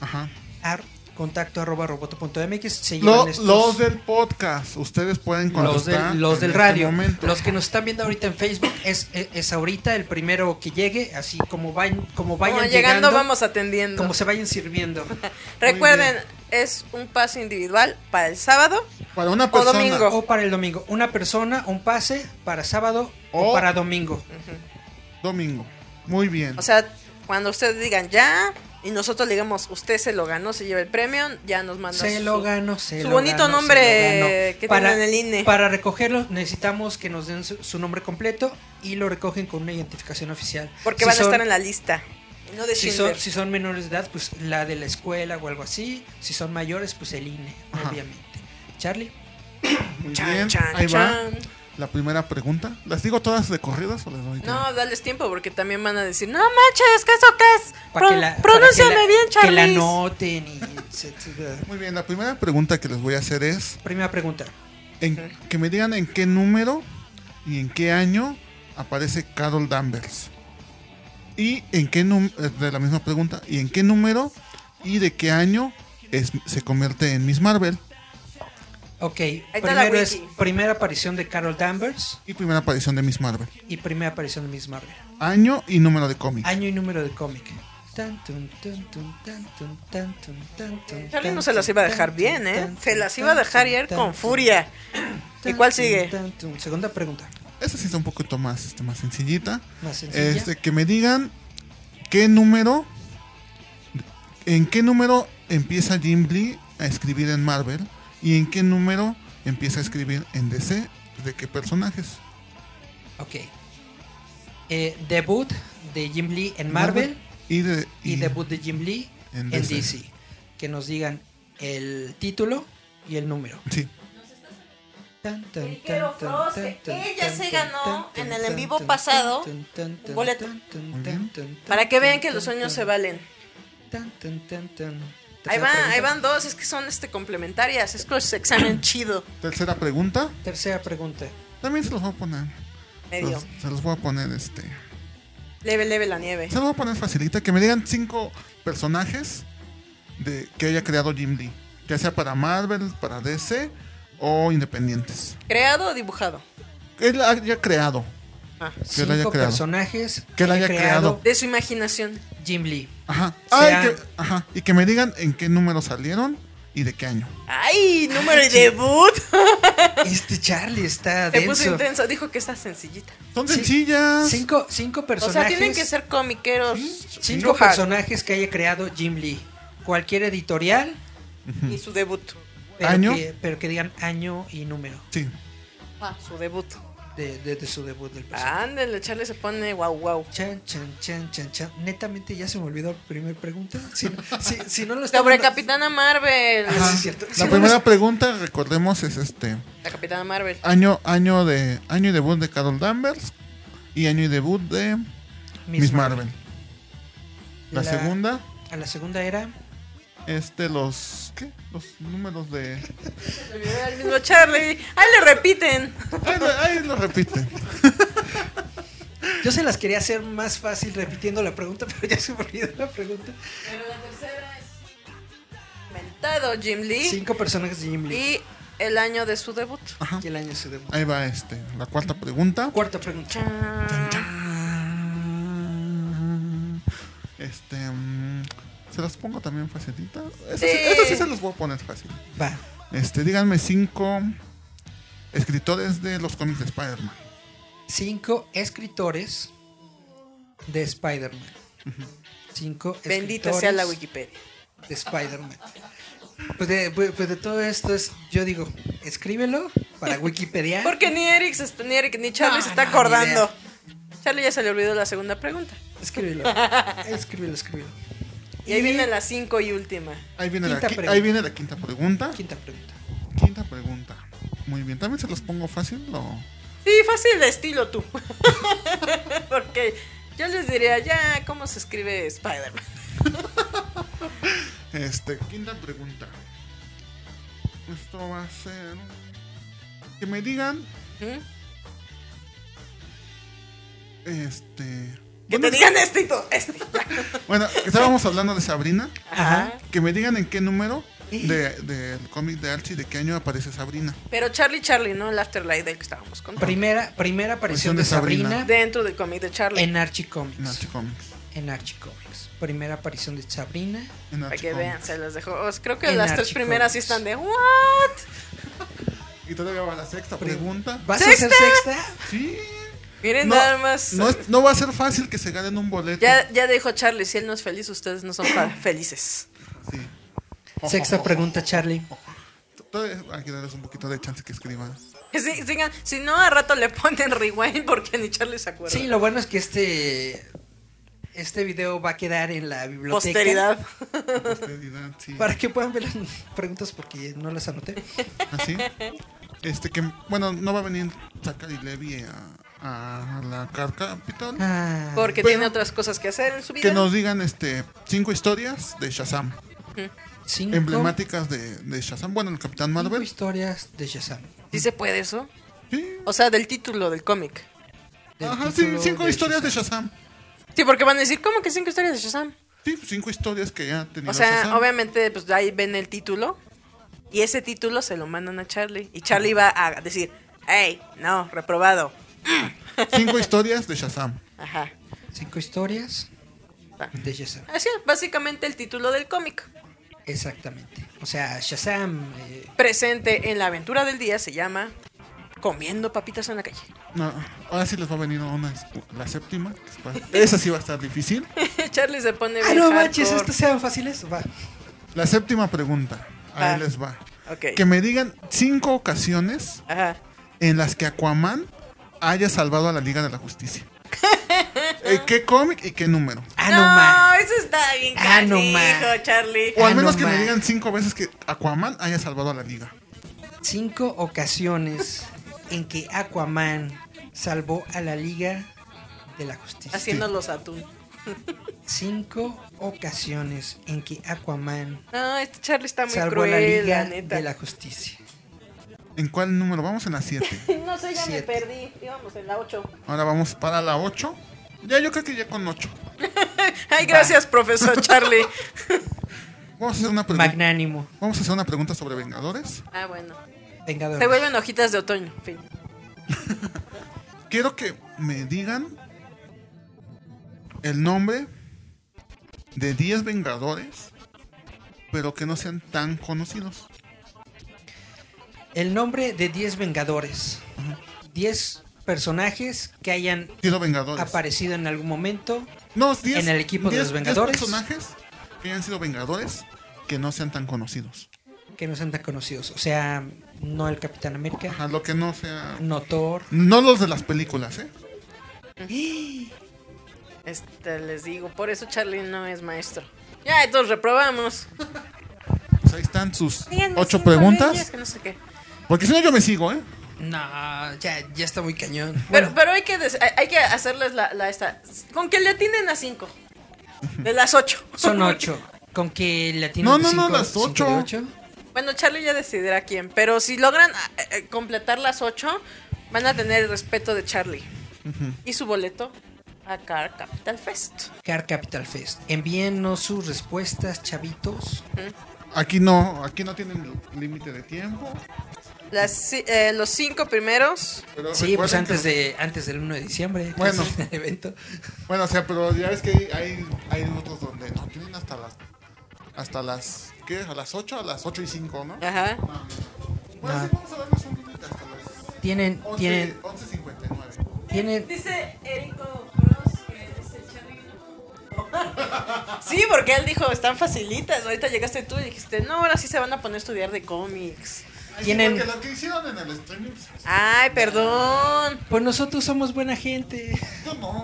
Ajá.
a contacto arroba roboto.mx. Se
Lo-
llevan estos-
los del podcast. Ustedes pueden
los
contestar.
del, los
en
del
este
radio.
momento.
Los que nos están viendo ahorita en Facebook es, es, es ahorita el primero que llegue, así como, vayan como
Como
vayan
llegando,
llegando,
vamos atendiendo.
como se vayan sirviendo.
Recuerden, es un paso individual para el sábado.
Para una persona.
domingo.
o para el domingo, una persona, un pase para sábado o
O-
para domingo.
Domingo. Muy bien.
O sea, cuando ustedes digan ya y nosotros le digamos, usted se lo ganó, se lleva el premio, ya nos manda
Se
Ah, su-
lo ganó, se
su
lo
bonito
ganó,
nombre
se lo ganó.
que tiene en el INE.
Para recogerlo necesitamos que nos den su, su nombre completo y lo recogen con una identificación oficial.
Porque
Si
van a
son-
estar en la lista. No de
si son,
Schindler.
si son menores de edad, pues la de la escuela o algo así. Si son mayores, pues el INE,
Ajá.
obviamente. Charlie,
Muy
Chan,
bien.
chan,
Ahí va.
chan.
La primera pregunta. ¿Las digo todas de corridas o les doy tiempo?
No, dales tiempo porque también van a decir, no manches, ¿qué eso qué es?
para
Pro-
que la,
pronúnciame
para que la-
bien, Charlie.
Que la noten y etcétera.
Muy bien. La primera pregunta que les voy a hacer es.
Primera pregunta.
en- que me digan en qué número y en qué año aparece Carol Danvers. Y en qué num- eh, de la misma pregunta, y en qué número y de qué año es- se convierte en Miss Marvel.
Ok,
está la
primero es
wiki.
primera aparición de Carol Danvers
Y primera aparición de Miss Marvel.
y primera aparición de Miss Marvel.
Año y número de cómic.
Año y número de cómic. Tan, tun, tun, tun, tan, tun, tan, tun, tan, tun,
Charlie
tan,
no se las
tun,
iba a
tan,
dejar
tun,
bien, ¿eh?
tan,
Se
tun,
las iba a
tan,
dejar
tun,
ir
tan,
con
tun,
furia. ¿Y
tan,
cuál
tun,
sigue?
tan, tun. Segunda pregunta.
Esta sí está un poquito más, este, más sencillita.
Más sencilla.
Este, que me digan qué número, en qué número empieza Jim Lee a escribir en Marvel y en qué número empieza a escribir en DC, de qué personajes.
Ok. Eh, debut de Jim Lee en Marvel,
y, de,
y, debut de Jim Lee en,
en
DC.
DC.
Que nos digan el título y el número.
Sí,
Tan, tan,
Y quiero
tan,
Frost,
tan,
que
tan,
ella
tan,
se
tan,
ganó
tan,
en el
tan,
en vivo
tan,
pasado
tan, tan, tan,
boleto.
tan, tan,
Muy
tan,
bien.
tan,
Para que vean
tan,
que los
tan,
sueños
tan,
se valen.
tan, tan, tan, tan.
Ahí
Tercera
van,
pregunta.
ahí van dos, es que son este complementarias, es con su examen chido,
tercera pregunta.
Tercera pregunta.
También se los voy a poner. Se
medio.
los, se los voy a poner este.
Leve, leve la nieve.
Se los voy a poner facilita. Que me digan cinco personajes de que haya creado Jim Lee. Ya sea para Marvel, para DC o independientes.
¿Creado o dibujado?
Que él haya creado.
Ah.
Que la haya
Cinco
creado.
personajes
Que la haya creado.
De su imaginación.
Jim Lee.
Ajá.
Sea-
Ah, y que, ajá. Y que me digan en qué número salieron y de qué año.
¡Ay! ¡Número de debut!
Este Charlie está
Se puso
denso.
intenso. Dijo que está sencillita.
Son
Sí.
sencillas.
Cinco, cinco
O sea,
personajes.
tienen que ser comiqueros.
Cinco
hard.
personajes que haya creado Jim Lee. Cualquier editorial,
Y su debut.
pero,
¿Año?
Que, pero que digan año y número
Sí.
Ah, Su debut.
de, de- de su debut del personaje.
Ándale, Charlie se pone guau guau.
Chan, chan, chan, chan, chan. Netamente ya se me olvidó la primera pregunta. Si, si- si no lo está
Sobre
viendo-
Capitana Marvel.
Ajá, sí, es cierto. Si
La
no
primera pregunta, recordemos, es este
La Capitana Marvel.
año, año de año y debut de Carol Danvers y año y debut de
lo-
Miss Marvel. La,
La-
segunda,
A la segunda era.
este los ¿qué? los números de
El mismo Charlie. ¡Ay, le repiten!
ahí, lo- ahí lo repite.
Yo se las quería hacer más fácil repitiendo la pregunta, pero ya se me olvidó la pregunta.
Pero la tercera es. Inventado Jim Lee.
Cinco personajes de Jim Lee
Y el año de su debut.
Ajá.
y el año de su debut.
Ahí va este, la cuarta pregunta.
Cuarta pregunta. Ah.
Ah,
Este mm, se las pongo también facilita. Estas
Sí.
sí. estas sí se las voy a poner fácil.
Va.
Este, díganme cinco escritores de los cómics de Spider-Man.
Cinco escritores de Spider-Man. Cinco
Bendita
escritores
sea la Wikipedia.
de Spider-Man. Pues de, pues- pues de todo esto es, yo digo, escríbelo para Wikipedia.
Porque ni Eric, se está- ni, Eric, ni Charlie
No,
se está
no, ni
acordando. Charlie ya se le olvidó la segunda pregunta.
Escríbelo. Escríbelo, escríbelo.
Y ahí viene la cinco y última.
Ahí viene, la,
Quinta
qui-
pregunta.
ahí viene la quinta pregunta.
Quinta pregunta.
Quinta pregunta. Muy bien, también se los pongo fácil. ¿o?
Sí, fácil de estilo tú. Porque yo les diría ya cómo se escribe Spider-Man.
Este, quinta pregunta. Esto va a ser. Que me digan.
¿Mm?
Este.
Que
bueno,
te digan este y todo. Este.
Bueno, estábamos hablando de Sabrina.
Ajá.
Que me digan en qué número de- del cómic de Archie de qué año aparece Sabrina.
Pero Charlie Charlie, ¿no? El Afterlife del que estábamos contando.
Primera, primera aparición
Aparición
de
de
Sabrina,
Dentro del cómic de Charlie.
en Archie Comics.
En Archie Comics.
En Archie Comics. Primera aparición de Sabrina.
En
Para
Archie
que
Comics.
vean, se las dejo. Os- Creo que
En
las tres
Archie
primeras sí
Comics.
están de ¿What?
Y todavía va la sexta pregunta.
¿Vas a
¡Sexta!
ser sexta?
Sí.
Miren
No,
nada más.
no, es- no va a ser fácil que se ganen un boleto.
ya, ya dijo Charlie, si él no es feliz, ustedes no son fa- felices.
Sí.
Sexta pregunta, Charlie.
Todavía hay que darles un poquito de chance que escriban.
Que sí- sigan- si no, a rato le ponen rewind porque ni Charlie se acuerda.
Sí, lo bueno es que este este video va a quedar en la biblioteca Ah.
Posteridad.
Posteridad, sí.
para que puedan ver las preguntas porque no las anoté.
Así. ¿Ah, Este que, bueno, no va a venir Zachary Levy a, a la carca Capitol.
Ah,
Porque
Pero-
tiene otras cosas que hacer en su vida.
Que nos digan este cinco historias de Shazam.
cinco-
Emblemáticas de, de Shazam. Bueno, el Capitán
cinco
Marvel.
historias de Shazam.
¿Sí se puede eso?
Sí.
O sea, del título del cómic.
Del
Ajá, sí,
título
cinco
de
historias de Shazam.
Sí, porque van a decir, ¿cómo que cinco historias de Shazam?
Sí, pues, cinco historias que ya tenía
O sea,
Shazam.
obviamente, pues ahí ven el título. Y ese título se lo mandan a Charlie. Y Charlie va a decir, hey, no, reprobado.
Cinco historias de Shazam.
Ajá.
Cinco historias
Ah.
de Shazam.
Así es, básicamente el título del cómic.
Exactamente. O sea, Shazam eh,
Presente en la aventura del día se llama Comiendo papitas en la calle.
No, ahora sí les va a venir una, la séptima. que es para- Esa sí va a estar difícil.
Charlie se pone
Ah,
bien
no
hardcore.
manches, estas sean fáciles. Va.
La séptima pregunta. Ahí
Ah.
les va.
Ok.
Que me digan cinco ocasiones
Ajá.
en las que Aquaman haya salvado a la Liga de la Justicia. Eh, ¿Qué cómic y qué número?
Ah, no,
no,
man.
eso está bien
Ah, no,
canijo,
man.
Charlie.
O
Ah,
al menos
no
que me
más.
digan cinco veces que Aquaman haya salvado a la Liga.
Cinco ocasiones en que Aquaman salvó a la Liga de la Justicia.
Haciendo los atún.
Cinco ocasiones en que Aquaman
No, este Charlie está muy
salvó a
cruel,
la
la,
Liga
neta.
de la Justicia.
¿En cuál número? Vamos en la 7.
No sé, ya
Siete.
me perdí. Íbamos en la 8.
Ahora vamos para la 8. Ya yo creo que ya con 8.
Ay, gracias, profesor Charlie.
Vamos a hacer una pregunta.
Magnánimo,
Vamos a hacer una pregunta sobre Vengadores.
ah, bueno.
vengador.
Se vuelven hojitas de otoño. Fin.
Quiero que me digan el nombre de 10 Vengadores, pero que no sean tan conocidos.
El nombre de 10 Vengadores. 10 personajes que hayan
Tiro Vengadores.
aparecido en algún momento.
No, es 10,
En el equipo de
10,
los Vengadores.
10 personajes que hayan sido Vengadores que no sean tan conocidos.
que no sean tan conocidos. O sea, no el Capitán América,
Ajá, lo que no sea.
no Thor.
No los de las películas, ¿eh?
Este, les digo, por eso Charlie no es maestro. Ya, entonces reprobamos.
Pues ahí están sus
Díganme
ocho
cinco leyes
preguntas.
que no sé qué.
Porque si no, yo me sigo, ¿eh?
No, ya, ya está muy cañón.
Pero,
Bueno,
pero hay, que des- hay- hay que hacerles la, la esta. Con que le atinen a cinco. De las ocho.
son ocho. Con que la tienen
No,
de
no, no,
cinco-
las
cinco
ocho.
de ocho.
Bueno, Charlie ya decidirá quién. Pero si logran eh, eh, completar las ocho, van a tener el respeto de Charlie. Y su boleto a Car Capital Fest.
Car Capital Fest. Envíennos sus respuestas, chavitos.
Aquí no, aquí no tienen límite de tiempo.
Las ci- eh, los cinco primeros.
Pero
Sí, pues
recuerden
antes
que-
de antes del 1 de diciembre. que
Bueno.
es el evento.
Bueno, o sea, pero ya ves que hay, hay, hay otros donde no tienen hasta las. Hasta las. ¿Qué? ¿A las 8? A las 8 y 5, ¿no?
Ajá.
Bueno, sí, vamos a darnos un límite hasta las
Tienen
11
Ah. tienen
11.59.
tienen
Dice Erico Cross que es el Charlie.
Sí, porque él dijo, están facilitas. Ahorita llegaste tú y dijiste, no, ahora sí se van a poner a estudiar de cómics.
Ay, sí,
Tienen-
Porque lo que hicieron en el streaming, pues,
Ay, perdón.
pues nosotros somos buena gente.
yo no.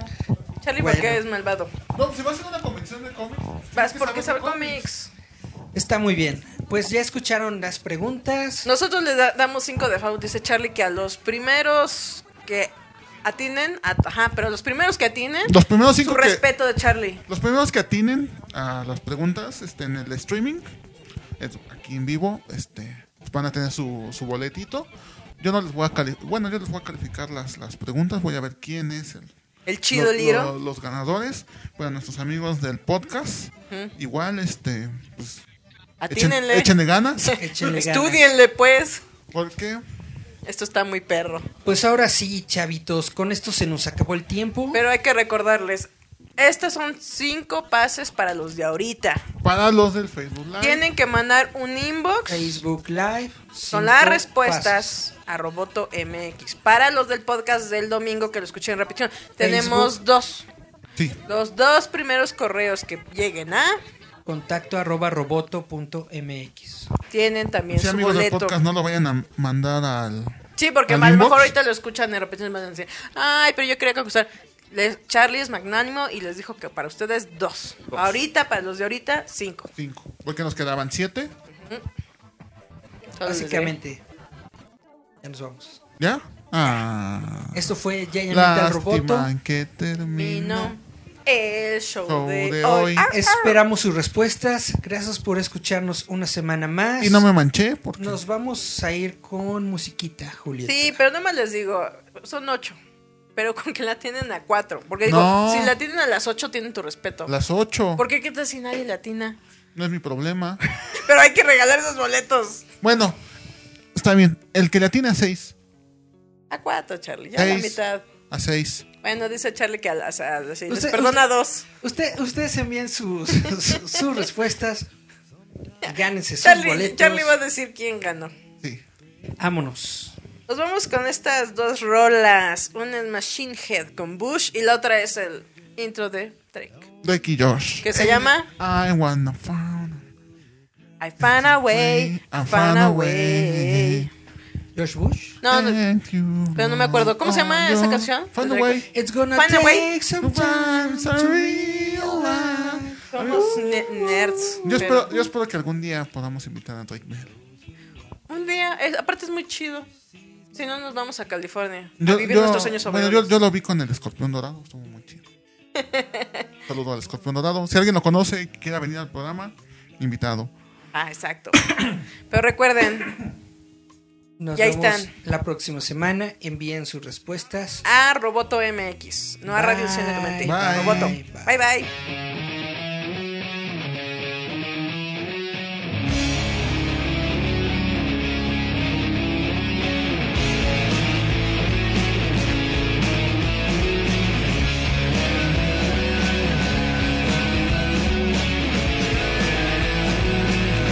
Charlie,
Bueno.
¿por qué es malvado?
No, si vas a una convención de cómics. tienes
Vas
que
porque sabe
saber de
cómics.
Está muy bien. Pues ya escucharon las preguntas.
Nosotros le da- damos cinco de favor. Dice Charlie que a los primeros que atinen, at- ajá, pero los primeros que atinen,
Los primeros
su
cinco que,
respeto de Charlie.
los primeros que atinen a las preguntas este, en el streaming, es- aquí en vivo, este, van a tener su, su boletito. Yo no les voy a cali- bueno, yo les voy a calificar las, las preguntas, voy a ver quién es el,
El chido
lo-
Liro.
lo- los ganadores. Bueno, nuestros amigos del podcast, igual, este, pues, echen-
Atínenle.
échenle ganas,
Échenle ganas.
Estudienle, pues.
porque
Esto está muy perro.
Pues ahora sí, chavitos, con esto se nos acabó el tiempo.
Pero hay que recordarles, estos son cinco pases para los de ahorita.
para los del Facebook Live,
Tienen que mandar un inbox
Facebook Live.
con las
cinco pasos.
respuestas a Roboto MX. Para los del podcast del domingo que lo escuché en repetición, tenemos
Facebook.
dos.
sí,
Los dos primeros correos que lleguen a
Contacto arroba roboto.mx.
tienen también
si
su
amigos del
boleto.
podcast no lo vayan a mandar al...
Sí, porque a
¿Al
lo
inbox?
mejor ahorita lo escuchan en repetición y van a decir, ay, pero yo quería concursar. Les- Charlie es magnánimo y les dijo que para ustedes dos. Ahorita, para los de ahorita, cinco.
Cinco, porque nos quedaban siete,
Solo les diré. ¿eh?
Básicamente. Ya nos vamos.
¿ya? Ah...
Esto fue Ya Llamita al Roboto.
Lástima que
Vino
termino.
el show,
Show
de,
de
hoy.
hoy.
Ah,
Esperamos sus respuestas. Gracias por escucharnos una semana más.
Y no me manché porque
Nos vamos a ir con musiquita, Julieta.
Sí, pero nomás les digo, son ocho. Pero con que la tienen a cuatro. Porque digo,
No.
si la tienen a las ocho, tienen tu respeto.
las 8
¿Por qué qué tal si nadie latina?
no es mi problema.
Pero hay que regalar esos boletos.
Bueno, está bien. El que le atine a 6.
A cuatro, Charlie. Ya la
Seis.
mitad.
A 6.
Bueno, dice Charlie que a las. a las- sí, les
Usted-
perdona
usted-
dos.
Usted, ustedes envíen sus, sus, sus respuestas. Gánense sus
Charlie,
boletos.
Charlie va a decir quién ganó.
Sí.
Vámonos.
Nos vamos con estas dos rolas. Una es Machine Head con Bush y la otra es el intro de Drake.
Drake y Josh.
¿Qué se llama?
I wanna found.
I found a way, I found a way.
Josh Bush.
No, no, pero no me acuerdo. ¿Cómo se llama esa canción?
Find
De
a
Drake.
way.
It's gonna
Find a
take
way.
some time
Sometimes I
to realize.
realize.
Somos ne- nerds.
Yo
pero
espero, yo espero que algún día podamos invitar a Drake Bell.
Un día, es- aparte es muy chido. Si no, nos vamos a California a
Yo,
vivir
yo-
nuestros años sobre
bueno, yo, yo lo vi con el escorpión dorado, estuvo muy chido. Saludo al escorpión dorado. Si alguien lo conoce y quiera venir al programa, invitado.
Ah, exacto. pero recuerden,
Nos
Y ahí
vemos
están.
la próxima semana. Envíen sus respuestas.
a Roboto MX, no a Radio
Bye.
Cine Comente.
Bye.
A Roboto.
Bye.
bye. bye.
Thank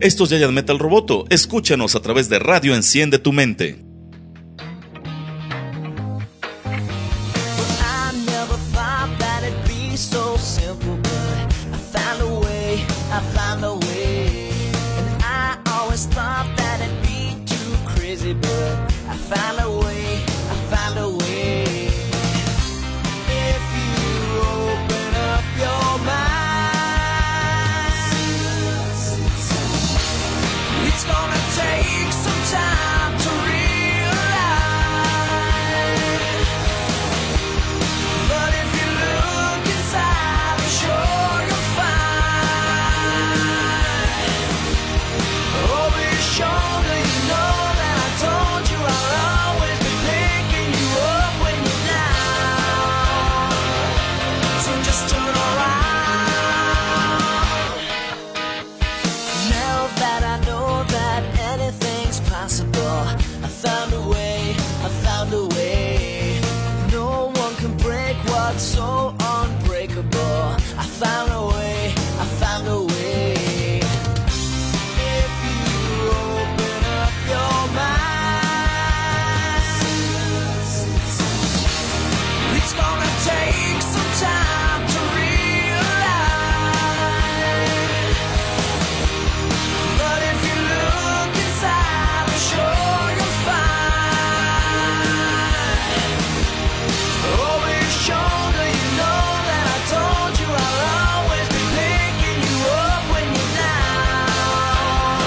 Esto es Giant Metal Roboto. Escúchanos a través de Radio Enciende tu Mente.
I never thought that it'd be so simple, but I found a way, I found a way. And I always thought that it'd be too crazy, but I found a way, I found a way. If you open up your mind, it's gonna take some time to realize. But if you look inside, I'm sure you'll find over your shoulder. You know that I told you I'll always be picking you up when you're down. So just turn around. Now that I know that anything's possible, I found a way, I found a way. No one can break what's so unbreakable. I found a way, I found a way. If you open up your mind, it's gonna take some time to realize. But if you look inside, I'm sure you'll find over your shoulder. You know that I told you I'll always be picking you up when you're down.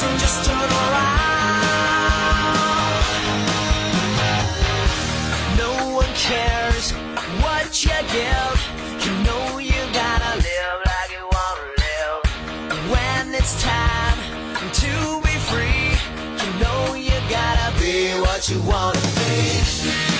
So just turn around. No one cares what you give. You know you gotta live like you wanna live. When it's time to be free, you know you gotta be what you wanna be. Oh,